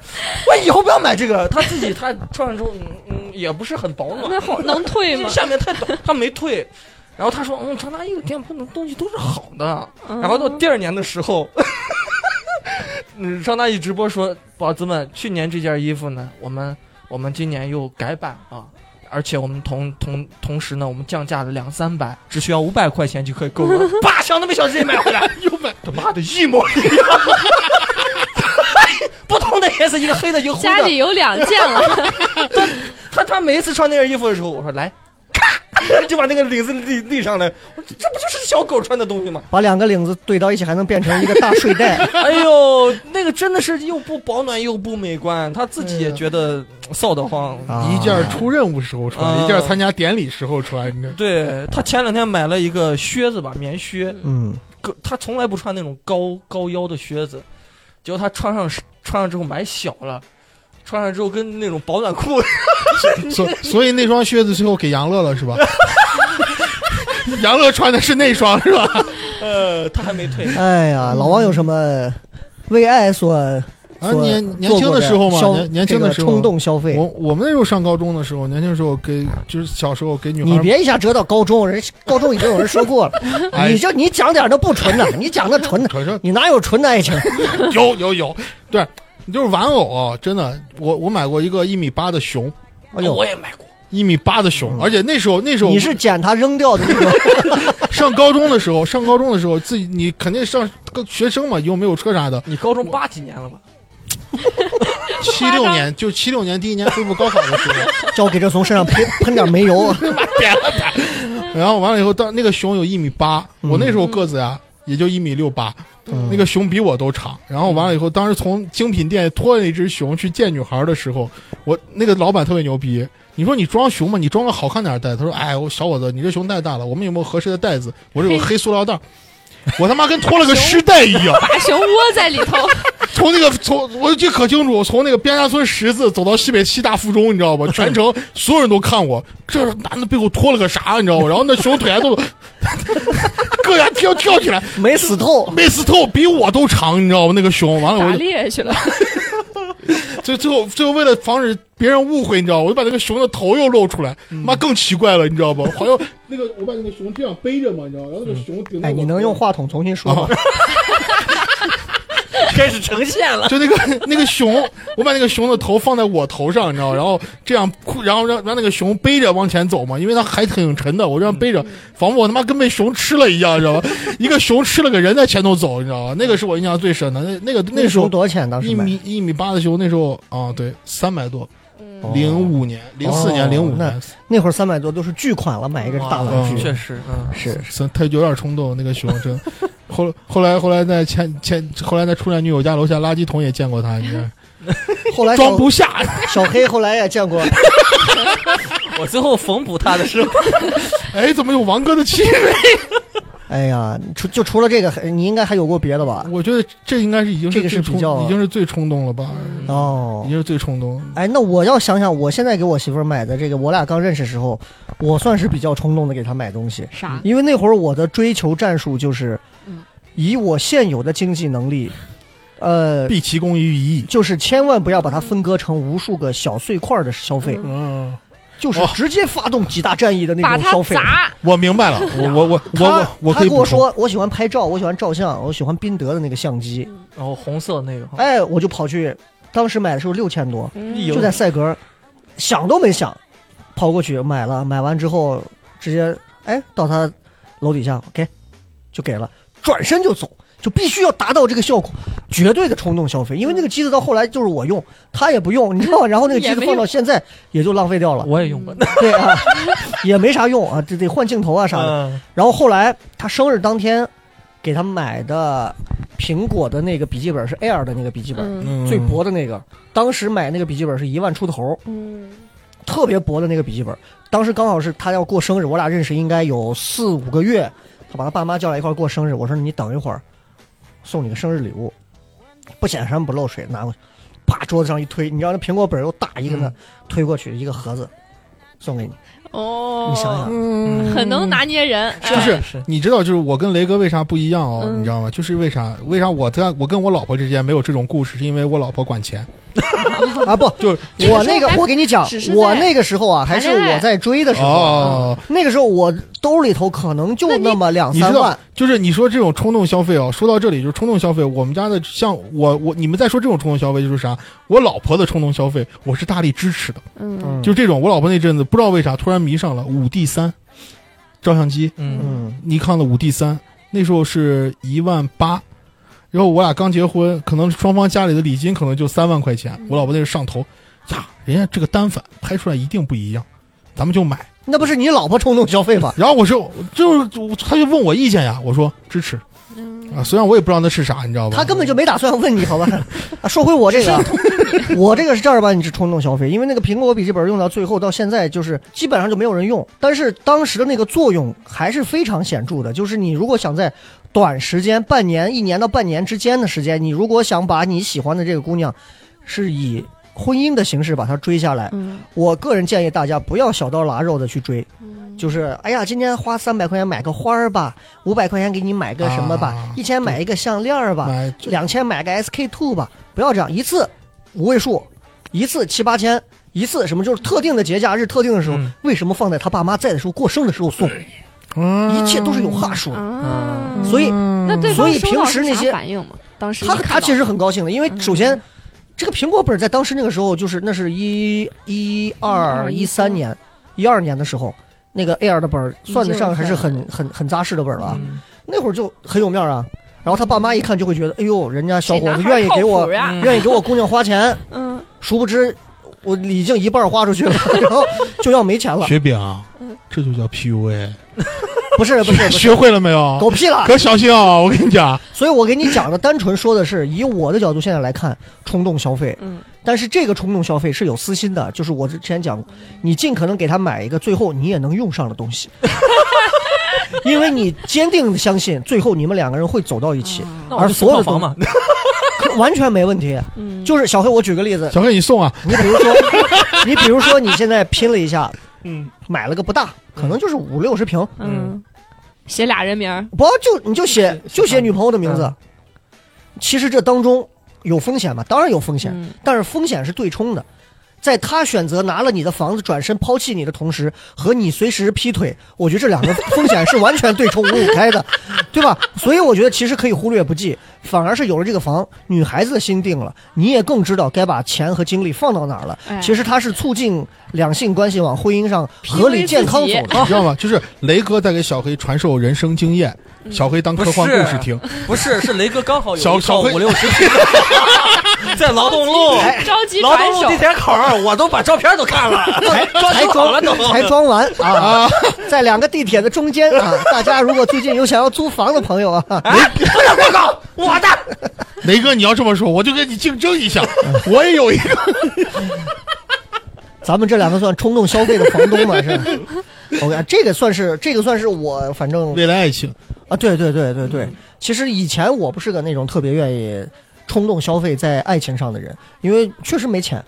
Speaker 5: 我以后不要买这个。他自己他穿上之后，嗯嗯，也不是很保暖，
Speaker 4: 那好能退
Speaker 5: 因为
Speaker 4: 吗？
Speaker 5: 下面太短，他没退。然后他说，嗯，张大奕的店铺的东西都是好的。
Speaker 4: 嗯
Speaker 5: 然后到第二年的时候，嗯，张大奕直播说，宝子们，去年这件衣服呢，我们我们今年又改版啊。而且我们同同同时呢，我们降价了两三百，只需要五百块钱就可以购
Speaker 4: (laughs)
Speaker 5: 了。叭，想都没想直接买 (laughs) 哎回来，
Speaker 6: 又买，他妈的一模一样。
Speaker 5: (laughs) 不同的颜色，一个黑的，一个红
Speaker 4: 家里
Speaker 5: 的。
Speaker 4: 有两件
Speaker 3: (laughs)
Speaker 4: 了，
Speaker 5: 他他每一次穿那件衣服的时候，我说来， (laughs) 咔，就把那个领子立立上来。我说这不就是小狗穿的东西吗？
Speaker 3: 把两个领子对到一起，还能变成一个大睡
Speaker 6: (laughs)
Speaker 3: 袋。
Speaker 5: 哎呦，那个真的是又不保暖又不美观，他自己也觉得臊得慌。
Speaker 3: 啊
Speaker 6: 一件出任务时候穿，
Speaker 5: 啊
Speaker 6: 一件参加典礼时候穿，你看
Speaker 5: 对他前两天买了一个靴子吧，棉靴，
Speaker 3: 嗯，
Speaker 5: 个他从来不穿那种高高腰的靴子，结果他穿上穿上之后买小了，穿上之后跟那种保暖裤， (laughs)
Speaker 6: 所所以那双靴子最后给杨乐了是吧？ (laughs) 杨乐穿的是那双是吧？
Speaker 5: 呃，他还没退。
Speaker 3: 哎呀，老王有什么为爱所
Speaker 6: 啊，
Speaker 3: 所
Speaker 6: 年年轻
Speaker 3: 做过
Speaker 6: 的时候嘛，
Speaker 3: 消
Speaker 6: 年年轻
Speaker 3: 这
Speaker 6: 的
Speaker 3: 个
Speaker 6: 时候，
Speaker 3: 冲动消费
Speaker 6: 我，我们那时候上高中的时候，年轻的时候给就是小时候给女孩
Speaker 3: 你别一下折到高中，人家高中已经有人说过了，
Speaker 6: (laughs) 哎
Speaker 3: 你这你讲点那不纯的，你讲个纯的，
Speaker 6: 可是
Speaker 3: 你哪有纯的爱情？ (laughs)
Speaker 6: 有有有，对，就是玩偶啊，真的，我我买过一个一米八的熊，
Speaker 3: 哎呦
Speaker 5: 我，也买过，
Speaker 6: 一米八的熊，而且那时候那时候
Speaker 3: 嗯你是捡它扔掉的那种？
Speaker 6: 上高中的时候，上高中的时候自己你肯定上个学生嘛，又没有车啥的，
Speaker 5: 你高中八几年了吧？
Speaker 6: 七六年就七六年第一年恢复高考的时候，
Speaker 3: 交给这从身上喷喷点煤油，啊
Speaker 6: (laughs) 然后完了以后，当那个熊有一米八，我那时候个子呀、也就一米六八，那个熊比我都长。然后完了以后，当时从精品店拖着一只熊去见女孩的时候，我那个老板特别牛逼。你说你装熊嘛，你装个好看点儿袋。他说：“哎，我小伙子，你这熊太大了，我们有没有合适的袋子？我这有黑塑料袋儿，我他妈跟拖了个尸袋一样。”
Speaker 4: 把熊窝在里
Speaker 3: (laughs)
Speaker 4: 头，
Speaker 6: 从那个从我记得可清楚，我从那个边家村十字走到西北七大附中，你知道吧？全程所有人都看我，这男的背后拖了个啥，你知道吗？然后那熊腿还都 (laughs) 各家跳跳起来，
Speaker 3: 没死透。
Speaker 6: 没死透比我都长，你知道吗？那个熊完了
Speaker 4: 打
Speaker 6: 我就
Speaker 4: 猎去了。
Speaker 6: 最最后最后为了防止别人误会，你知道吗，我就把那个熊的头又露出来，妈更奇怪了，你知道吧？好像那个我把那个熊这样背着嘛，你知道吗，然后那个熊顶到
Speaker 3: 哎，
Speaker 6: 我
Speaker 3: 你能用话筒重新
Speaker 6: 哦
Speaker 3: 说吗？
Speaker 5: 开始呈现了。
Speaker 6: 就那个那个熊，我把那个熊的头放在我头上，你知道吗，然后这样，然后让让那个熊背着往前走嘛，因为它还挺沉的，我这样背着，仿佛我他妈跟被熊吃了一样，你知道吧？一个熊吃了个人在前头走，你知道吧？那个是我印象最深的，那那个那时
Speaker 3: 熊
Speaker 6: 候
Speaker 3: 多少钱？当时
Speaker 6: 一
Speaker 3: 买
Speaker 6: 米一米八的熊，那时候啊，对，三百多，零
Speaker 3: 哦
Speaker 6: 五年、零四年、零五
Speaker 3: 那
Speaker 6: 年，
Speaker 3: 那会儿三百多都是巨款了，买一个大玩
Speaker 6: 嗯
Speaker 3: 具
Speaker 5: 确实，嗯，
Speaker 3: 是
Speaker 6: 三他有点冲动，那个熊真。后后来后来在前前后来在初恋女友家楼下垃圾桶也见过他，你知道
Speaker 3: 后来
Speaker 6: 装
Speaker 3: 小
Speaker 6: 不下。
Speaker 3: 小黑后来也见过，
Speaker 5: (laughs) 我最后缝补他的时候，
Speaker 6: 哎，怎么有王哥的气味？
Speaker 3: 哎呀，除就除了这个，还你应该还有过别的吧？
Speaker 6: (laughs) 我觉得这应该是已经
Speaker 3: 这个
Speaker 6: 最
Speaker 3: 是比
Speaker 6: 冲，
Speaker 3: 较
Speaker 6: 已经是最冲动了吧，
Speaker 3: 哦
Speaker 6: 已，经是最冲动。
Speaker 3: 哎，那我要想想，我现在给我媳妇儿买的这个，我俩刚认识时候，我算是比较冲动的给她买东西，
Speaker 4: 啥？
Speaker 3: 因为那会儿我的追求战术就是
Speaker 4: 嗯，
Speaker 3: 以我现有的经济能力，呃，
Speaker 6: 毕其功于一役，
Speaker 3: 就是千万不要把它分割成无数个小碎块儿的消费，
Speaker 6: 嗯，
Speaker 3: 就是直接发动几大战役的
Speaker 4: 把
Speaker 3: 那种
Speaker 4: 它
Speaker 3: 消费。
Speaker 4: 砸，
Speaker 6: 我明
Speaker 3: (laughs)
Speaker 6: 白了，我我我我
Speaker 3: 他
Speaker 6: 我我
Speaker 3: 他
Speaker 6: 可以
Speaker 3: 跟
Speaker 6: 补
Speaker 3: 我
Speaker 6: 充，
Speaker 3: 说，我喜欢拍照，我喜欢照相，我喜欢宾得的那个相机。
Speaker 5: (laughs) 然后红色那个，
Speaker 4: 嗯
Speaker 5: 哈，
Speaker 3: 哎，我就跑去，当时买的时候六千多，
Speaker 5: 一
Speaker 3: 就
Speaker 5: 有
Speaker 3: 在赛格儿，想都没想，跑过去买了，买完之后直接哎到他楼底下给，就给了，转身就走，就必须要达到这个效果，绝对的冲动消费，因为那个机子到后来就是我用，他也不用，你知道吗？然后那个机
Speaker 4: 也
Speaker 3: 子
Speaker 4: 没
Speaker 3: 放到现在也就浪费掉了，
Speaker 5: (laughs) 我也用过。
Speaker 3: 对啊， (laughs) 也没啥用啊，这得换镜头啊啥的。
Speaker 5: 嗯，
Speaker 3: 然后后来他生日当天，给他买的苹果的那个笔记本是 Air 的那个笔记本，
Speaker 4: 嗯
Speaker 6: 嗯
Speaker 3: 最薄的那个。当时买那个笔记本是一万出头，
Speaker 4: 嗯，
Speaker 3: 特别薄的那个笔记本。当时刚好是他要过生日，我俩认识应该有四五个月。他把他爸妈叫来一块儿过生日，我说你等一会儿，送你个生日礼物，不显山不漏水，拿过去，啪桌子上一推，你知道那苹果本儿又大一个呢，
Speaker 6: 嗯
Speaker 3: 推过去一个盒子，送给你。
Speaker 4: 哦，
Speaker 3: 你想想，嗯
Speaker 4: 很能拿捏人，
Speaker 6: 是不
Speaker 4: 哎
Speaker 6: 是
Speaker 5: 嗯是？
Speaker 6: 你知道，就是我跟雷哥为啥不一样哦？
Speaker 4: 嗯
Speaker 6: 你知道吗？就是为啥？为啥我在我跟我老婆之间没有这种故事？是因为我老婆
Speaker 3: (laughs)
Speaker 6: 管钱，
Speaker 3: 啊
Speaker 4: (laughs)
Speaker 3: 不，
Speaker 6: 就是
Speaker 3: 我那个，我给你讲
Speaker 4: 只是，在
Speaker 3: 我那个时候啊，还是
Speaker 4: 谈恋爱
Speaker 3: 我在追的时候啊，
Speaker 6: 哦。
Speaker 3: 那个时候我兜里头可能就那么两
Speaker 6: 你知
Speaker 3: 三
Speaker 6: 道
Speaker 3: 万，，
Speaker 6: 就是你说这种冲动消费哦，说到这里就是冲动消费。我们家的像我我你们在说这种冲动消费就是啥？我老婆的冲动消费，我是大力支持的。
Speaker 4: 嗯，
Speaker 3: 嗯
Speaker 6: 就这种，我老婆那阵子不知道为啥突然迷上了五 D 三照相机，
Speaker 5: 嗯，
Speaker 3: 嗯
Speaker 6: 尼康的五 D 三，那时候是一万八，然后我俩刚结婚，可能双方家里的礼金可能就三万块钱，我老婆那是上头呀，人家这个单反拍出来一定不一样，咱们就买。
Speaker 3: 那不是你老婆冲动消费吧？
Speaker 6: 然后我说，就是我他就问我意见呀，我说支持啊，虽然我也不知道那是啥，你知道吧？
Speaker 3: 他根本就没打算问你，
Speaker 6: (laughs)
Speaker 3: 好吧？啊说回我这个啊，我这个是正儿八经是冲动消费，因为那个苹果笔记本用到最后到现在就是基本上就没有人用，但是当时的那个作用还是非常显著的。就是你如果想在短时间、半年、一年到半年之间的时间，你如果想把你喜欢的这个姑娘是以婚姻的形式把它追下来。
Speaker 4: 嗯，
Speaker 3: 我个人建议大家不要小刀拉肉的去追，就是哎呀，今天花三百块钱买个花儿吧，五百块钱给你买个什么吧
Speaker 6: 啊，
Speaker 3: 一千买一个项链儿吧，
Speaker 6: 买就
Speaker 3: 两千买个 SK two 吧，不要这样一次五位数，一次七八千，一次什么就是特定的节假日、特定的时候，
Speaker 5: 嗯
Speaker 3: 为什么放在他爸妈在的时候过生的时候送？一切都是有话说的。
Speaker 4: 啊，
Speaker 3: 所以
Speaker 4: 那对
Speaker 3: 嗯所
Speaker 4: 方
Speaker 3: 以
Speaker 4: 收
Speaker 3: 平
Speaker 4: 到
Speaker 3: 时
Speaker 4: 是
Speaker 3: 那
Speaker 4: 啥
Speaker 3: 些
Speaker 4: 反应嘛，当时
Speaker 3: 他
Speaker 4: 一看
Speaker 3: 他
Speaker 4: 到
Speaker 3: 其实很高兴的，因为
Speaker 4: 嗯
Speaker 3: 首先，这个苹果本在当时那个时候就是那是一一二
Speaker 4: 嗯
Speaker 3: 一三年，一二年的时候，那个 Air 的本儿算得上还是很很很扎实的本儿了啊。
Speaker 5: 嗯
Speaker 3: 那会儿就很有面儿啊。然后他爸妈一看就会觉得，哎呦，人家小
Speaker 4: 这
Speaker 3: 伙
Speaker 4: 男
Speaker 3: 子
Speaker 4: 孩
Speaker 3: 愿意
Speaker 4: 靠
Speaker 3: 给我
Speaker 4: 谱呀
Speaker 3: 愿意给我姑娘花钱，
Speaker 4: 嗯，
Speaker 3: 殊不知我已经一半儿花出去了，然后就要没钱了。
Speaker 6: 雪饼，啊这就叫 PUA，
Speaker 3: 不是不是不是，
Speaker 6: (laughs) 学会了没有？
Speaker 3: 狗屁了！
Speaker 6: 可小心啊！我跟你讲，
Speaker 3: 所以我给你讲的，单纯说的是以我的角度现在来看，冲动消费。
Speaker 4: 嗯，
Speaker 3: 但是这个冲动消费是有私心的，就是我之前讲过，你尽可能给他买一个最后你也能用上的东西， (laughs) 因为你坚定的相信最后你们两个人会走到一起，
Speaker 5: 啊那我
Speaker 3: 而
Speaker 5: 就
Speaker 3: 所有的
Speaker 5: 套房
Speaker 3: 东西
Speaker 5: 嘛， (laughs)
Speaker 3: 可完全没问题。
Speaker 4: 嗯
Speaker 3: 就是小黑，我举个例子，
Speaker 6: 小黑你送啊，
Speaker 3: 你比如说，你比如说你现在拼了一下，
Speaker 5: 嗯，
Speaker 3: 买了个不大，可能就是五六十平，
Speaker 4: 嗯，写俩人名儿，
Speaker 3: 不就你就写就写女朋友的名字
Speaker 5: 嗯。
Speaker 3: 其实这当中有风险嘛，当然有风险，
Speaker 4: 嗯
Speaker 3: 但是风险是对冲的。在他选择拿了你的房子转身抛弃你的同时，和你随时劈腿，我觉得这两个风险是完全对冲五 (laughs) 五开的，对吧？所以我觉得其实可以忽略不计，反而是有了这个房，女孩子的心定了，你也更知道该把钱和精力放到哪儿了。
Speaker 4: 哎
Speaker 3: 其实它是促进两性关系往婚姻上合理健康走
Speaker 6: (laughs)
Speaker 4: 平衡
Speaker 3: 的。
Speaker 6: 你知道吗？就是雷哥在给小黑传授人生经验，
Speaker 3: 嗯
Speaker 6: 小黑当科幻故事听，
Speaker 5: 不是，是雷哥刚好有
Speaker 6: 小
Speaker 5: 一套
Speaker 6: 小黑
Speaker 5: 五六 (laughs) 十平的 (laughs) 在劳动
Speaker 3: 嗯
Speaker 5: 路。
Speaker 3: 哎
Speaker 5: 哎
Speaker 4: 着急
Speaker 5: 劳动
Speaker 4: 转
Speaker 5: 路
Speaker 4: 手
Speaker 5: 地，铁口儿，我都把照片都看了， (laughs) 装
Speaker 3: (laughs) 才
Speaker 5: 修好了都。
Speaker 3: 装才装完啊，在两个地铁的中间啊，大家如果最近有想要租房的朋友啊，
Speaker 5: (laughs) 哎，不要广告，我的。
Speaker 6: 雷哥你要这么说，我就跟你竞争一下，
Speaker 3: 嗯
Speaker 6: 我也有一个。
Speaker 3: 咱们这两个算冲动消费的房东嘛是吧？OK，这啊个算是这个算是我反正
Speaker 6: 未来爱情，
Speaker 3: 啊，对对对对对，其实以前我不是个那种特别愿意冲动消费在爱情上的人，因为确实没钱。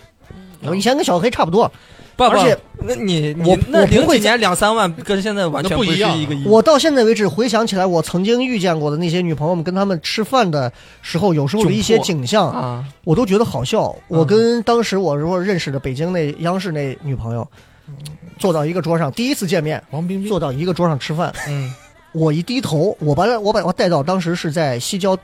Speaker 3: 我以前跟小黑差不多，
Speaker 5: (laughs) 爸爸
Speaker 3: 而且，
Speaker 5: 那你
Speaker 3: 我
Speaker 5: 你那
Speaker 3: 我不
Speaker 5: 零
Speaker 3: 会
Speaker 5: 几年两三万跟现在完全
Speaker 6: 那不
Speaker 5: 是
Speaker 6: 一样
Speaker 5: 一个啊意思。
Speaker 3: 我到现在为止回想起来，我曾经遇见过的那些女朋友们，跟她们吃饭的时候，有时候的一些
Speaker 5: 窘迫
Speaker 3: 景象，
Speaker 5: 啊，
Speaker 3: 我都觉得好笑。我跟当时我说认识的北京那央视那女朋友，坐到一个桌上，第一次见面，
Speaker 6: 王冰冰
Speaker 3: 坐到一个桌上吃饭，
Speaker 5: 嗯，
Speaker 3: 我一低头，我把她我把她带到当时是在西郊。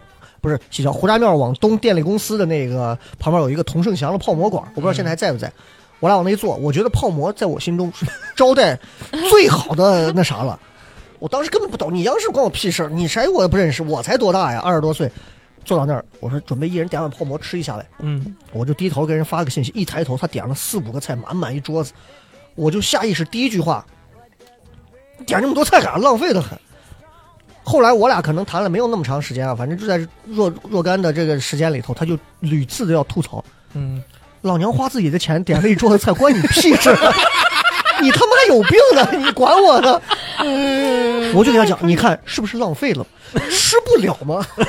Speaker 3: 不是西郊胡家庙往东电力公司的那个旁边有一个同盛祥的泡馍馆，我不知道现在还在不在。我俩往那一坐，我觉得泡馍在我心中是 (laughs) 招待最好的那啥了。我当时根本不懂，你央视关我屁事儿你谁我也不认识，我才多大呀，二十多岁。坐到那儿，我说准备一人点碗泡馍吃一下呗。
Speaker 5: 嗯，
Speaker 3: 我就低头给人发个信息，一抬头他点了四五个菜，满满一桌子，我就下意识第一句话，点这么多菜干啥？浪费的很。后来我俩可能谈了没有那么长时间啊，反正就在若若干的这个时间里头，他就屡次的要吐槽，
Speaker 5: 嗯，
Speaker 3: 老娘花自己的钱点了一桌子菜，关你屁事啊！你他妈有病呢！你管我呢？我就给他讲，你看是不是浪费了？吃不了吗？ (laughs)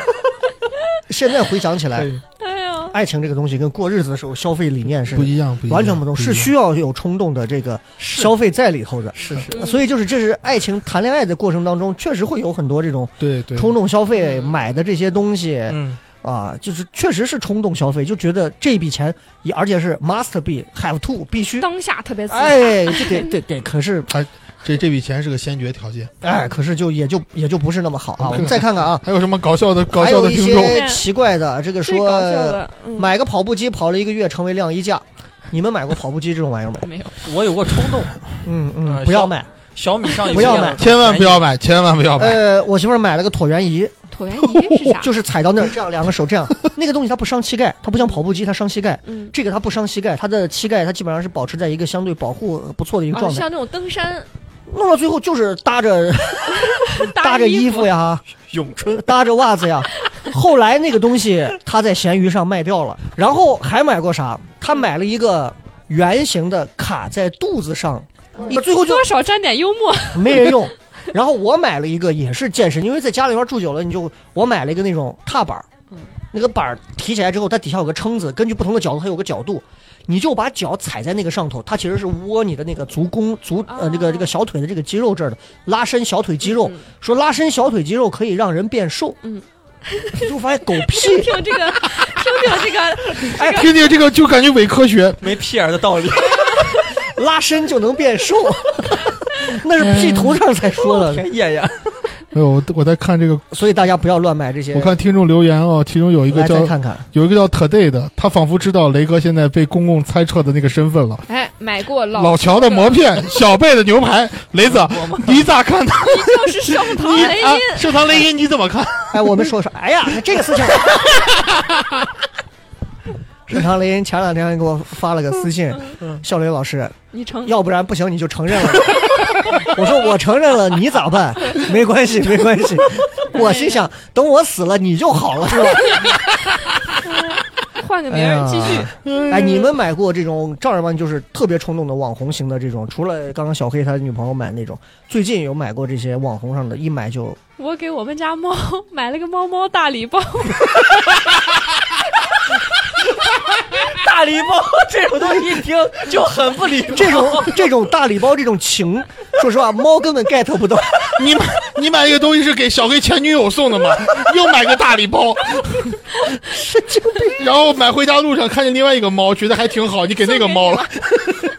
Speaker 3: 现在回想起来，
Speaker 4: 哎呀，
Speaker 3: 爱情这个东西跟过日子的时候消费理念是
Speaker 6: 不一样，不一样，
Speaker 3: 完全不同，
Speaker 6: 一
Speaker 3: 是
Speaker 6: 样
Speaker 3: 需要有冲动的这个消费在里头的。呃
Speaker 5: 是是，
Speaker 3: 所以就是这是爱情谈恋爱的过程当中，确实会有很多这种
Speaker 6: 对对
Speaker 3: 冲动消费买的这些东西
Speaker 5: 嗯，
Speaker 3: 啊，就是确实是冲动消费，就觉得这笔钱也而且是 must be have to 必须，
Speaker 4: 当下特别自然，
Speaker 3: 哎，这得得得，可是
Speaker 6: 哎这这笔钱是个先决条件。
Speaker 3: 哎，可是就也就也就不是那么好啊。我们再看看啊，
Speaker 6: 还有什么搞笑的搞
Speaker 3: 还
Speaker 6: 笑
Speaker 3: 有
Speaker 6: 的
Speaker 3: 一
Speaker 6: 听众？
Speaker 3: 些奇怪的，这个
Speaker 4: 最搞笑
Speaker 3: 说
Speaker 4: 的，嗯
Speaker 3: 买个跑步机跑了一个月成为晾衣架，你们买过跑步机这种玩意儿没？
Speaker 5: (laughs)
Speaker 4: 没有，
Speaker 5: 我有过冲动，
Speaker 3: 嗯嗯，
Speaker 5: 呃
Speaker 3: 不要
Speaker 5: 小
Speaker 3: 买。
Speaker 5: 小米上有
Speaker 3: 不要
Speaker 5: 一个啊
Speaker 3: 买
Speaker 6: 千万不要买，千万不要买。
Speaker 3: 呃，我媳妇儿买了个椭圆仪，哦
Speaker 4: 椭圆仪是啥？
Speaker 3: (laughs) 就是踩到那儿，这样两个手这样，那个东西它不伤膝盖，它不像跑步机它伤膝盖，
Speaker 4: 嗯
Speaker 3: 这个它不伤膝盖，它的膝盖它基本上是保持在一个相对保护呃不错的一个 (laughs)
Speaker 4: 啊，
Speaker 3: 状态，
Speaker 4: 像那种登山
Speaker 3: 弄到最后就是搭 (laughs) 着搭着衣服 (laughs) 呀，
Speaker 5: 咏春，
Speaker 3: 搭着袜子 (laughs) 呀。后来那个东西他在闲鱼上卖掉了，然后还买过啥？他买了一个圆形的卡在肚子上，最后就
Speaker 4: 多少沾点幽
Speaker 3: (laughs)
Speaker 4: 默，
Speaker 3: 没人用。然后我买了一个也是健身，因为在家里边住久了，你就我买了一个
Speaker 4: 嗯
Speaker 3: 那种踏板儿，那个板儿提起来之后，它底下有个撑子，根据不同的角度它有个角度，你就把脚踩在那个上头，它其实是窝你的那个足弓、足呃这个这个小腿的这个肌肉这儿的，拉伸小腿肌肉。
Speaker 4: 啊嗯
Speaker 3: 说拉伸小腿肌肉可以让人变瘦。
Speaker 4: 嗯，
Speaker 3: (laughs) 你就发现狗屁，
Speaker 4: 听听这个，听听这个，
Speaker 3: 哎，
Speaker 6: 听听这个就感觉伪科学，
Speaker 5: 没屁眼儿的道理。
Speaker 3: 拉伸就能变瘦， (laughs) 那是屁头上才 (laughs) 说
Speaker 4: (laughs)
Speaker 5: (laughs)
Speaker 3: 的。
Speaker 5: 天爷呀，
Speaker 6: 没有，哎我我在看这个，
Speaker 3: 所以大家不要乱买这些。
Speaker 6: 我看听众留言哦，其中有一个
Speaker 3: 来
Speaker 6: 叫
Speaker 3: 再看看，
Speaker 6: 有一个叫 Today 的，他仿佛知道雷哥现在被公共猜测的那个身份了。
Speaker 4: 哎，买过老
Speaker 6: 老乔的馍片，小贝的牛排，雷子，你咋看他？
Speaker 4: 就是哎盛唐雷
Speaker 6: 啊
Speaker 4: 音，，
Speaker 6: 盛唐雷音你怎么看？
Speaker 3: 哎，我们说说，哎呀，这个事情。沈长林前两天给我发了个私信，笑雷老师，
Speaker 4: 你成
Speaker 3: 要不然不行你就承认了。 (laughs) 我说我承认了，你咋办？没关系，没关系。我心想，等我死了你就好了，是吧？
Speaker 4: 换个名儿继续。
Speaker 3: 哎，你们买过这种正儿八经就是特别冲动的网红型的这种？除了刚刚小黑他女朋友买那种，最近有买过这些网红上的，一买就
Speaker 4: 我给我们家猫买了个猫猫大礼包， (laughs)
Speaker 5: 大礼包这种东西一听就很不礼貌。
Speaker 3: 这种这种大礼包这种情，说实话，猫根本 get 不到。
Speaker 6: 你买你买这个东西是给小黑前女友送的吗？又买个大礼包，
Speaker 3: 神经
Speaker 6: 然后买回家路上看见另外一个猫，觉得还挺好，你给那个猫了，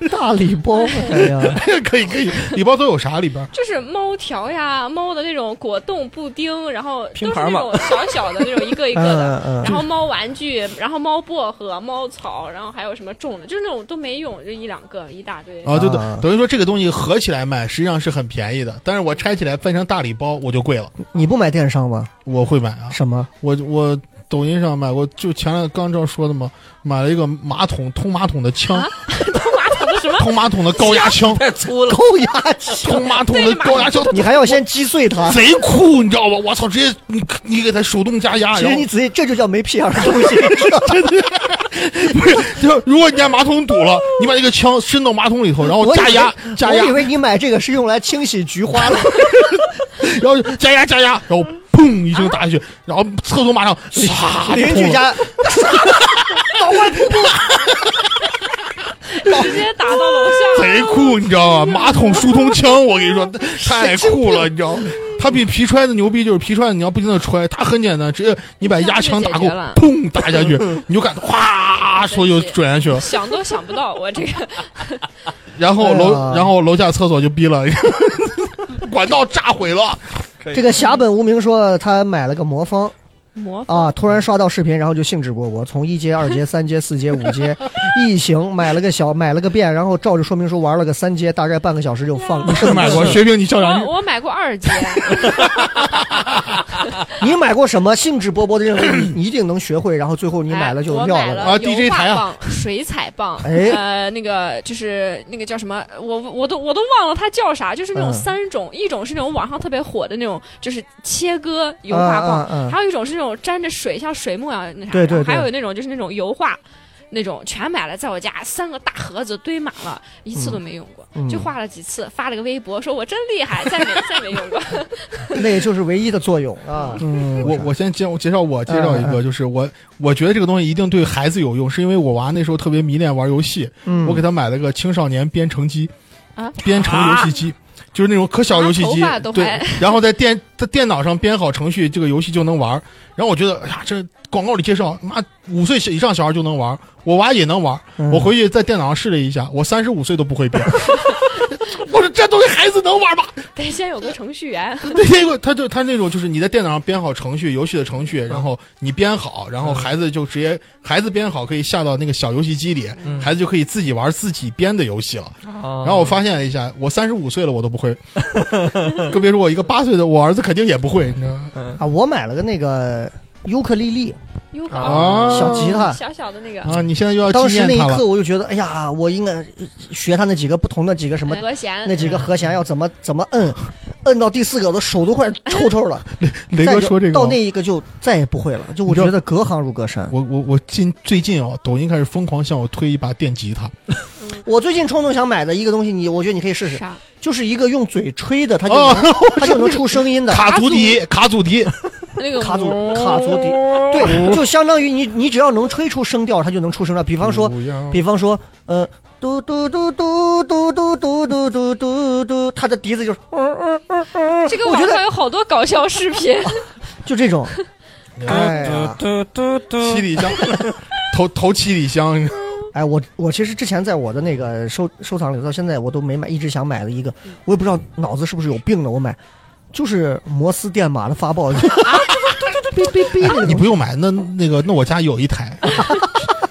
Speaker 3: 病，大礼包，哎呀，
Speaker 6: (laughs) 可以可以。礼包都有啥里边？
Speaker 4: 就是猫条呀、猫的那种果冻、布丁，然后
Speaker 5: 拼
Speaker 4: 都是
Speaker 5: 盘
Speaker 4: 那
Speaker 5: 嘛
Speaker 4: 种小小的那种一个一个的，
Speaker 3: 嗯嗯，
Speaker 4: 然后猫玩具，然后猫薄荷、猫草，然后还有什么种的，就是那种都没用，就一两个，一大堆。
Speaker 6: 啊，对对
Speaker 3: 啊，
Speaker 6: 等于说这个东西合起来卖，实际上是很便宜的，但是我拆起来分成大礼包，我就贵了。
Speaker 3: 你不买电商吗？
Speaker 6: 我会买啊，
Speaker 3: 什 (laughs) 么？
Speaker 6: 我我抖音上买过，就前两刚这说的嘛，买了一个马桶通马桶的枪，
Speaker 3: 啊
Speaker 4: 通马桶的什么？
Speaker 6: (laughs) 通马桶的高压
Speaker 3: (laughs)
Speaker 6: 枪，
Speaker 5: 太粗了，
Speaker 3: 高压枪，
Speaker 6: 通马桶的高压枪，
Speaker 3: 你还要先击碎 (laughs) 它。
Speaker 6: 贼酷，你知道吧？我操，直接你你给它手动加压，
Speaker 3: 其
Speaker 6: 然
Speaker 3: 实
Speaker 6: 后
Speaker 3: 你仔细，这就叫没屁眼儿的东西。知道吗
Speaker 6: (laughs) 不是，就是如果你家马桶堵了，你把这个枪伸到马桶里头，然
Speaker 3: (laughs)
Speaker 6: 后
Speaker 3: 我以
Speaker 6: 加
Speaker 3: 为
Speaker 6: 压加压
Speaker 3: 我以，为你买这个是用来清洗菊花 (laughs) 的。
Speaker 6: 然后加压加压，然后砰一声打下去，然后厕所
Speaker 3: 啊
Speaker 6: 马上唰
Speaker 3: 邻居家老外婆婆
Speaker 4: 直接打到楼下。
Speaker 6: (laughs) 贼酷，你知道吗？马桶疏通枪，我跟你说，太酷了，你知道吗？它比皮揣子牛逼，就是皮揣子你要不停的揣，它很简单，直接你把压枪打
Speaker 4: 这
Speaker 6: 够
Speaker 4: 样就解决了，啊
Speaker 6: 砰打下去，你就感觉哗，所有转下去了。
Speaker 4: 想都想不到，我这个
Speaker 6: 然后
Speaker 3: 哎
Speaker 6: 楼，
Speaker 3: 呀
Speaker 6: 然后楼下厕所就逼了， (laughs) 管道炸毁了。
Speaker 3: 这个侠本无名说他买了个魔方
Speaker 4: 魔法
Speaker 3: 啊，突然刷到视频，然后就兴致勃勃，从一阶、二阶、三阶、四阶、五阶一行买了个小买了个遍，然后照着说明书玩了个三阶，大概半个小时就放。你
Speaker 6: 是买过学啊兵，你笑啥？
Speaker 4: 啊我我买过二阶，
Speaker 3: 你买过什么？兴致勃勃的认为你你一定能学会，然后最后你买了就
Speaker 4: 哎我
Speaker 3: 撂
Speaker 4: 买了
Speaker 3: 了。
Speaker 6: 啊
Speaker 4: 油
Speaker 6: DJ
Speaker 4: 画
Speaker 6: 台啊
Speaker 4: 棒、水彩棒，
Speaker 3: (laughs) 哎
Speaker 4: 呃，那个就是那个叫什么，我我都我都忘了它叫啥，就是那种
Speaker 3: 嗯
Speaker 4: 三种，一种是那种网上特别火的那种，就是切割油画棒，
Speaker 3: 嗯嗯嗯
Speaker 4: 还有一种是那种沾着水像水墨一样那啥，
Speaker 3: 对对
Speaker 4: 然后还
Speaker 3: 对
Speaker 4: 有那种就是那种油画。那种全买了，在我家三个大盒子堆满了，一次都没用过，
Speaker 3: 嗯
Speaker 4: 就画了几次，发了个微博说我真厉害，再没再没用过。
Speaker 3: (laughs) 那也就是唯一的作用啊。嗯
Speaker 6: 我我先介我介绍我介绍一
Speaker 3: 嗯嗯
Speaker 6: 个，就是我我觉得这个东西一定对孩子有用，是因为我娃那时候特别迷恋玩游戏，
Speaker 3: 嗯
Speaker 6: 我给他买了个青少年编程机
Speaker 4: 啊，
Speaker 6: 编程游戏机，就是那种可小游戏机
Speaker 4: 拿头发都，
Speaker 6: 对
Speaker 4: 还，
Speaker 6: 然后在电 (laughs) 在电脑上编好程序，这个游戏就能玩。然后我觉得，哎呀，这广告里介绍，妈五岁以上小孩就能玩，我娃也能玩。我回去在电脑上试了一下，我三十五岁都不会编。 (laughs) 我说这东西孩子能玩吗？
Speaker 4: 得先有个程序员，
Speaker 3: (laughs)
Speaker 6: 对，结果他就他那种就是你在电脑上编好程序，游戏的程
Speaker 3: 嗯
Speaker 6: 序，然后你编好，然后孩子就直接孩子编好可以下到那个小游戏机里，
Speaker 3: 嗯
Speaker 6: 孩子就可以自己玩自己编的游戏了。
Speaker 5: 然
Speaker 3: 哦
Speaker 6: 然后我发现了一下，我三十五岁了，我都不会， (laughs) 更别说我一个八岁的，我儿子肯定也不会，你知道吗？
Speaker 3: 啊，我买了个那个尤克里里
Speaker 4: 哟呵
Speaker 5: 啊
Speaker 3: 小吉他。
Speaker 4: 小小的那个
Speaker 6: 啊，你现在又要
Speaker 3: 当嗯
Speaker 6: 纪
Speaker 3: 时
Speaker 6: 念
Speaker 3: 那
Speaker 6: 他
Speaker 3: 一
Speaker 6: 了
Speaker 3: 刻，我就觉得，哎呀，我应该学他那几个不同的几个
Speaker 4: (laughs)
Speaker 3: 什么
Speaker 4: 和弦，
Speaker 3: 那几个和弦要怎么怎么摁，摁到第四个我的手都快抽抽了。
Speaker 6: 雷
Speaker 3: 再
Speaker 6: 哥
Speaker 3: 就
Speaker 6: 说这个
Speaker 3: 到
Speaker 6: 哦，
Speaker 3: 那一个就再也不会了，就我
Speaker 6: 你知道
Speaker 3: 觉得隔行如隔山。
Speaker 6: 我我我近最近哦，抖音开始疯狂向我推一把电吉他，
Speaker 3: 我最近冲动想买的一个东西，你我觉得你可以试试，
Speaker 4: 啥？
Speaker 3: 就是一个用嘴吹的，它就
Speaker 6: 哦
Speaker 3: 能它就能出声音的。
Speaker 6: 卡祖笛，卡祖笛，
Speaker 4: (laughs) 那个
Speaker 3: 卡左卡左底，
Speaker 6: 哦
Speaker 3: 对，就相当于你你只要能吹出声调，它就能出声调。比方说，比方说，呃，嘟嘟嘟嘟嘟嘟嘟嘟嘟嘟嘟，它的笛子就是，
Speaker 4: 这个
Speaker 3: 我觉
Speaker 4: 网
Speaker 3: 得
Speaker 4: 上有好多搞笑视频，
Speaker 3: 就这
Speaker 6: (laughs)
Speaker 3: 种。哎呀，
Speaker 6: 七里香， (laughs) 头头七里香，
Speaker 3: 哎，我我其实之前在我的那个收收藏里，到现在我都没买，一直想买的一个，
Speaker 6: 嗯
Speaker 3: 我也不知道脑子是不是有病呢。我买就是摩斯电码的发报，哔哔哔那个
Speaker 6: 你不用买，那那个那我家有
Speaker 3: (laughs)
Speaker 6: 一台，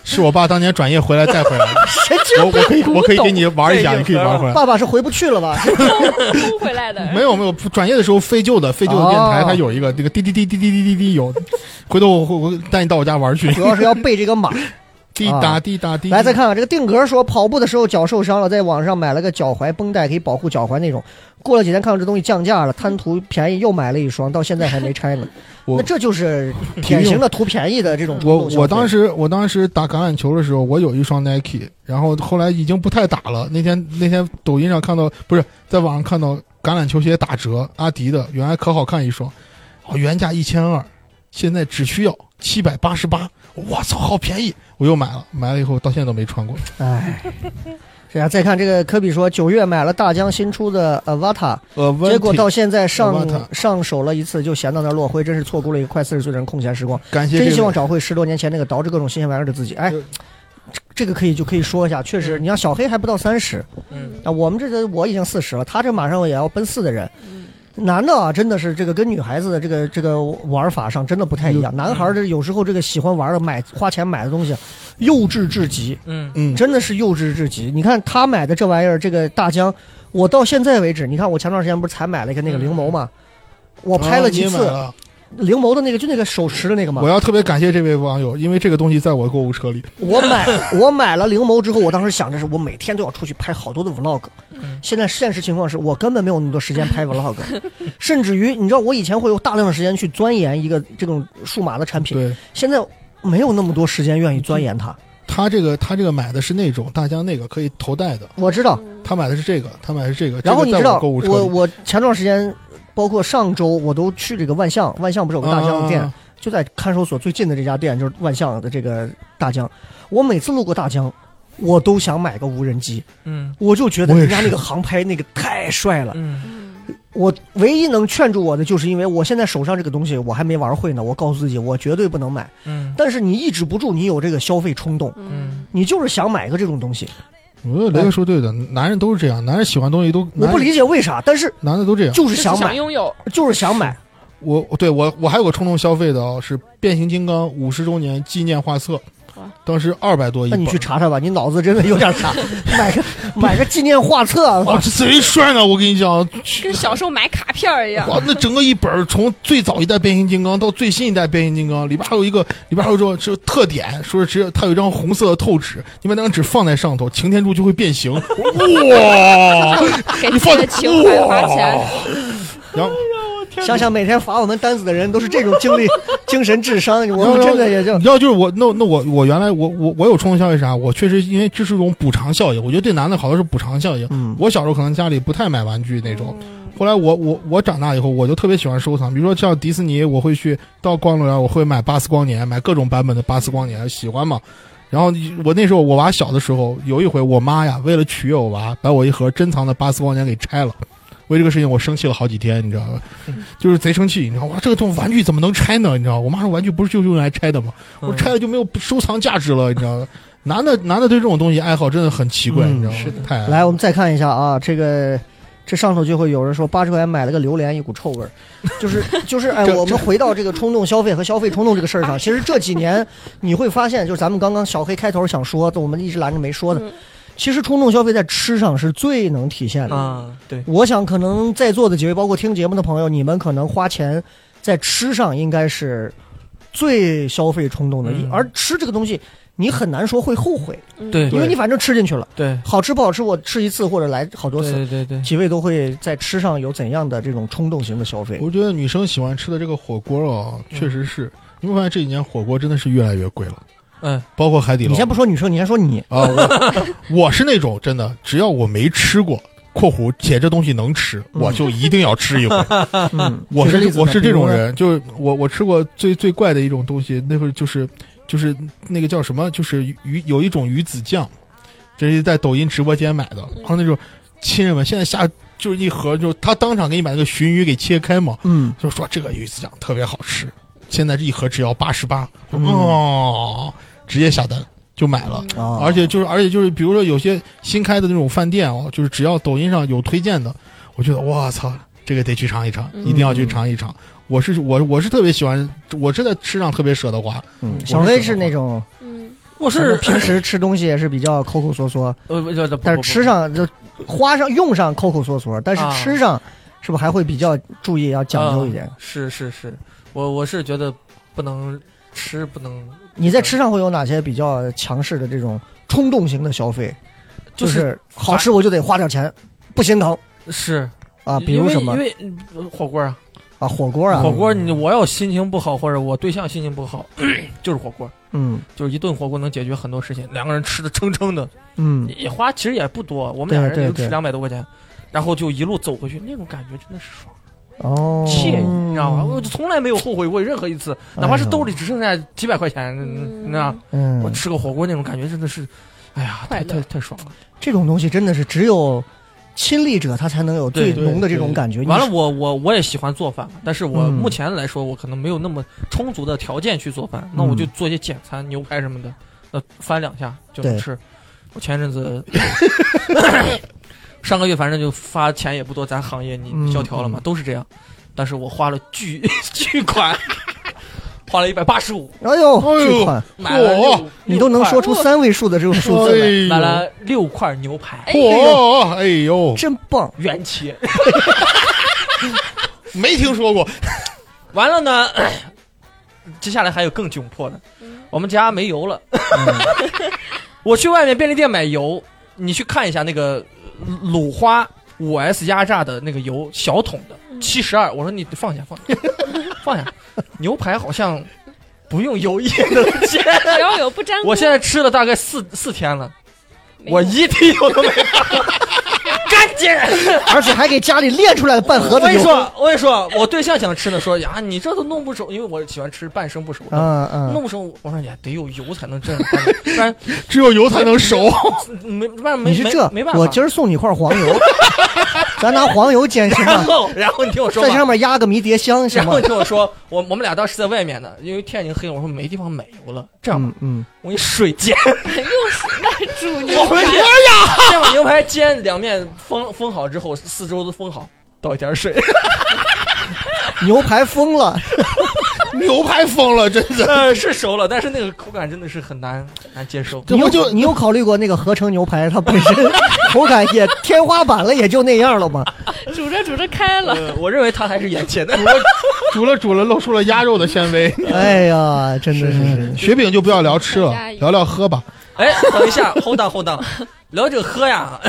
Speaker 6: 是我爸当年转业回来带回来的，
Speaker 3: 神经
Speaker 6: 我我可以
Speaker 3: 病
Speaker 6: 我可以给你玩一下，
Speaker 5: 这
Speaker 6: 你可以玩回
Speaker 3: (laughs)
Speaker 6: 来。
Speaker 3: 爸爸是回不去了吧？
Speaker 4: 偷回来的。
Speaker 6: 没有没有，转业的时候废旧的废旧的电台，
Speaker 3: 哦
Speaker 6: 它有一个那个滴滴滴滴滴滴滴滴有，回头我我我带你到我家玩去
Speaker 3: 主，要是要背这
Speaker 6: (laughs)
Speaker 3: 个码。
Speaker 6: 滴答滴答滴。
Speaker 3: 来，再，看看这个定格说，跑步的时候脚受伤了，在网上买了个脚踝绷带，可以保护脚踝那种。过了几天看到这东西降价了，贪图便宜又买了一双，到现在还没拆呢。
Speaker 6: (laughs) 我
Speaker 3: 那这就是典型的图便宜的这种冲
Speaker 6: 我
Speaker 3: 嗯动消费。
Speaker 6: 我当时我当时打橄榄球的时候，我有一双 Nike，然后后来已经不太打了。那天那天抖音上看到，不是在网上看到橄榄球鞋打折，阿迪的，原来可好看一双，哦，原价一千二，现在只需要七百八十八，我操，好便宜！我又买了，买了以后到现在都没穿过。
Speaker 3: 哎， (laughs) 是啊，再看这个科比说，九月买了大疆新出的 Avata，
Speaker 6: 呃，
Speaker 3: 结果到现在上
Speaker 6: Avata
Speaker 3: 上手了一次就闲到那儿落灰，真是错过了一个快四十岁的人空闲时光。
Speaker 6: 感谢这
Speaker 3: 真
Speaker 6: 个
Speaker 3: 希望找回十多年前那个捯饬各种新鲜玩意儿的自己。哎
Speaker 6: 对，
Speaker 3: 这这个可以就可以说一下，确实，你像小黑还不到三十，
Speaker 5: 嗯，
Speaker 3: 啊，我们这个我已经四十了，他这马上也要奔四的人。男的啊，真的是这个跟女孩子的这个这个玩法上真的不太一样。男孩儿这有时候这个喜欢玩的买花钱买的东西，幼稚至极，
Speaker 5: 嗯，
Speaker 6: 嗯，
Speaker 3: 真的是幼稚至极。你看他买的这玩意儿，这个大疆，我到现在为止，你看我前段时间不是才买了一个那个灵眸嘛，我
Speaker 6: 我
Speaker 3: 拍了几次、
Speaker 6: 了
Speaker 3: 灵眸的那个，就那个手持的那个嘛
Speaker 6: 我，要特别感谢这位网友，因为这个东西在我购物车里。
Speaker 3: 我买 (laughs) 我买了灵眸之后，我当时想着是我每天都要出去拍好多的 vlog。现在现实情况是我根本没有那么多时间拍 (laughs) vlog，甚至于你知道我以前会有大量的时间去钻研一个这种数码的产品，
Speaker 6: 对
Speaker 3: 现在没有那么多时间愿意钻研它。
Speaker 6: 他这个他这个买的是那种大疆那个可以头戴的，
Speaker 3: 我知道，
Speaker 6: 他买的是这个，他买的是这个。
Speaker 3: 然后
Speaker 6: 这
Speaker 3: 你
Speaker 6: 个
Speaker 3: 知
Speaker 6: 在我
Speaker 3: 道
Speaker 6: 购物车
Speaker 3: 我
Speaker 6: 里
Speaker 3: 我前段时间。包括上周我都去这个万象，万象不是有个大疆的店，
Speaker 6: 啊
Speaker 3: 就在看守所最近的这家店，就是万象的这个大疆。我每次路过大疆，我都想买个无人机。
Speaker 5: 嗯，
Speaker 3: 我就觉得
Speaker 6: 我也
Speaker 3: 人
Speaker 6: 是
Speaker 3: 家那个航拍那个太帅了。
Speaker 5: 嗯，
Speaker 3: 我唯一能劝住我的，就是因为我现在手上这个东西我还没玩会呢。我告诉自己，我绝对不能买。
Speaker 5: 嗯，
Speaker 3: 但是你抑制不住你有这个消费冲动，
Speaker 5: 嗯，
Speaker 3: 你就是想买个这种东西。
Speaker 6: 我觉得雷哥说对的，男人都是这样，男人喜欢东西都
Speaker 3: 我不理，解为啥，但是
Speaker 6: 男人男的都这样。
Speaker 3: 就是
Speaker 4: 就是
Speaker 3: 想
Speaker 4: 想
Speaker 3: 买，
Speaker 4: 拥有，
Speaker 3: 就是想买。
Speaker 6: 我对我我还有个冲动消费的啊、是变形金刚五十周年纪念画册
Speaker 4: 哇，
Speaker 6: 当时二百多一
Speaker 3: 那
Speaker 6: 本
Speaker 3: 你。去查查吧，你脑子真的有点傻。买个买个纪念画册
Speaker 6: 哇，
Speaker 3: 啊，
Speaker 6: 这贼帅呢！我跟你讲，去
Speaker 4: 跟小时候买卡片儿一样。
Speaker 6: 哇，那整个一本儿从最早一代变形金刚到最新一代变形金刚，里边还有一个里边还有这种是特点，说是只有它有一张红色的透纸，你把那张纸放在上头，擎天柱就会变形。哇！
Speaker 4: 给自己的情怀花钱，
Speaker 6: 然后
Speaker 3: 想想每天罚我们单子的人都是这种经历，精神智商，我们真的也就
Speaker 6: 你知道，就是我那那我我原来我我我有冲动消费啥？我确实因为这是一种补偿效应，我觉得对男的好多是补偿效应。
Speaker 3: 嗯
Speaker 6: 我小时候可能家里不太买玩具那种，后来我我我长大以后，我就特别喜欢收藏，比如说像迪士尼，我会去到光荣园，我会买巴斯光年，买各种版本的巴斯光年，喜欢嘛。然后我那时候我娃小的时候，有一回我妈呀，为了取悦我娃，把我一盒珍藏的巴斯光年给拆了。为这个事情我生气了好几天，你知道吧？
Speaker 3: 嗯
Speaker 6: 就是贼生气，你知道哇，这个东西玩具怎么能拆呢？你知道，我妈说玩具不是就用来拆的吗？
Speaker 3: 嗯
Speaker 6: 我拆了就没有收藏价值了，你知道吗？男的男的对这种东西爱好真的很奇怪，
Speaker 3: 嗯
Speaker 6: 你知道吗？
Speaker 3: 是
Speaker 6: 太爱了
Speaker 3: 来，我们再看一下啊，这个这上头就会有人说八十块钱买了个榴莲，一股臭味儿，就是就是哎，
Speaker 6: 这
Speaker 3: 我们回到这个冲动消费和消费冲动这个事儿上，其实这几年你会发现，就是咱们刚刚小黑开头想说的，我们一直拦着没说的
Speaker 4: 嗯，
Speaker 3: 其实冲动消费在吃上是最能体现的。
Speaker 5: 啊，对，
Speaker 3: 我想可能在座的几位，包括听节目的朋友，你们可能花钱在吃上应该是最消费冲动的，
Speaker 5: 嗯
Speaker 3: 而吃这个东西你很难说会后悔，
Speaker 5: 对，
Speaker 3: 因为你反正吃进去了。
Speaker 5: 对，
Speaker 3: 好吃不好吃，我吃一次或者来好多次。
Speaker 5: 对对对，
Speaker 3: 几位都会在吃上有怎样的这种冲动型的消费？
Speaker 6: 我觉得女生喜欢吃的这个火锅啊，确实是，你会发现这几年火锅真的是越来越贵了，
Speaker 5: 嗯，
Speaker 6: 包括海底捞。
Speaker 3: 你先不说女生，你先说你，
Speaker 6: 啊，我我是那种真的，只要我没吃过， （括弧写这东西能吃，我就一定要吃一回。
Speaker 3: 嗯，
Speaker 6: 啊我
Speaker 3: 举个
Speaker 6: 是
Speaker 3: 例子
Speaker 6: 我
Speaker 3: 吧
Speaker 6: 是
Speaker 3: 比
Speaker 6: 这
Speaker 3: 如
Speaker 6: 种
Speaker 3: 呢
Speaker 6: 人，就是我我吃过最最怪的一种东西，那会儿就是就是那个叫什么，就是鱼有一种鱼子酱，这是在抖音直播间买的，然后那种亲人们现在下就是一盒，就他当场给你把那个鲟鱼给切开嘛，
Speaker 3: 嗯，
Speaker 6: 就说这个鱼子酱特别好吃，现在这一盒只要八十八，
Speaker 3: 嗯
Speaker 6: 哦，直接下单就买了。
Speaker 3: 啊
Speaker 6: 嗯而且就是，而且就是，比如说有些新开的那种饭店哦，就是只要抖音上有推荐的，我觉得我操，这个得去尝一尝，一定要去尝一尝。我是我我是特别喜欢，我是在吃上特别舍得花。
Speaker 3: 嗯小薇是那种
Speaker 4: 嗯，
Speaker 5: 我
Speaker 3: 可能
Speaker 5: 是
Speaker 3: 平时吃东西也是比较抠抠缩缩，
Speaker 5: 呃不不不，
Speaker 3: 但是吃上就花上用上抠抠缩缩，但是
Speaker 5: 啊
Speaker 3: 吃上是不是还会比较注意要讲究一点？
Speaker 5: 是是是，我我是觉得不能吃不能，
Speaker 3: 你在吃上会有哪些比较强势的这种冲动型的消费？
Speaker 5: 就
Speaker 3: 就是是好吃我就得花点钱，不心疼
Speaker 5: 是
Speaker 3: 啊。比如什么
Speaker 5: 因为因为呃火锅啊，
Speaker 3: 啊，火锅啊，
Speaker 5: 火锅你我要心情不好或者我对象心情不好， (clears throat) 就是火锅，
Speaker 3: 嗯
Speaker 5: 就是一顿火锅能解决很多事情，两个人吃的撑撑的，
Speaker 3: 嗯，
Speaker 5: 也花其实也不多，我们
Speaker 3: 对
Speaker 5: 俩人
Speaker 3: 对
Speaker 5: 就吃
Speaker 3: 对
Speaker 5: 两百多块钱，然后就一路走回去，那种感觉真的是爽，
Speaker 3: 哦，哎
Speaker 5: 惬意，你知道吗？我就从来没有后悔过任何一次，哪怕是兜里只剩下几百块钱，你知道，
Speaker 3: 嗯，
Speaker 5: 我吃个火锅那种感觉真的是，哎呀，太
Speaker 4: 快乐
Speaker 5: 太太爽了。
Speaker 3: 这种东西真的是只有亲历者他才能有最
Speaker 5: 对
Speaker 6: 对
Speaker 3: 浓的这种
Speaker 6: 对
Speaker 3: 感觉。
Speaker 5: 完了，
Speaker 3: 你，
Speaker 5: 我我我也喜欢做饭，但是我
Speaker 3: 嗯
Speaker 5: 目前来说，我可能没有那么充足的条件去做饭，那我就
Speaker 3: 嗯
Speaker 5: 做一些简餐，牛排什么的，那翻两下就能
Speaker 3: 对
Speaker 5: 吃。我前阵子 (coughs) 上个月反正就发钱也不多，咱行业你
Speaker 3: 嗯
Speaker 5: 你萧条了嘛，都是这样，但是我花了巨 (laughs) 巨款，花了一百八十五，
Speaker 3: 哎呦，
Speaker 6: 哎呦
Speaker 3: 这款
Speaker 5: 买了六
Speaker 6: 哇
Speaker 3: 你都能说出
Speaker 5: 六
Speaker 3: 三位数的这种数字来，
Speaker 5: 块
Speaker 6: 哎
Speaker 5: 买
Speaker 6: 呦，
Speaker 5: 了六块牛排，
Speaker 6: 嚯，哎呦，
Speaker 3: 真棒！
Speaker 5: 原切。
Speaker 6: 没听说过，
Speaker 5: 完了呢， (coughs) 接下来还有更窘迫的，我们家没油了。我去外面便利店买油，你去看一下那个呃鲁花五 S 压榨的那个油，小桶的七十二。我说你放下放下放下，牛排好像不用油也能煎。
Speaker 4: 只要有不粘锅，
Speaker 5: 我现在吃了大概四四天了，
Speaker 4: 没有
Speaker 5: 我一滴油都没有。干净！
Speaker 3: 而且还给家里练出来的半盒
Speaker 5: 我
Speaker 3: 子
Speaker 5: 跟你
Speaker 3: 油。
Speaker 5: 说，我跟你说，我对象想吃的说呀，你这都弄不熟，因为我喜欢吃半生不熟的。
Speaker 3: 嗯嗯，
Speaker 5: 弄熟，我说也得有油才能这样，不然
Speaker 6: 只有油才能 (laughs) 熟。
Speaker 3: (laughs)
Speaker 5: 没不然没
Speaker 3: 你是这
Speaker 5: 没没办，法。
Speaker 3: 我今儿送你块黄油， (laughs) 咱拿黄油煎行
Speaker 5: 然
Speaker 3: 吗？
Speaker 5: 后然后你听我 (laughs) 说
Speaker 3: 在上
Speaker 5: 吧，
Speaker 3: 面压个迷迭香行
Speaker 5: 然
Speaker 3: 吗
Speaker 5: 后？你听我说，我我们俩当时在外面呢，因为天已经黑了，我说没地方买油了，这样吧，
Speaker 3: 嗯嗯，
Speaker 5: 我给你水
Speaker 3: (laughs)
Speaker 5: 煎，
Speaker 4: 又是那煮
Speaker 5: 我
Speaker 4: 牛
Speaker 5: 回
Speaker 4: 排
Speaker 5: 去，呀，先把牛排煎两面封封好之后，四周都封好，倒一
Speaker 3: (laughs)
Speaker 5: 点水，
Speaker 3: 牛排疯了，
Speaker 5: (laughs)
Speaker 6: 牛排疯了，真的。
Speaker 5: 呃，是熟了，但是那个口感真的是很难难接受。
Speaker 6: 这
Speaker 3: 你
Speaker 6: 不
Speaker 3: 有
Speaker 6: 就
Speaker 3: 你有考虑过那个合成牛排它本
Speaker 5: (laughs)
Speaker 3: 身口感也天花板了，也就那样了吗？
Speaker 4: 煮着煮着开了，
Speaker 5: 呃，我认为它还是眼前的，
Speaker 6: 煮了煮了，露出了鸭肉的纤维。
Speaker 3: 哎呀，真的
Speaker 6: 是
Speaker 3: 是
Speaker 6: 是，嗯雪饼就不要聊吃了
Speaker 4: 加，一
Speaker 6: 聊聊喝吧。
Speaker 5: 哎，等一下，hold on hold on，聊这个喝呀，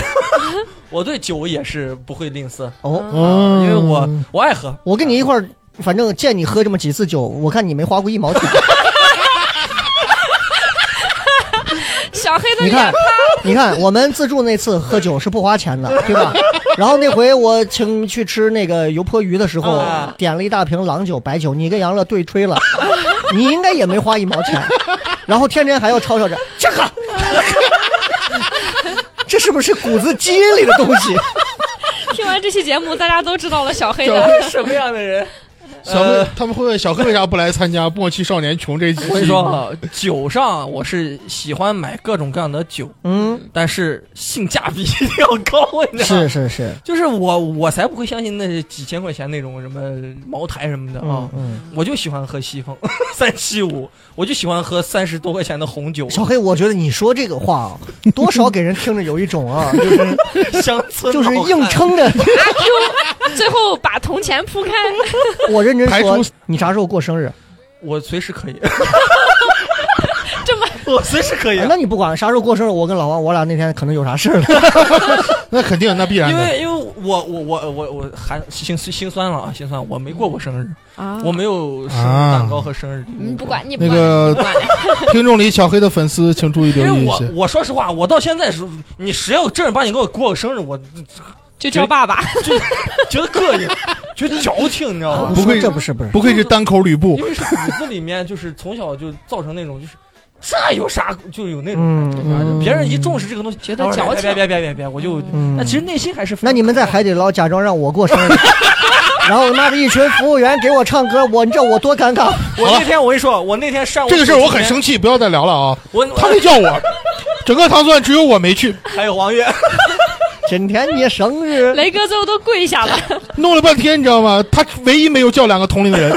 Speaker 5: (laughs) 我对酒也是不会吝啬，
Speaker 3: 哦，
Speaker 6: 嗯
Speaker 5: 因为我我爱喝，
Speaker 3: 我跟你一块儿，反正见你喝这么几次酒，我看你没花过一毛钱。
Speaker 4: 小黑的
Speaker 3: 你
Speaker 4: 脸
Speaker 3: 看，你看，我们自助那次喝酒是不花钱的，对吧？然后那回我请去吃那个油泼鱼的时候
Speaker 5: 啊，
Speaker 3: 点了一大瓶郎酒、白酒，你跟杨乐对吹了， (laughs) 你应该也没花一毛钱，然后天天还要吵吵着这个， (laughs) 这是不是骨子基因里的东西？ (laughs)
Speaker 4: 听完这期节目，大家都知道了小黑
Speaker 5: 我
Speaker 4: 的
Speaker 5: 是什么样
Speaker 3: (laughs)
Speaker 5: 的人？
Speaker 6: 小黑
Speaker 5: 呃
Speaker 6: 他们会问小黑为啥不来参加《默契少年穷》这期？
Speaker 5: 我跟你说，啊，酒上我是喜欢买各种各样的酒，
Speaker 3: 嗯，
Speaker 5: 但是性价比一定要高，你知道吗？
Speaker 3: 是是是，
Speaker 5: 就是我，我才不会相信那几千块钱那种什么茅台什么的啊
Speaker 3: 嗯！嗯。
Speaker 5: 我就喜欢喝西风三七五，我就喜欢喝三十多块钱的红酒，
Speaker 3: 小黑，我觉得你说这个话啊，多少给人听着有一种啊，就是
Speaker 5: 乡村
Speaker 3: 就是
Speaker 5: 老汉
Speaker 3: 硬。撑着。
Speaker 4: 最后把铜钱铺开，
Speaker 3: 我认真
Speaker 6: 排
Speaker 3: 说
Speaker 6: 除，
Speaker 3: 你啥时候过生日？
Speaker 5: 我随
Speaker 4: (laughs)
Speaker 5: 时可以，
Speaker 4: 这么
Speaker 5: 我随时 (laughs) 可以
Speaker 3: 哎，那你不管啥时候过生日，我跟老王，我俩那天可能有啥事儿了。
Speaker 6: 那肯定，那必然
Speaker 5: 因
Speaker 6: 的。
Speaker 5: 为因为我我我我我含心心酸了啊，心酸，我没过过生日，
Speaker 4: 啊
Speaker 5: 我没有生日
Speaker 3: 啊
Speaker 5: 蛋糕和生日礼物。
Speaker 4: 嗯，不管你
Speaker 6: 那
Speaker 4: 不管
Speaker 6: 个
Speaker 4: 你不管你
Speaker 6: 听众里小黑的粉丝，请注意留
Speaker 5: 因为
Speaker 6: 意一
Speaker 5: 我
Speaker 6: 些。
Speaker 3: (laughs)
Speaker 5: 我说实话，我到现在是，你谁要正儿八经给我过个生日，我
Speaker 4: 就叫爸爸。
Speaker 5: 觉得膈应，觉得矫情，你知道吗？
Speaker 6: 不
Speaker 3: 不
Speaker 6: 会
Speaker 3: 是这不是不是，
Speaker 6: 不愧是单口吕布
Speaker 5: 因，为是骨子里面就是从小就造成那种就是。这有啥就有那种
Speaker 3: 嗯
Speaker 5: 感觉，啊
Speaker 3: 嗯
Speaker 5: 别人一重视这个东西，
Speaker 4: 觉得
Speaker 5: 哎我说
Speaker 4: 矫情
Speaker 5: 别别别别别，我就，
Speaker 3: 嗯
Speaker 5: 但其实内心还是非常
Speaker 3: 那你们在海底捞假装让我过生日， (laughs) 然后那么一群服务员给我唱歌，我你知道我多尴尬。
Speaker 5: 我那天我跟你说，我那天上午
Speaker 6: 这个事儿我很
Speaker 5: 手机
Speaker 6: 生气，不要再聊了啊！
Speaker 5: 里面，
Speaker 6: 他没叫我，整个糖蒜只有我没去，
Speaker 5: 我 (laughs) 还有王
Speaker 6: (laughs)
Speaker 5: 悦，
Speaker 3: 今天你生日，
Speaker 4: 雷哥最后都跪下了，
Speaker 6: 弄了半天，你知道吗？他唯一没有叫两个同龄
Speaker 5: (laughs)
Speaker 6: 人。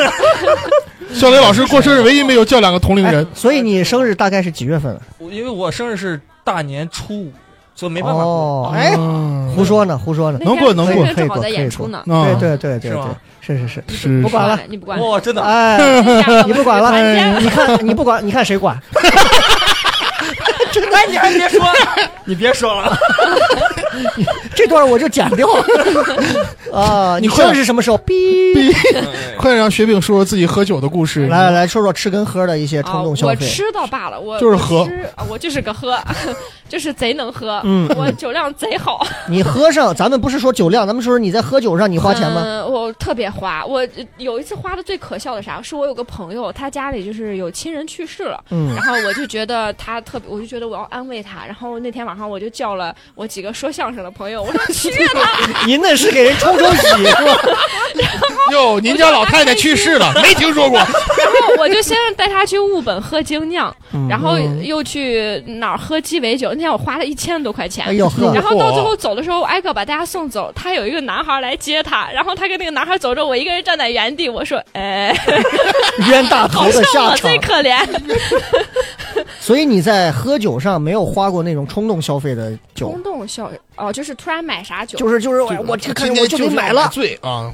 Speaker 6: 小雷老师过生日，唯一没有叫两个同龄人
Speaker 3: 哎，所以你生日大概是几月份？
Speaker 5: 我因为我生日是大年初五，所以没办法过。
Speaker 3: 哦，哎，
Speaker 6: 嗯
Speaker 3: 胡说呢，胡说呢。
Speaker 4: (laughs)
Speaker 6: 能过能过
Speaker 4: 那天正好在演出呢，
Speaker 6: 啊
Speaker 3: 对对对对
Speaker 5: 是
Speaker 3: 对
Speaker 5: 吗，
Speaker 3: 是是是，
Speaker 6: 是
Speaker 3: 不管了，
Speaker 4: 你不管了，
Speaker 5: (laughs) 哇，真
Speaker 6: 啊
Speaker 5: 的，
Speaker 3: 哎，
Speaker 4: (laughs)
Speaker 3: 你不管了
Speaker 4: 哎
Speaker 3: (laughs)
Speaker 4: 呀，
Speaker 3: 你看你不管，你看谁管？
Speaker 5: 哎，你还别说，
Speaker 6: (laughs)
Speaker 5: 你别说了，
Speaker 3: 这段我就剪掉。 (laughs) 啊，你
Speaker 6: 你快
Speaker 3: 生日是什么时候？哔。
Speaker 6: 哎快让雪饼说说自己喝酒的故事。
Speaker 3: 来来来说说吃跟喝的一些
Speaker 4: 啊，
Speaker 3: 冲动消
Speaker 4: 我
Speaker 3: 费。
Speaker 4: 吃到罢了，我
Speaker 6: 就是喝
Speaker 4: 我吃啊我就是个喝， (laughs) 就是贼能喝，
Speaker 3: 嗯
Speaker 4: 我酒量贼好，
Speaker 3: 你喝上，咱们不是说酒量，咱们说说你在喝酒上你花钱吗？
Speaker 4: 嗯，我特别花，我有一次花的最可笑的啥，是我有个朋友，他家里就是有亲人去世了。
Speaker 3: 嗯
Speaker 4: 然，后我就觉得他特别，我就觉得我要安慰他。然后那天晚上我就叫了我几个说相声的朋友，我说
Speaker 3: (laughs)
Speaker 4: 去他，
Speaker 3: 您那是给人冲冲喜是
Speaker 4: (laughs)
Speaker 3: 吧？
Speaker 6: 哟，您家老太太去世了，没听说过。
Speaker 4: 然后我就先带他去雾本喝精酿，
Speaker 3: 嗯
Speaker 4: 然后又去哪儿喝鸡尾酒。那天我花了一千多块钱
Speaker 3: 哎，呦呵
Speaker 4: (laughs) 然，后到最后走的时候，我挨个把大家送走。他有一个男孩来接他，然后他跟那个男孩走着，我一个人站在原地。我说：“
Speaker 3: (laughs)
Speaker 4: 哎，
Speaker 3: 冤大头
Speaker 4: 好
Speaker 3: 的
Speaker 4: 像
Speaker 3: 下
Speaker 4: 我
Speaker 3: 场
Speaker 4: 最。可怜。
Speaker 3: 所以你在喝酒上没有花过那种冲动消费的”酒
Speaker 4: 冲，动小哦，就是突然买啥酒，
Speaker 3: 就是就是我我这看
Speaker 6: 今天
Speaker 3: 我就
Speaker 6: 就
Speaker 3: 得
Speaker 6: 是
Speaker 3: 买
Speaker 6: 要
Speaker 3: 了。
Speaker 6: 醉啊！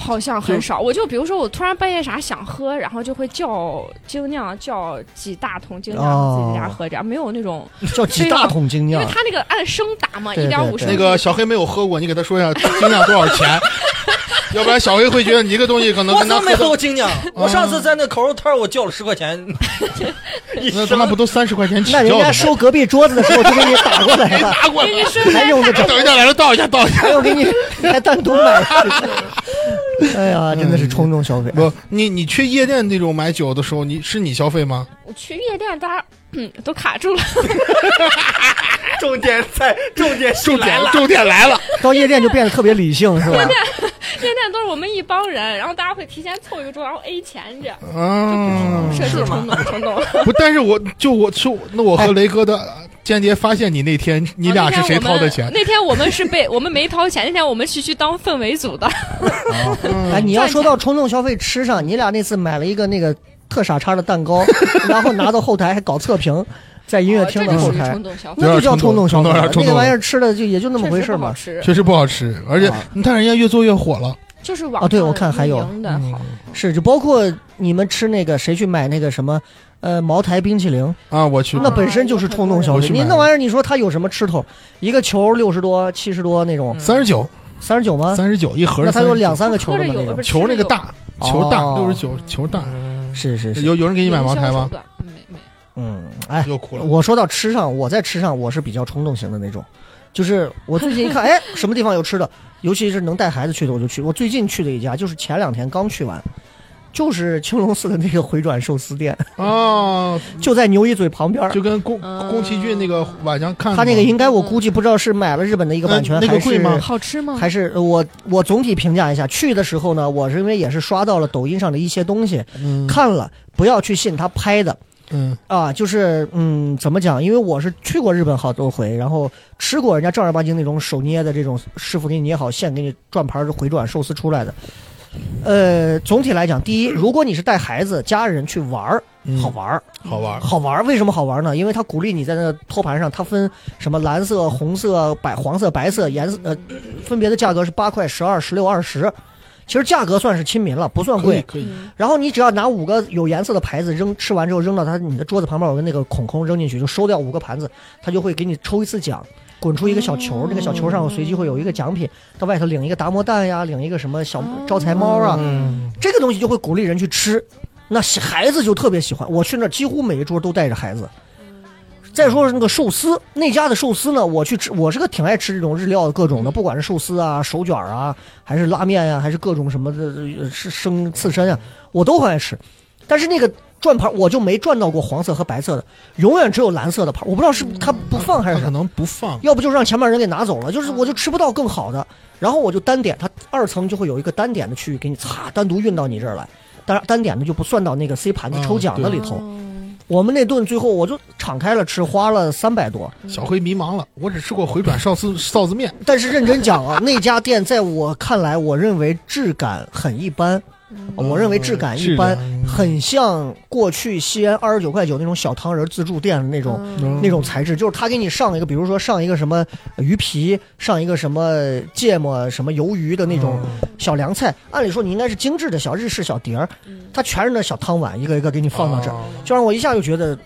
Speaker 4: 好像很少。我就比如说，我突然半夜啥想喝，然后就会叫精酿，叫几大桶精
Speaker 3: 哦
Speaker 4: 酿，自己在家喝着，没有那种，
Speaker 3: 叫几大桶精
Speaker 4: 啊
Speaker 3: 啊
Speaker 4: 因为
Speaker 3: 酿，
Speaker 4: 他那个按升打嘛，
Speaker 3: 对
Speaker 4: 一
Speaker 3: 对
Speaker 4: 点五
Speaker 3: 对
Speaker 4: 升
Speaker 6: 那个小黑没有喝过，你给他说一下精酿多少钱，要不然小黑会觉得你这个东西可能
Speaker 5: 我
Speaker 6: 跟他
Speaker 5: 都没喝
Speaker 6: 喝的嗯
Speaker 5: 过精酿，我上次在那烤肉摊儿我叫了十块钱，一升
Speaker 6: 那他妈不都三十块钱起
Speaker 3: 那
Speaker 6: 叫
Speaker 3: 人家
Speaker 6: 的吗？
Speaker 3: 收隔壁桌子的时候就给你打过来
Speaker 4: (laughs)
Speaker 3: 了，
Speaker 6: 拿过来，
Speaker 4: 人家说
Speaker 3: 还用得着？
Speaker 6: 等一下，来了倒一下，倒一下。
Speaker 3: 还要
Speaker 4: (laughs)
Speaker 3: 给你还单独买？ (laughs) 哎呀，真的是冲动消费。
Speaker 6: 不，你你去夜店那种买酒的时候，你是你消费吗？
Speaker 4: 我去夜店，大家嗯都卡住了。 (laughs)
Speaker 5: 重点在重点是
Speaker 6: 重
Speaker 5: 来
Speaker 6: 点
Speaker 5: 了，
Speaker 6: 重点来了，
Speaker 3: 到夜店就变得特别理性，是吧？
Speaker 4: 夜店都是我们一帮人，然后大家会提前凑一个桌，然后 A 钱这样，
Speaker 6: 啊！
Speaker 4: 设计冲动冲 (laughs) 动。
Speaker 6: 不，但是我就我就那我和雷哥的呃间谍发现你那天，你俩是谁掏的钱？
Speaker 4: 哦啊那天我们是被我们没掏钱，那天我们是去当氛围组的。
Speaker 6: 啊
Speaker 3: 哎，你要说到冲动消费吃上，你俩那次买了一个那个特傻叉的蛋糕，然后拿到后台还搞测评，在音乐厅的后
Speaker 4: 哦这就属于
Speaker 3: 台
Speaker 4: 冲，动消费，
Speaker 3: 那就叫冲动消费
Speaker 6: 有点
Speaker 3: 了
Speaker 6: 冲。动
Speaker 3: 那个玩意儿吃的就也就那么回
Speaker 4: 确实
Speaker 3: 事
Speaker 4: 不好
Speaker 3: 嘛。
Speaker 4: 吃，
Speaker 6: 确实不好吃，而且
Speaker 3: 啊
Speaker 6: 你看人家越做越火了。
Speaker 4: 就是网
Speaker 3: 啊
Speaker 4: 上
Speaker 3: 对我看还有嗯
Speaker 4: 运营的好，
Speaker 3: 是，就包括你们吃那个谁去买那个什么，呃，茅台冰淇淋，
Speaker 6: 啊，我去，
Speaker 3: 那本身就是冲动消
Speaker 6: 我
Speaker 3: 费。
Speaker 6: 去买
Speaker 3: 你那玩意儿，你说它有什么吃头？一个球六十多、七十多那种，
Speaker 6: 三十九，
Speaker 3: 三十九吗？
Speaker 6: 三十九一盒，
Speaker 3: 嗯那它有两
Speaker 6: 三
Speaker 3: 三个球的嘛那
Speaker 4: 喝着有
Speaker 3: 种
Speaker 4: 味。
Speaker 6: 球那个大，球大
Speaker 3: 哦
Speaker 6: 六十九，球大。嗯
Speaker 3: 是是是，
Speaker 6: 有有人给你买茅台
Speaker 3: (laughs)
Speaker 6: 吗？？
Speaker 4: 没没，
Speaker 3: 嗯，哎，
Speaker 6: 又哭了。
Speaker 3: 我说到吃上，我在吃上我是比较冲动型的那种，就是我最近一
Speaker 6: (laughs)
Speaker 3: 看，哎，什么地方有吃的，尤其是能带孩子去的我就去。我最近去的一家，就是前两天刚去完，就是青龙寺的那个回转寿司店，
Speaker 6: 啊，
Speaker 3: 就在牛一嘴旁边儿。
Speaker 6: 就跟宫
Speaker 4: 嗯
Speaker 6: 宫崎骏那个晚上看的
Speaker 3: 他那个
Speaker 6: 嘛
Speaker 3: 应该我估计不知道是买了日本的一个版权，
Speaker 6: 那那个
Speaker 3: 还是
Speaker 6: 贵吗
Speaker 4: 好吃吗？
Speaker 3: 还是呃我我总体评价一下，去的时候呢，我是因为也是刷到了抖音上的一些东西，
Speaker 6: 嗯
Speaker 3: 看了不要去信他拍的，
Speaker 6: 嗯
Speaker 3: 啊，就是嗯，怎么讲？因为我是去过日本好多回，然后吃过人家正儿八经那种手捏的这种师傅给你捏好现给你转盘儿回转寿司出来的。呃，总体来讲，第一，如果你是带孩子、家人去玩儿，
Speaker 6: 嗯
Speaker 3: 好玩儿，
Speaker 6: 好玩。
Speaker 3: 好玩儿。为什么好玩儿呢？因为它鼓励你在那托盘上，它分什么蓝色、红色、白、黄色、白色颜色，呃，分别的价格是八块、十二、十六、二十。其实价格算是亲民了，不算
Speaker 6: 可
Speaker 3: 贵。
Speaker 6: 以
Speaker 3: 嗯
Speaker 6: 可以，
Speaker 3: 然后你只要拿五个有颜色的牌子扔，吃完之后扔到他你的桌子旁边有个那个孔孔扔进去，就收掉五个盘子，他就会给你抽一次奖，滚出一个小球，这个小球上随机会有一个奖品，到外头领一个达摩蛋呀，领一个什么小招财猫啊，
Speaker 6: 嗯，
Speaker 3: 这个东西就会鼓励人去吃，那小孩子就特别喜欢。我去那儿几乎每一桌都带着孩子，再说是那个寿司，那家的寿司呢，我去吃，我是个挺爱吃这种日料的各种的，不管是寿司啊、手卷啊，还是拉面呀、还是各种什么的呃是生刺身啊，我都很爱吃。但是那个转盘我就没转到过黄色和白色的，永远只有蓝色的盘，我不知道是他不放还
Speaker 6: 他
Speaker 3: 是
Speaker 6: 可
Speaker 3: 什么，
Speaker 6: 能不放。
Speaker 3: 要不就让前面人给拿走了，就是我就吃不到更好的，然后我就单点，它二层就会有一个单点的区域给你擦单独运到你这儿来，当然单点的就不算到那个 C 盘子
Speaker 6: 嗯
Speaker 3: 抽奖的
Speaker 6: 对
Speaker 3: 里头。我们那顿最后我就敞开了吃，花了三百多。
Speaker 6: 小辉迷茫了，我只吃过回转臊
Speaker 3: 嗯
Speaker 6: 子臊子面，
Speaker 3: 但是认真讲啊，那家店在我看来，我认为质感很一般，我认为质感一般，
Speaker 6: 嗯
Speaker 3: 很像过去西安二十九块九那种小糖人自助店那种、
Speaker 4: 嗯
Speaker 3: 那种材质，就是他给你上一个，比如说上一个什么鱼皮，上一个什么芥末、什么鱿鱼
Speaker 6: 嗯
Speaker 3: 的那种小凉菜。按理说你应该是精致的小日式小碟儿，
Speaker 4: 嗯
Speaker 3: 它全是那小汤碗，一个一个给你放到
Speaker 6: 哦啊
Speaker 3: 这儿，就让我一下就觉得。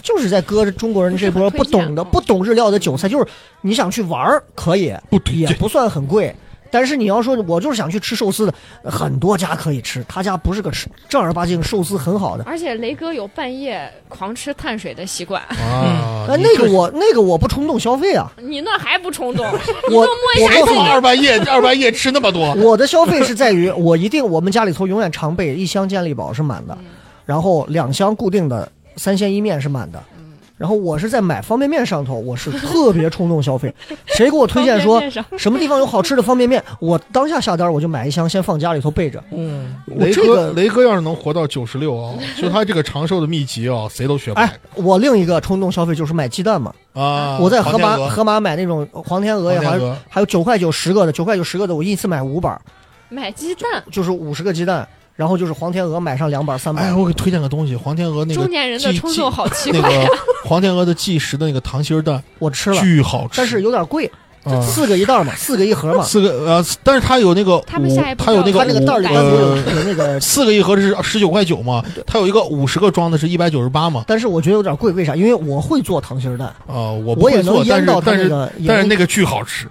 Speaker 3: 就是在割中国人这波不
Speaker 4: 不是很推荐
Speaker 3: 懂的、
Speaker 4: 哦
Speaker 3: 不懂日料的韭菜，就是你想去玩儿可以，
Speaker 6: 不推
Speaker 3: 也
Speaker 6: 荐
Speaker 3: 不算很贵。但是你要说，我就是想去吃寿司的，很多家可以吃，他家不是个吃正儿八经寿司很好的。
Speaker 4: 而且雷哥有半夜狂吃碳水的习惯，
Speaker 6: 啊
Speaker 3: 呃，那个我那个我不冲动消费啊，
Speaker 4: 你那还不冲动？ (laughs)
Speaker 3: 我
Speaker 4: 摸
Speaker 3: 我
Speaker 4: 一下
Speaker 7: 谁
Speaker 3: 告
Speaker 7: 他
Speaker 3: 诉
Speaker 7: 妈
Speaker 3: 你，
Speaker 7: 二半夜二半夜吃那么
Speaker 3: (laughs)
Speaker 7: 多？
Speaker 3: 我的消费是在于 (laughs) 我一定我们家里头永远常备一箱健力宝是满的，
Speaker 4: 嗯
Speaker 3: 然后两箱固定的三鲜一面是满的，
Speaker 4: 嗯
Speaker 3: 然后我是在买方便面上头，我是特别冲动消
Speaker 4: (laughs)
Speaker 3: 费，谁给我推荐说
Speaker 4: 方便面上
Speaker 3: 什么地方有好吃的方便面，我当下下单我就买一箱先放家里头备着。
Speaker 5: 嗯，
Speaker 3: 我
Speaker 6: 雷
Speaker 3: 这
Speaker 6: 哥，
Speaker 3: 个
Speaker 6: 雷哥要是能活到九十六啊，就他这个长寿的秘籍啊，谁都学不
Speaker 3: 哎
Speaker 6: 来，
Speaker 3: 我另一个冲动消费就是买鸡蛋嘛，
Speaker 6: 啊！
Speaker 3: 我在河马
Speaker 6: 黄天鹅
Speaker 3: 河马买那种黄天鹅呀，
Speaker 6: 黄
Speaker 3: 还
Speaker 6: 天
Speaker 3: 有
Speaker 6: 鹅
Speaker 3: 还有九块九十个的，九块九十个的，我一次买五板儿，
Speaker 4: 买鸡蛋，
Speaker 3: 就是五十个鸡蛋，然后就是黄天鹅买上两板儿三板
Speaker 6: 哎，
Speaker 3: 儿。
Speaker 6: 我给推荐个东西，黄天鹅那个
Speaker 4: 中年人的
Speaker 6: 计
Speaker 4: 冲动
Speaker 6: 计
Speaker 4: 好奇
Speaker 6: 那
Speaker 4: 怪啊呀
Speaker 6: 个。黄天鹅的计时的那个糖心儿蛋
Speaker 3: 我吃了，
Speaker 6: 巨好吃，
Speaker 3: 但是有点贵，
Speaker 6: 啊
Speaker 3: 四个一袋儿嘛，四个一盒嘛。
Speaker 6: 四个呃，但是它有那个
Speaker 4: 他们
Speaker 6: 五
Speaker 4: 下一步
Speaker 6: 它有那
Speaker 4: 要
Speaker 6: 个
Speaker 3: 它那个
Speaker 6: 五
Speaker 3: 袋儿里
Speaker 4: 改
Speaker 3: 头有
Speaker 6: 呃
Speaker 3: 有那个，
Speaker 6: 四个一盒是十九块九嘛，它有一个五十个装的是一百九十八嘛，
Speaker 3: 但是我觉得有点贵，为啥？因为我会做溏心儿蛋，
Speaker 6: 啊，我不
Speaker 3: 我也
Speaker 6: 会
Speaker 3: 能
Speaker 6: 做，但
Speaker 3: 腌
Speaker 6: 是
Speaker 3: 到它
Speaker 6: 但
Speaker 3: 那
Speaker 6: 是
Speaker 3: 个，也
Speaker 6: 但是
Speaker 3: 能
Speaker 6: 那个巨好吃，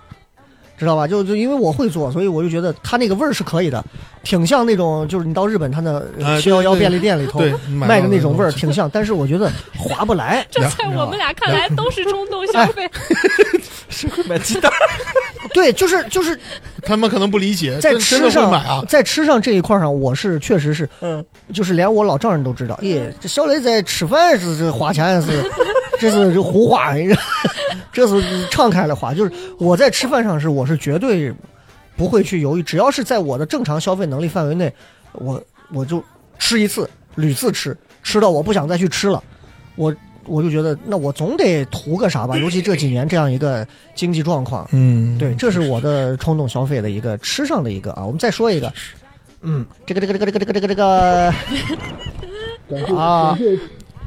Speaker 3: 知道吧？就就因为我会做，所以我就觉得它那个味儿是可以的，挺像那种就是你到日本它
Speaker 6: 哎
Speaker 3: 的
Speaker 6: 对
Speaker 3: 七幺幺
Speaker 6: 对
Speaker 3: 便利店里头
Speaker 6: 对，
Speaker 3: 卖的那种味儿
Speaker 6: 买到
Speaker 3: 挺像，但是我觉得划不来。
Speaker 4: 这在我们俩看来都是冲动消费，
Speaker 3: 哎
Speaker 5: 谁会买鸡蛋？
Speaker 3: 对，就是就是
Speaker 6: 他们可能不理解，
Speaker 3: 在
Speaker 6: 真真
Speaker 3: 吃
Speaker 6: 的会
Speaker 3: 上
Speaker 6: 买啊，
Speaker 3: 在吃上这一块儿上，我是确实是，嗯，就是连我老丈人都知道，
Speaker 6: 嗯
Speaker 3: 耶，这小雷在吃饭是这花钱是，这是这胡花，这是敞开了花。就是我在吃饭上是，我是绝对不会去犹豫，只要是在我的正常消费能力范围内，我我就吃一次，屡次吃，吃到我不想再去吃了，我。我就觉得，那我总得图个啥吧，尤其这几年这样一个经济状况，
Speaker 6: 嗯，
Speaker 3: 对，这是我的冲动消费的一个吃上的一个啊。我们再说一个，嗯，这个这个这个这个这个这个这个啊，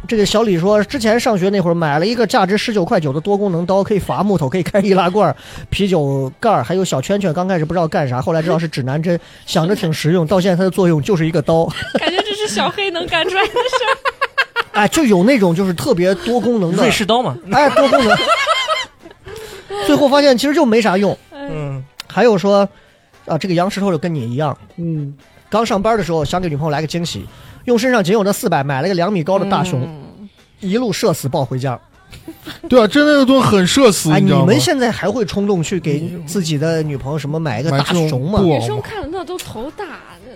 Speaker 3: 这个小李说，之前上学那会儿买了一个价值十九块九的多功能刀，可以伐木头，可以开易拉罐、啤酒盖儿，还有小圈圈。刚开始不知道干啥，后来知道是指南针，想着挺实用，到现在它的作用就是一个 (laughs) 刀。
Speaker 4: 感觉这是小黑能干出来的事儿。
Speaker 3: 哎，就有那种就是特别多功
Speaker 6: 嗯
Speaker 3: 能的 (laughs)
Speaker 5: 瑞士刀嘛，
Speaker 3: 哎，多功能。 (laughs) 最后发现其实就没啥用。
Speaker 6: 哎
Speaker 5: 嗯，
Speaker 3: 还有说，啊，这个杨石头就跟你一样，嗯，刚上班的时候想给女朋友来个惊喜，用身上仅有的四百买了个两米高的大熊，一路射死抱回家。 (laughs)
Speaker 6: 对啊，真的那东西很社死，
Speaker 3: 哎，
Speaker 6: 你
Speaker 3: 你
Speaker 6: 知道吗
Speaker 3: 们？现在还会冲动去给自己的女朋友什么买一个
Speaker 6: 买
Speaker 3: 大
Speaker 6: 这种
Speaker 3: 熊吗？
Speaker 6: 布
Speaker 4: 女
Speaker 6: 偶
Speaker 4: 生
Speaker 6: 嘛，
Speaker 4: 看了那都头大，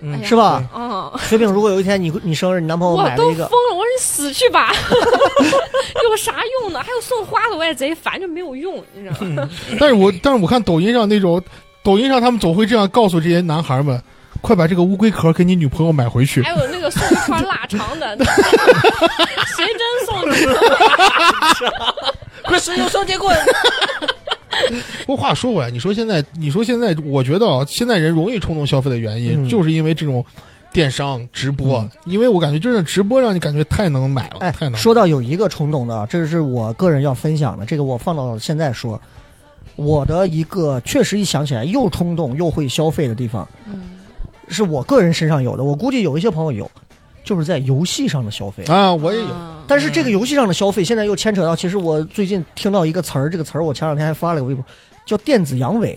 Speaker 5: 嗯
Speaker 4: 哎呀
Speaker 3: 是？吧？
Speaker 4: 嗯，
Speaker 3: 雪饼，如果有一天你你生日，你男朋友
Speaker 4: 我
Speaker 3: 买了
Speaker 4: 都
Speaker 3: 一
Speaker 4: 疯
Speaker 3: 个，
Speaker 4: 了，我说你死去吧， (laughs) 有啥用呢？还有送花的我也贼烦，就没有用，你知道吗？
Speaker 6: 但是我但是我看抖音上那种，抖音上他们总会这样告诉这些男孩们，快把这个乌龟壳给你女朋友买回去
Speaker 4: 还，有那个送一串腊肠的， (laughs) 谁真送你呢？ (laughs)
Speaker 5: 快使用双截棍！
Speaker 6: 不过话说回来，你说现在，你说现在，我觉得啊，现在人容易冲动消费的原因，
Speaker 3: 嗯
Speaker 6: 就是因为这种电商直播，因为我感觉真的直播让你感觉太能买了，
Speaker 3: 哎
Speaker 6: 哦太能，买了
Speaker 3: 说到有一个冲动的啊，这是我个人要分享的，这个我放到现在说，我的一个确实一想起来又冲动又会消费的地方，是我个人身上有的，我估计有一些朋友有，就是在游戏上的消费。
Speaker 6: 啊，我也有，
Speaker 4: 嗯
Speaker 3: 但是这个游戏上的消费，现在又牵扯到，其实我最近听到一个词儿，这个词儿我前两天还发了个微博，叫电子阳痿。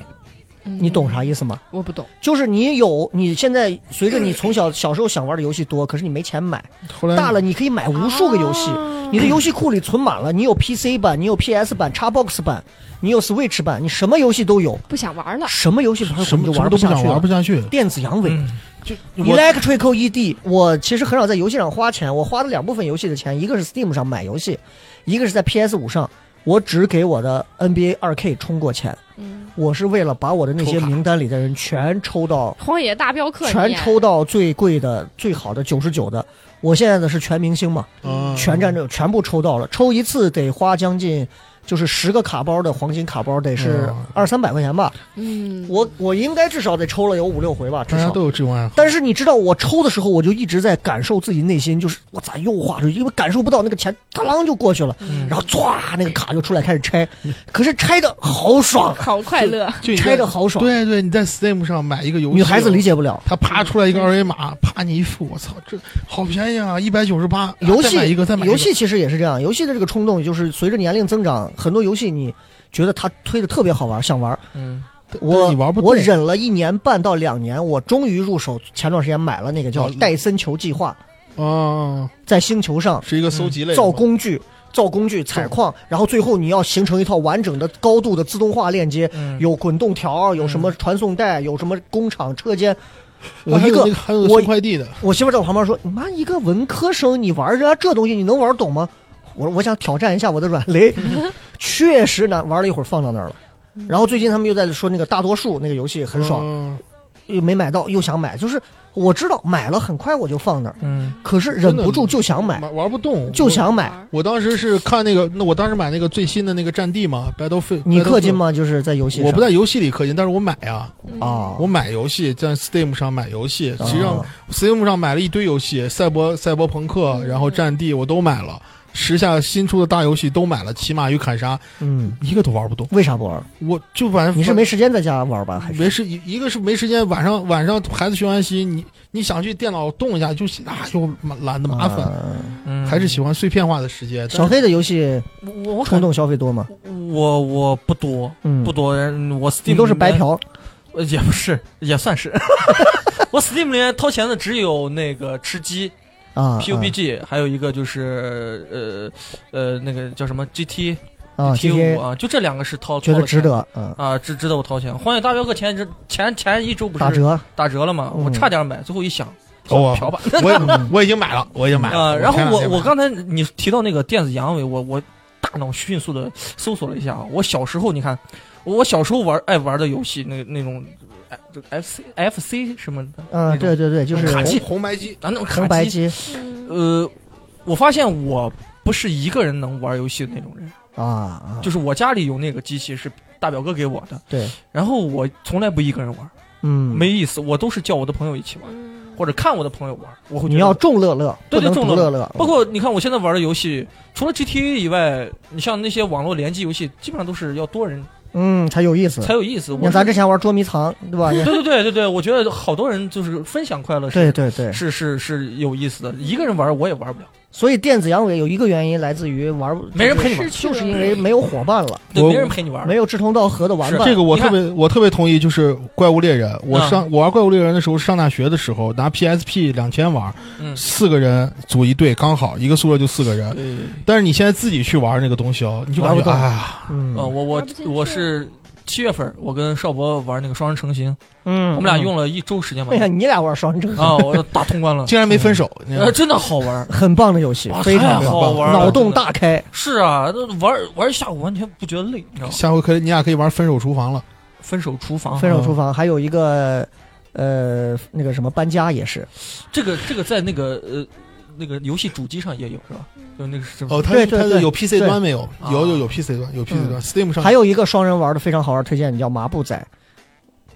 Speaker 3: 你懂啥意思吗？
Speaker 4: 我不懂，
Speaker 3: 就是你有，你现在随着你从小小时候想玩的游戏多，可是你没钱买，
Speaker 6: 后来
Speaker 3: 大了你可以买无数个游戏，你的游戏库里存满了，你有 PC 版，你有 PS 版、Xbox 版，你有 Switch 版，你什么游戏都有，
Speaker 4: 不想玩了。
Speaker 3: 什么游戏
Speaker 6: 什
Speaker 3: 你
Speaker 6: 么
Speaker 3: 就
Speaker 6: 什么
Speaker 3: 玩
Speaker 6: 都
Speaker 3: 下
Speaker 6: 想
Speaker 3: 去
Speaker 6: 玩
Speaker 3: 了
Speaker 6: 不。下去，
Speaker 3: 电子阳痿、
Speaker 5: 嗯
Speaker 6: 就我
Speaker 3: Electrical ED，我 E 其实很少在游戏上花钱，我花了两部分游戏的钱，一个是 Steam 上买游戏，一个是在 PS 五上，我只给我的 NBA 2K 充过钱，
Speaker 4: 嗯，
Speaker 3: 我是为了把我的那些
Speaker 5: 抽卡
Speaker 3: 名单里的人全抽到，
Speaker 4: 荒野大镖客
Speaker 3: 全
Speaker 4: 你啊
Speaker 3: 抽到最贵的、最好的九十九的。我现在的是全明星嘛，
Speaker 6: 嗯
Speaker 3: 全战队全部抽到了，抽一次得花将近。就是十个卡包的黄金卡包得是
Speaker 6: 嗯
Speaker 3: 二三百块钱吧，
Speaker 4: 嗯，
Speaker 3: 我我应该至少得抽了有五六回吧，至
Speaker 6: 大家
Speaker 3: 少
Speaker 6: 哎都有这种爱好，
Speaker 3: 但是你知道，我抽的时候，我就一直在感受自己内心，就是我咋又花出去？因为感受不到那个钱，当啷就过去了，
Speaker 6: 嗯
Speaker 3: 然后唰，那个卡就出来开始拆，可是拆的好爽，啊
Speaker 4: 好快乐。
Speaker 6: 就你在
Speaker 3: 拆的好爽，
Speaker 6: 对对，你在 Steam 上买一个游戏，哦啊
Speaker 3: 女孩子理。解不了。
Speaker 6: 他啪出来一个二维码，啪你一付，我操，这好便宜啊，一百九十八。
Speaker 3: 游
Speaker 6: 再买
Speaker 3: 戏
Speaker 6: 一个，再买一个
Speaker 3: 游戏其实也是这样，游戏的这个冲动就是随着年龄增长，很多游戏你觉得它推的特别好玩，想玩。
Speaker 5: 嗯，
Speaker 6: 但但
Speaker 3: 我
Speaker 6: 你玩不
Speaker 3: 我
Speaker 6: 动
Speaker 3: 忍了一年半到两年，我终于入手。前段时间买了那个叫
Speaker 6: 哦
Speaker 3: 《戴森球计划》，
Speaker 6: 哦，
Speaker 3: 在星球上
Speaker 7: 是一个搜集类的吗，
Speaker 3: 嗯造工具、造工具、采矿，然后最后你要形成一套完整的高度的自动化链接，
Speaker 5: 嗯
Speaker 3: 有滚动条，有什
Speaker 6: 嗯
Speaker 3: 么传送带，有什么工厂车间。我
Speaker 6: 还
Speaker 3: 一
Speaker 6: 有
Speaker 3: 个
Speaker 6: 那，还有
Speaker 3: 我
Speaker 6: 送快递的，
Speaker 3: 我媳妇在我旁边说：“你妈一个文科生，你玩人家这东西，你能玩懂吗？”我说：“我想挑战一下我的
Speaker 6: (laughs)
Speaker 3: 软肋。”确实难，玩了一会儿放到那儿了。然后最近他们又在说那个大多数那个游戏很爽，
Speaker 6: 嗯嗯
Speaker 3: 又没买到，又想买，就是我知道买了很快我就放那儿，
Speaker 5: 嗯，
Speaker 3: 可是忍不住就想买，
Speaker 6: 玩玩不动，
Speaker 3: 哎就想买。
Speaker 4: 玩
Speaker 6: 我当时是看那个，那我当时买那个最新的那个《战地》嘛，《Battlefield》。
Speaker 3: 你氪金？吗？就是在游戏上
Speaker 6: 我不在游戏里氪金，但是我买啊，
Speaker 3: 啊，
Speaker 6: 我买游戏，在 Steam 上买游戏，实际上
Speaker 3: 啊
Speaker 6: Steam 上买了一堆游戏，赛博赛博朋克，然后战地我都买了，时下新出的大游戏都买了，骑马与砍杀
Speaker 3: 嗯，
Speaker 6: 一个都玩不动，
Speaker 3: 为啥不玩？
Speaker 6: 我就反正
Speaker 3: 你是没时间在家玩吧？还是
Speaker 6: 没时一一个是没时间，晚上晚上孩子学完习，你你想去电脑动一下，就啊又懒得麻烦，
Speaker 3: 烦？
Speaker 5: 嗯
Speaker 6: 还是喜欢碎片化的时间。
Speaker 3: 啊小黑的游戏
Speaker 5: 我我
Speaker 3: 冲
Speaker 5: 很
Speaker 3: 动消费多吗？
Speaker 5: 我我不多
Speaker 3: 嗯
Speaker 5: 不，多，嗯我 Steam
Speaker 3: 你都是白
Speaker 5: 里面
Speaker 3: 嫖，
Speaker 5: 呃，也不是，也算
Speaker 6: (laughs)
Speaker 5: 是。我 Steam 里面掏钱的只有那个吃鸡、
Speaker 3: 啊
Speaker 5: PUBG，还有一个就是呃呃那个叫什么 GT、
Speaker 3: 啊
Speaker 5: T 五
Speaker 3: TJ
Speaker 5: 啊，就这两个是掏
Speaker 3: 觉
Speaker 5: 掏
Speaker 3: 得
Speaker 5: 了
Speaker 3: 值
Speaker 5: 钱
Speaker 3: 得啊，
Speaker 5: 啊，值值得我掏钱。荒野大镖客前前前前一周不是
Speaker 3: 打折
Speaker 5: 打折了吗？
Speaker 3: 嗯
Speaker 5: 我差点买，最后一想，
Speaker 6: 哦
Speaker 5: 嫖吧。
Speaker 6: 我
Speaker 3: (laughs)
Speaker 6: 也我已经买了，我已经买了。
Speaker 5: 啊，然后
Speaker 6: 前两
Speaker 5: 我
Speaker 6: 天买
Speaker 5: 我
Speaker 6: 了
Speaker 5: 刚才你提到那个电子阳痿，我我大脑迅速的搜索了一下啊，我小时候你看，我小时候玩爱玩的游戏，那那种哎就 FC FC 什么的，
Speaker 3: 啊，
Speaker 5: 那种
Speaker 3: 对对对，就是
Speaker 5: 卡机
Speaker 6: 红红白机，
Speaker 5: 啊那种卡
Speaker 3: 红白机
Speaker 4: 嗯
Speaker 5: 呃，我发现我不是一个人能玩游戏的那种人，
Speaker 3: 啊啊，
Speaker 5: 就是我家里有那个机器是大表哥给我的，
Speaker 3: 对，
Speaker 5: 然后我从来不一个人玩，
Speaker 3: 嗯，
Speaker 5: 没意思，我都是叫我的朋友一起玩，
Speaker 4: 嗯
Speaker 5: 或者看我的朋友玩，我会
Speaker 3: 你
Speaker 5: 觉得
Speaker 3: 要众乐乐，
Speaker 5: 对
Speaker 3: 不能
Speaker 5: 对众
Speaker 3: 独
Speaker 5: 乐
Speaker 3: 乐乐，
Speaker 5: 包括你看，我现在玩的游戏，除了 GTA 以外，你像那些网络联机游戏，基本上都是要多人
Speaker 3: 嗯才有意思。
Speaker 5: 才有意思。
Speaker 3: 你
Speaker 5: 我
Speaker 3: 看咱之前玩捉迷藏，对吧？
Speaker 5: 对对对对对，我觉得好多人就是分享快乐是，
Speaker 3: 对对对，
Speaker 5: 是是是有意思的。一个人玩我也玩不了，
Speaker 3: 所以电子阳痿有一个原因来自于玩
Speaker 5: 没人陪你玩，
Speaker 3: 就是因为没有伙伴了，
Speaker 5: 对，
Speaker 6: 我
Speaker 5: 没人陪你玩。
Speaker 3: 没有志同道合的玩
Speaker 5: 是
Speaker 3: 伴。
Speaker 6: 这个我
Speaker 5: 你
Speaker 6: 特
Speaker 5: 看
Speaker 6: 别我特别同意，就是《怪物猎人》。我
Speaker 5: 嗯
Speaker 6: 上、我玩《怪物猎人》的时候，上大学的时候拿 PSP 两千玩，
Speaker 5: 嗯
Speaker 6: 四个人组一队，刚好一个宿舍就四个人。
Speaker 5: 对，
Speaker 6: 但是你现在自己去玩那个东西哦，你就感
Speaker 3: 玩
Speaker 6: 觉
Speaker 3: 不动
Speaker 6: 哎呀，
Speaker 3: 嗯
Speaker 5: 呃，我我
Speaker 4: 玩不进去
Speaker 5: 我是七月份，我跟邵博玩那个双人成行，
Speaker 3: 嗯，
Speaker 5: 我们俩用了一周时间吧
Speaker 3: 哎。呀，你俩玩双人成行
Speaker 5: 啊，我打通关了，
Speaker 6: 竟然没分手。你知道
Speaker 5: 呃，
Speaker 6: 吗
Speaker 5: 真的好玩，
Speaker 3: (laughs) 很棒的游戏
Speaker 5: 哇，
Speaker 3: 非常棒，
Speaker 5: 太好玩了，
Speaker 3: 脑洞
Speaker 5: 真的
Speaker 3: 大开。
Speaker 5: 是啊，那玩玩一下午完全不觉得累，你知道吗？
Speaker 6: 下回可以你俩可以玩《分手厨房》了。
Speaker 5: 分手厨房，
Speaker 3: 分手厨房还有一个，呃，那个什么搬家也是，
Speaker 5: 这个这个在那个呃那个游戏主机上也有是吧？
Speaker 4: 嗯
Speaker 5: 就那个是
Speaker 6: 哦，他
Speaker 3: 对对
Speaker 6: 他
Speaker 3: 对
Speaker 6: 有 PC 端没有？
Speaker 5: 对嗯
Speaker 6: 有
Speaker 5: 啊
Speaker 6: 有有 PC 端，有 PC 端、s t e a m 上
Speaker 3: 还有一个双人玩的非常好玩，推荐你叫麻布仔。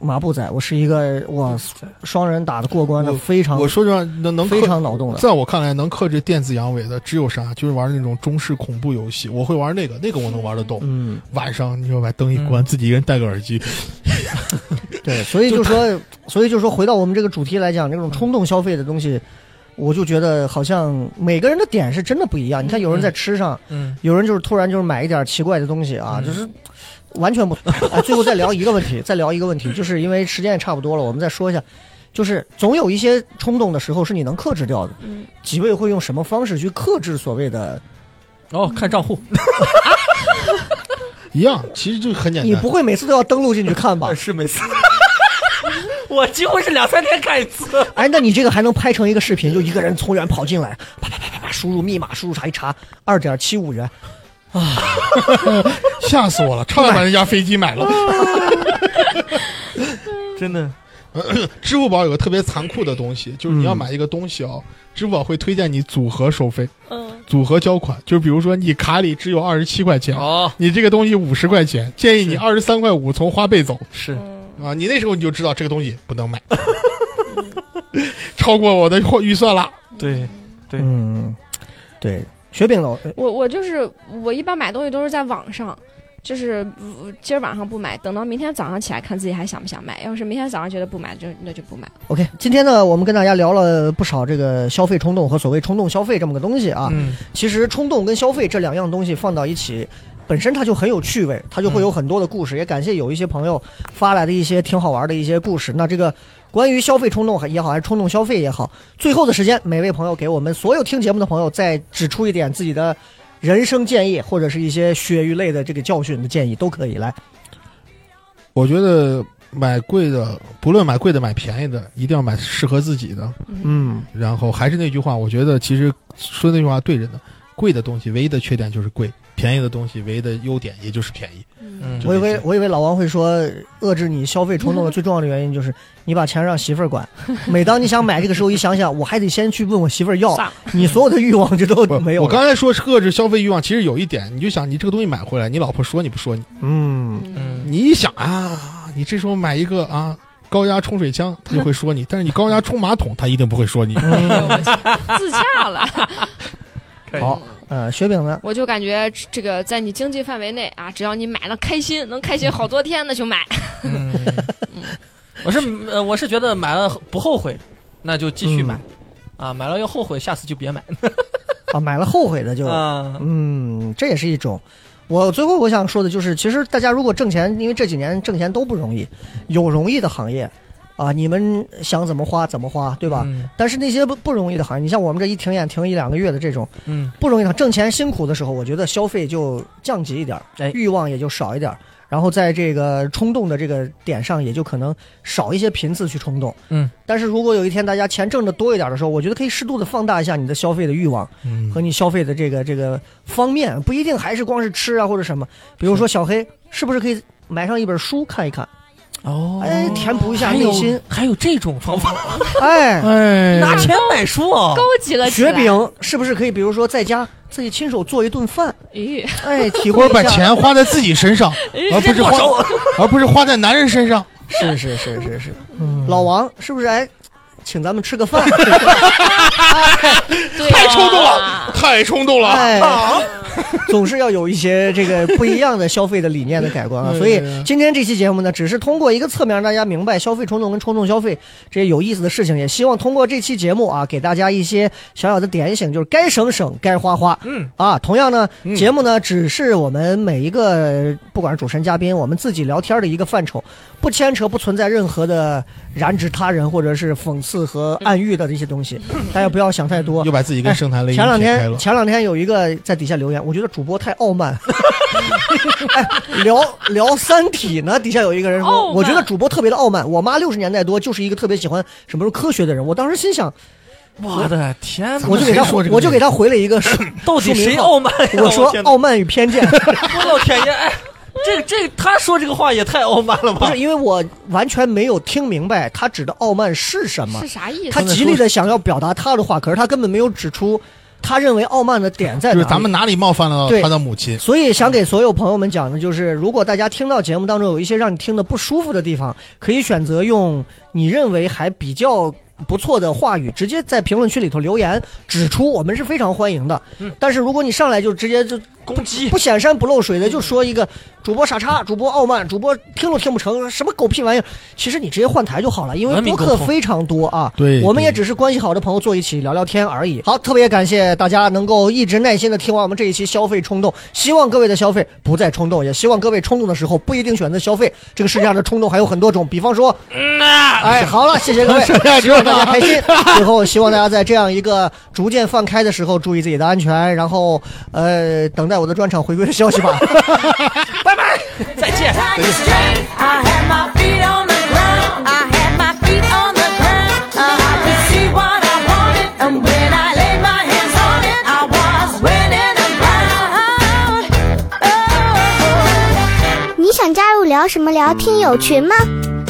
Speaker 3: 麻布仔，我是一个哇，双人打的过关的，
Speaker 6: 我
Speaker 3: 非常
Speaker 6: 我说实话，能能
Speaker 3: 非
Speaker 6: 克，
Speaker 3: 常脑洞的。
Speaker 6: 在我看来，能克制电子阳痿的只有啥？就是玩那种中式恐怖游戏，我会玩那个，那个我能玩得动。
Speaker 3: 嗯，
Speaker 6: 晚上你说把灯一关，自己一个人戴个耳机，
Speaker 3: 对，所以就说，所以就说，回到我们这个主题来讲，这种冲动消费的东西，我就觉得好像每个人的点是真的不一样。你看，有人在吃上，
Speaker 5: 嗯
Speaker 3: 有人就是突然就是买一点奇怪的东西啊，
Speaker 5: 嗯
Speaker 3: 就是完全不。啊，最后再聊一个问题，再聊一个问题，就是因为时间也差不多了，我们再说一下，就是总有一些冲动的时候是你能克制掉的。
Speaker 4: 嗯
Speaker 3: 几位会用什么方式去克制所谓的？
Speaker 5: 哦，看账户，？
Speaker 6: 一样，其实就很简单。
Speaker 3: 你不会每次都要登录进去看吧
Speaker 5: (laughs) 是每次，我几乎是两三天看一次。
Speaker 3: 哎，那你这个还能拍成一个视频，就一个人从远跑进来，啪啪啪啪啪，输入密码，输入啥一查，二点七五元，
Speaker 6: 吓死
Speaker 3: (laughs)
Speaker 6: 我了，差点把人家飞机买了。
Speaker 5: 真的，
Speaker 6: 支付宝有个特别残酷的东西，就是你要买一个东西哦，支付宝会推荐你组合收费、
Speaker 4: 嗯，
Speaker 6: 组合交款。就是比如说你卡里只有二十七块钱，
Speaker 5: 哦，
Speaker 6: 你这个东西五十块钱，建议你二十三块五从花呗走
Speaker 5: 是
Speaker 4: 嗯
Speaker 6: 啊。你那时候你就知道这个东西不能 (laughs) 买，超过我的货预算了。
Speaker 5: 对，对
Speaker 3: 嗯，对，雪饼呃呢？
Speaker 4: 我我就是我一般买东西都是在网上，就是呃今儿晚上不买，等到明天早上起来看自己还想不想买。要是明天早上觉得不买，就那就不买。
Speaker 3: OK，今天呢，我们跟大家聊了不少这个消费冲动和所谓冲动消费这么个东西啊。
Speaker 5: 嗯，
Speaker 3: 其实冲动跟消费这两样东西放到一起，本身它就很有趣味，它就会有很多的故事。也感谢有一些朋友发来的一些挺好玩的一些故事。那这个关于消费冲动也好，还是冲动消费也好，最后的时间，每位朋友给我们所有听节目的朋友再指出一点自己的人生建议，或者是一些血与泪的这个教训的建议都可以来。
Speaker 6: 我觉得买贵的，不论买贵的买便宜的，一定要买适合自己的。
Speaker 3: 嗯，
Speaker 6: 然后还是那句话，我觉得其实说那句话对着呢。贵的东西唯一的缺点就是贵，便宜的东西唯一的优点也就是便宜。
Speaker 5: 嗯
Speaker 3: 我以为我以为老王会说，遏制你消费冲动的最重要的原因就是你把钱让媳妇儿管。每当你想买这个时候，一想想我还得先去问我媳妇儿要，
Speaker 4: 算了，
Speaker 3: (laughs) 你所有的欲望就都
Speaker 6: 不
Speaker 3: (laughs) 没有了。
Speaker 6: 我刚才说是遏制消费欲望，其实有一点，你就想你这个东西买回来，你老婆说你不说你，
Speaker 3: 嗯，
Speaker 5: 嗯，
Speaker 6: 你一想啊，你这时候买一个啊高压冲水枪，她就会说你；但是你高压冲马桶，她一定不会说你。
Speaker 4: (laughs) 自洽了。
Speaker 5: 可以
Speaker 3: 好，呃，雪饼呢？
Speaker 4: 我就感觉这个在你经济范围内啊，只要你买了开心，能开心好多天，那就买。
Speaker 5: 嗯， (laughs) 我是呃，我是觉得买了不后悔，那就继续
Speaker 3: 嗯
Speaker 5: 买。啊，买了要后悔，下次就别买。
Speaker 3: 啊，买了后悔的就，
Speaker 5: 啊，
Speaker 3: 嗯，这也是一种。我最后我想说的就是，其实大家如果挣钱，因为这几年挣钱都不容易，有容易的行业，啊，你们想怎么花怎么花，对吧？
Speaker 5: 嗯
Speaker 3: 但是那些不不容易的行业，你像我们这一停演停一两个月的这种，
Speaker 5: 嗯，
Speaker 3: 不容易的挣钱辛苦的时候，我觉得消费就降级一点儿，
Speaker 5: 哎
Speaker 3: 欲望也就少一点儿，然后在这个冲动的这个点上，也就可能少一些频次去冲动。
Speaker 5: 嗯，
Speaker 3: 但是如果有一天大家钱挣的多一点儿的时候，我觉得可以适度的放大一下你的消费的欲望
Speaker 6: 嗯
Speaker 3: 和你消费的这个这个方面，不一定还是光是吃啊或者什么。比如说小黑是不是可以买上一本书看一看，
Speaker 5: 哦
Speaker 3: 哎，填补一下
Speaker 5: 还
Speaker 3: 内
Speaker 5: 有
Speaker 3: 心，
Speaker 5: 还有这种
Speaker 3: (laughs)
Speaker 5: 方法，
Speaker 6: (laughs)
Speaker 3: 哎。
Speaker 6: 哎，
Speaker 5: 拿钱买书哦
Speaker 4: 高。级了起
Speaker 3: 雪
Speaker 4: 来。
Speaker 3: 饼是不是可以，比如说在家自己亲手做一顿饭，
Speaker 4: 咦，
Speaker 3: 哎，体
Speaker 6: 或
Speaker 3: 会
Speaker 6: 者把
Speaker 3: 一下。
Speaker 6: 钱花在自己身上，而不是
Speaker 5: 这多
Speaker 6: 花，而不是花在男人身上。
Speaker 3: 是是是是是，老王是不是哎，请咱们吃个饭？
Speaker 4: 对、啊，太
Speaker 6: 冲动了，太冲动了。
Speaker 3: 哎，
Speaker 5: (laughs)
Speaker 3: 总是要有一些这个不一样的消费的理念的改观啊。
Speaker 6: 嗯
Speaker 3: 所以今天这期节目呢，只是通过一个侧面让大家明白消费冲动跟冲动消费这些有意思的事情，也希望通过这期节目啊，给大家一些小小的点醒，就是该省省，该花花。
Speaker 5: 嗯
Speaker 3: 啊，同样呢，节目呢只是我们每一个不管是主持人嘉宾，我们自己聊天的一个范畴，不牵扯不存在任何的染指他人或者是讽刺和暗喻的这些东西，大家不要想太多
Speaker 6: 又。把自己跟圣坛雷音
Speaker 3: 前两
Speaker 6: 撇开
Speaker 3: 天
Speaker 6: 了，
Speaker 3: 前两天有一个在底下留言，我觉得主播太傲慢。 (laughs) 哎，聊聊《三体》呢，底下有一个人
Speaker 4: 傲
Speaker 3: 说，
Speaker 4: 慢
Speaker 3: 我觉得主播特别的傲慢。我妈六十年代多就是一个特别喜欢什么时候科学的人，我当时心想，
Speaker 5: 我的天哪，
Speaker 3: 我就给
Speaker 6: 谁
Speaker 3: 他
Speaker 6: 说这个
Speaker 3: 我就给他回了一个书，
Speaker 5: 到底
Speaker 3: 书名
Speaker 5: 谁
Speaker 3: 号
Speaker 5: 傲慢呀？
Speaker 3: 我说
Speaker 5: 天哪
Speaker 3: 傲慢与偏见，
Speaker 5: 我老天爷，哎，这这他说这个话也太傲慢了
Speaker 3: 不
Speaker 5: 吧
Speaker 3: 是？因为我完全没有听明白他指的傲慢是什么
Speaker 4: 是。啥意思？
Speaker 3: 他极力的想要表达他的话，可是他根本没有指出他认为傲慢的点在哪
Speaker 6: 就是
Speaker 3: 里。
Speaker 6: 咱们哪里冒犯了
Speaker 3: 对
Speaker 6: 他的母亲？
Speaker 3: 所以想给所有朋友们讲的就是，如果大家听到节目当中有一些让你听的不舒服的地方，可以选择用你认为还比较。不错的话语，直接在评论区里头留言指出，我们是非常欢迎的。但是如果你上来就直接就
Speaker 5: 攻击
Speaker 3: 不显山不漏水的就说一个主播傻叉，主播傲慢，主播听都听不成，什么狗屁玩意儿。其实你直接换台就好了，因为
Speaker 5: 文明
Speaker 3: 播
Speaker 5: 沟
Speaker 3: 客
Speaker 5: 通
Speaker 3: 非常多啊。
Speaker 6: 对
Speaker 3: 我们也
Speaker 6: 对
Speaker 3: 只是关系好的朋友坐一起聊聊天而已。好，特别感谢大家能够一直耐心的听完我们这一期消费冲动，希望各位的消费不再冲动，也希望各位冲动的时候不一定选择消费。这个世界上的冲动还有很多种，比方说，哎，好了，谢谢各位，
Speaker 6: 剩下只
Speaker 3: 希
Speaker 6: 有
Speaker 3: 望大家开心。最后，希望大家在这样一个逐渐放开的时候，注意自己的安全，然后呃，等待我的专场回归的消息吧。
Speaker 5: 再见。
Speaker 2: I had my feet on the ground. I had my feet on the ground. Uh-huh. I could see what I wanted, and when I laid my hands on it, I was winning a round. Oh.
Speaker 1: 你想加入聊什么聊听友群吗？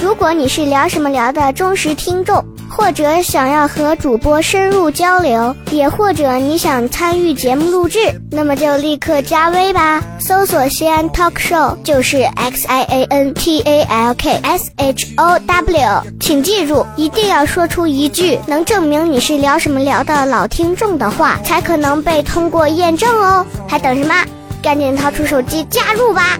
Speaker 1: 如果你是聊什么聊的忠实听众，或者想要和主播深入交流，也或者你想参与节目录制，那么就立刻加微吧，搜索西安 Talk Show 就是 X I A N T A L K S H O W，请记住，一定要说出一句能证明你是聊什么聊的老听众的话，才可能被通过验证哦。还等什么？赶紧掏出手机加入吧！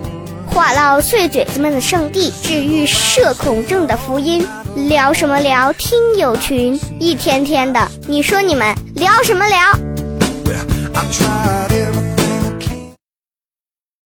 Speaker 1: 话唠碎嘴子们的圣地，治愈社恐症的福音。聊什么聊？听友群，一天天的，你说你们聊什么聊？
Speaker 8: I tried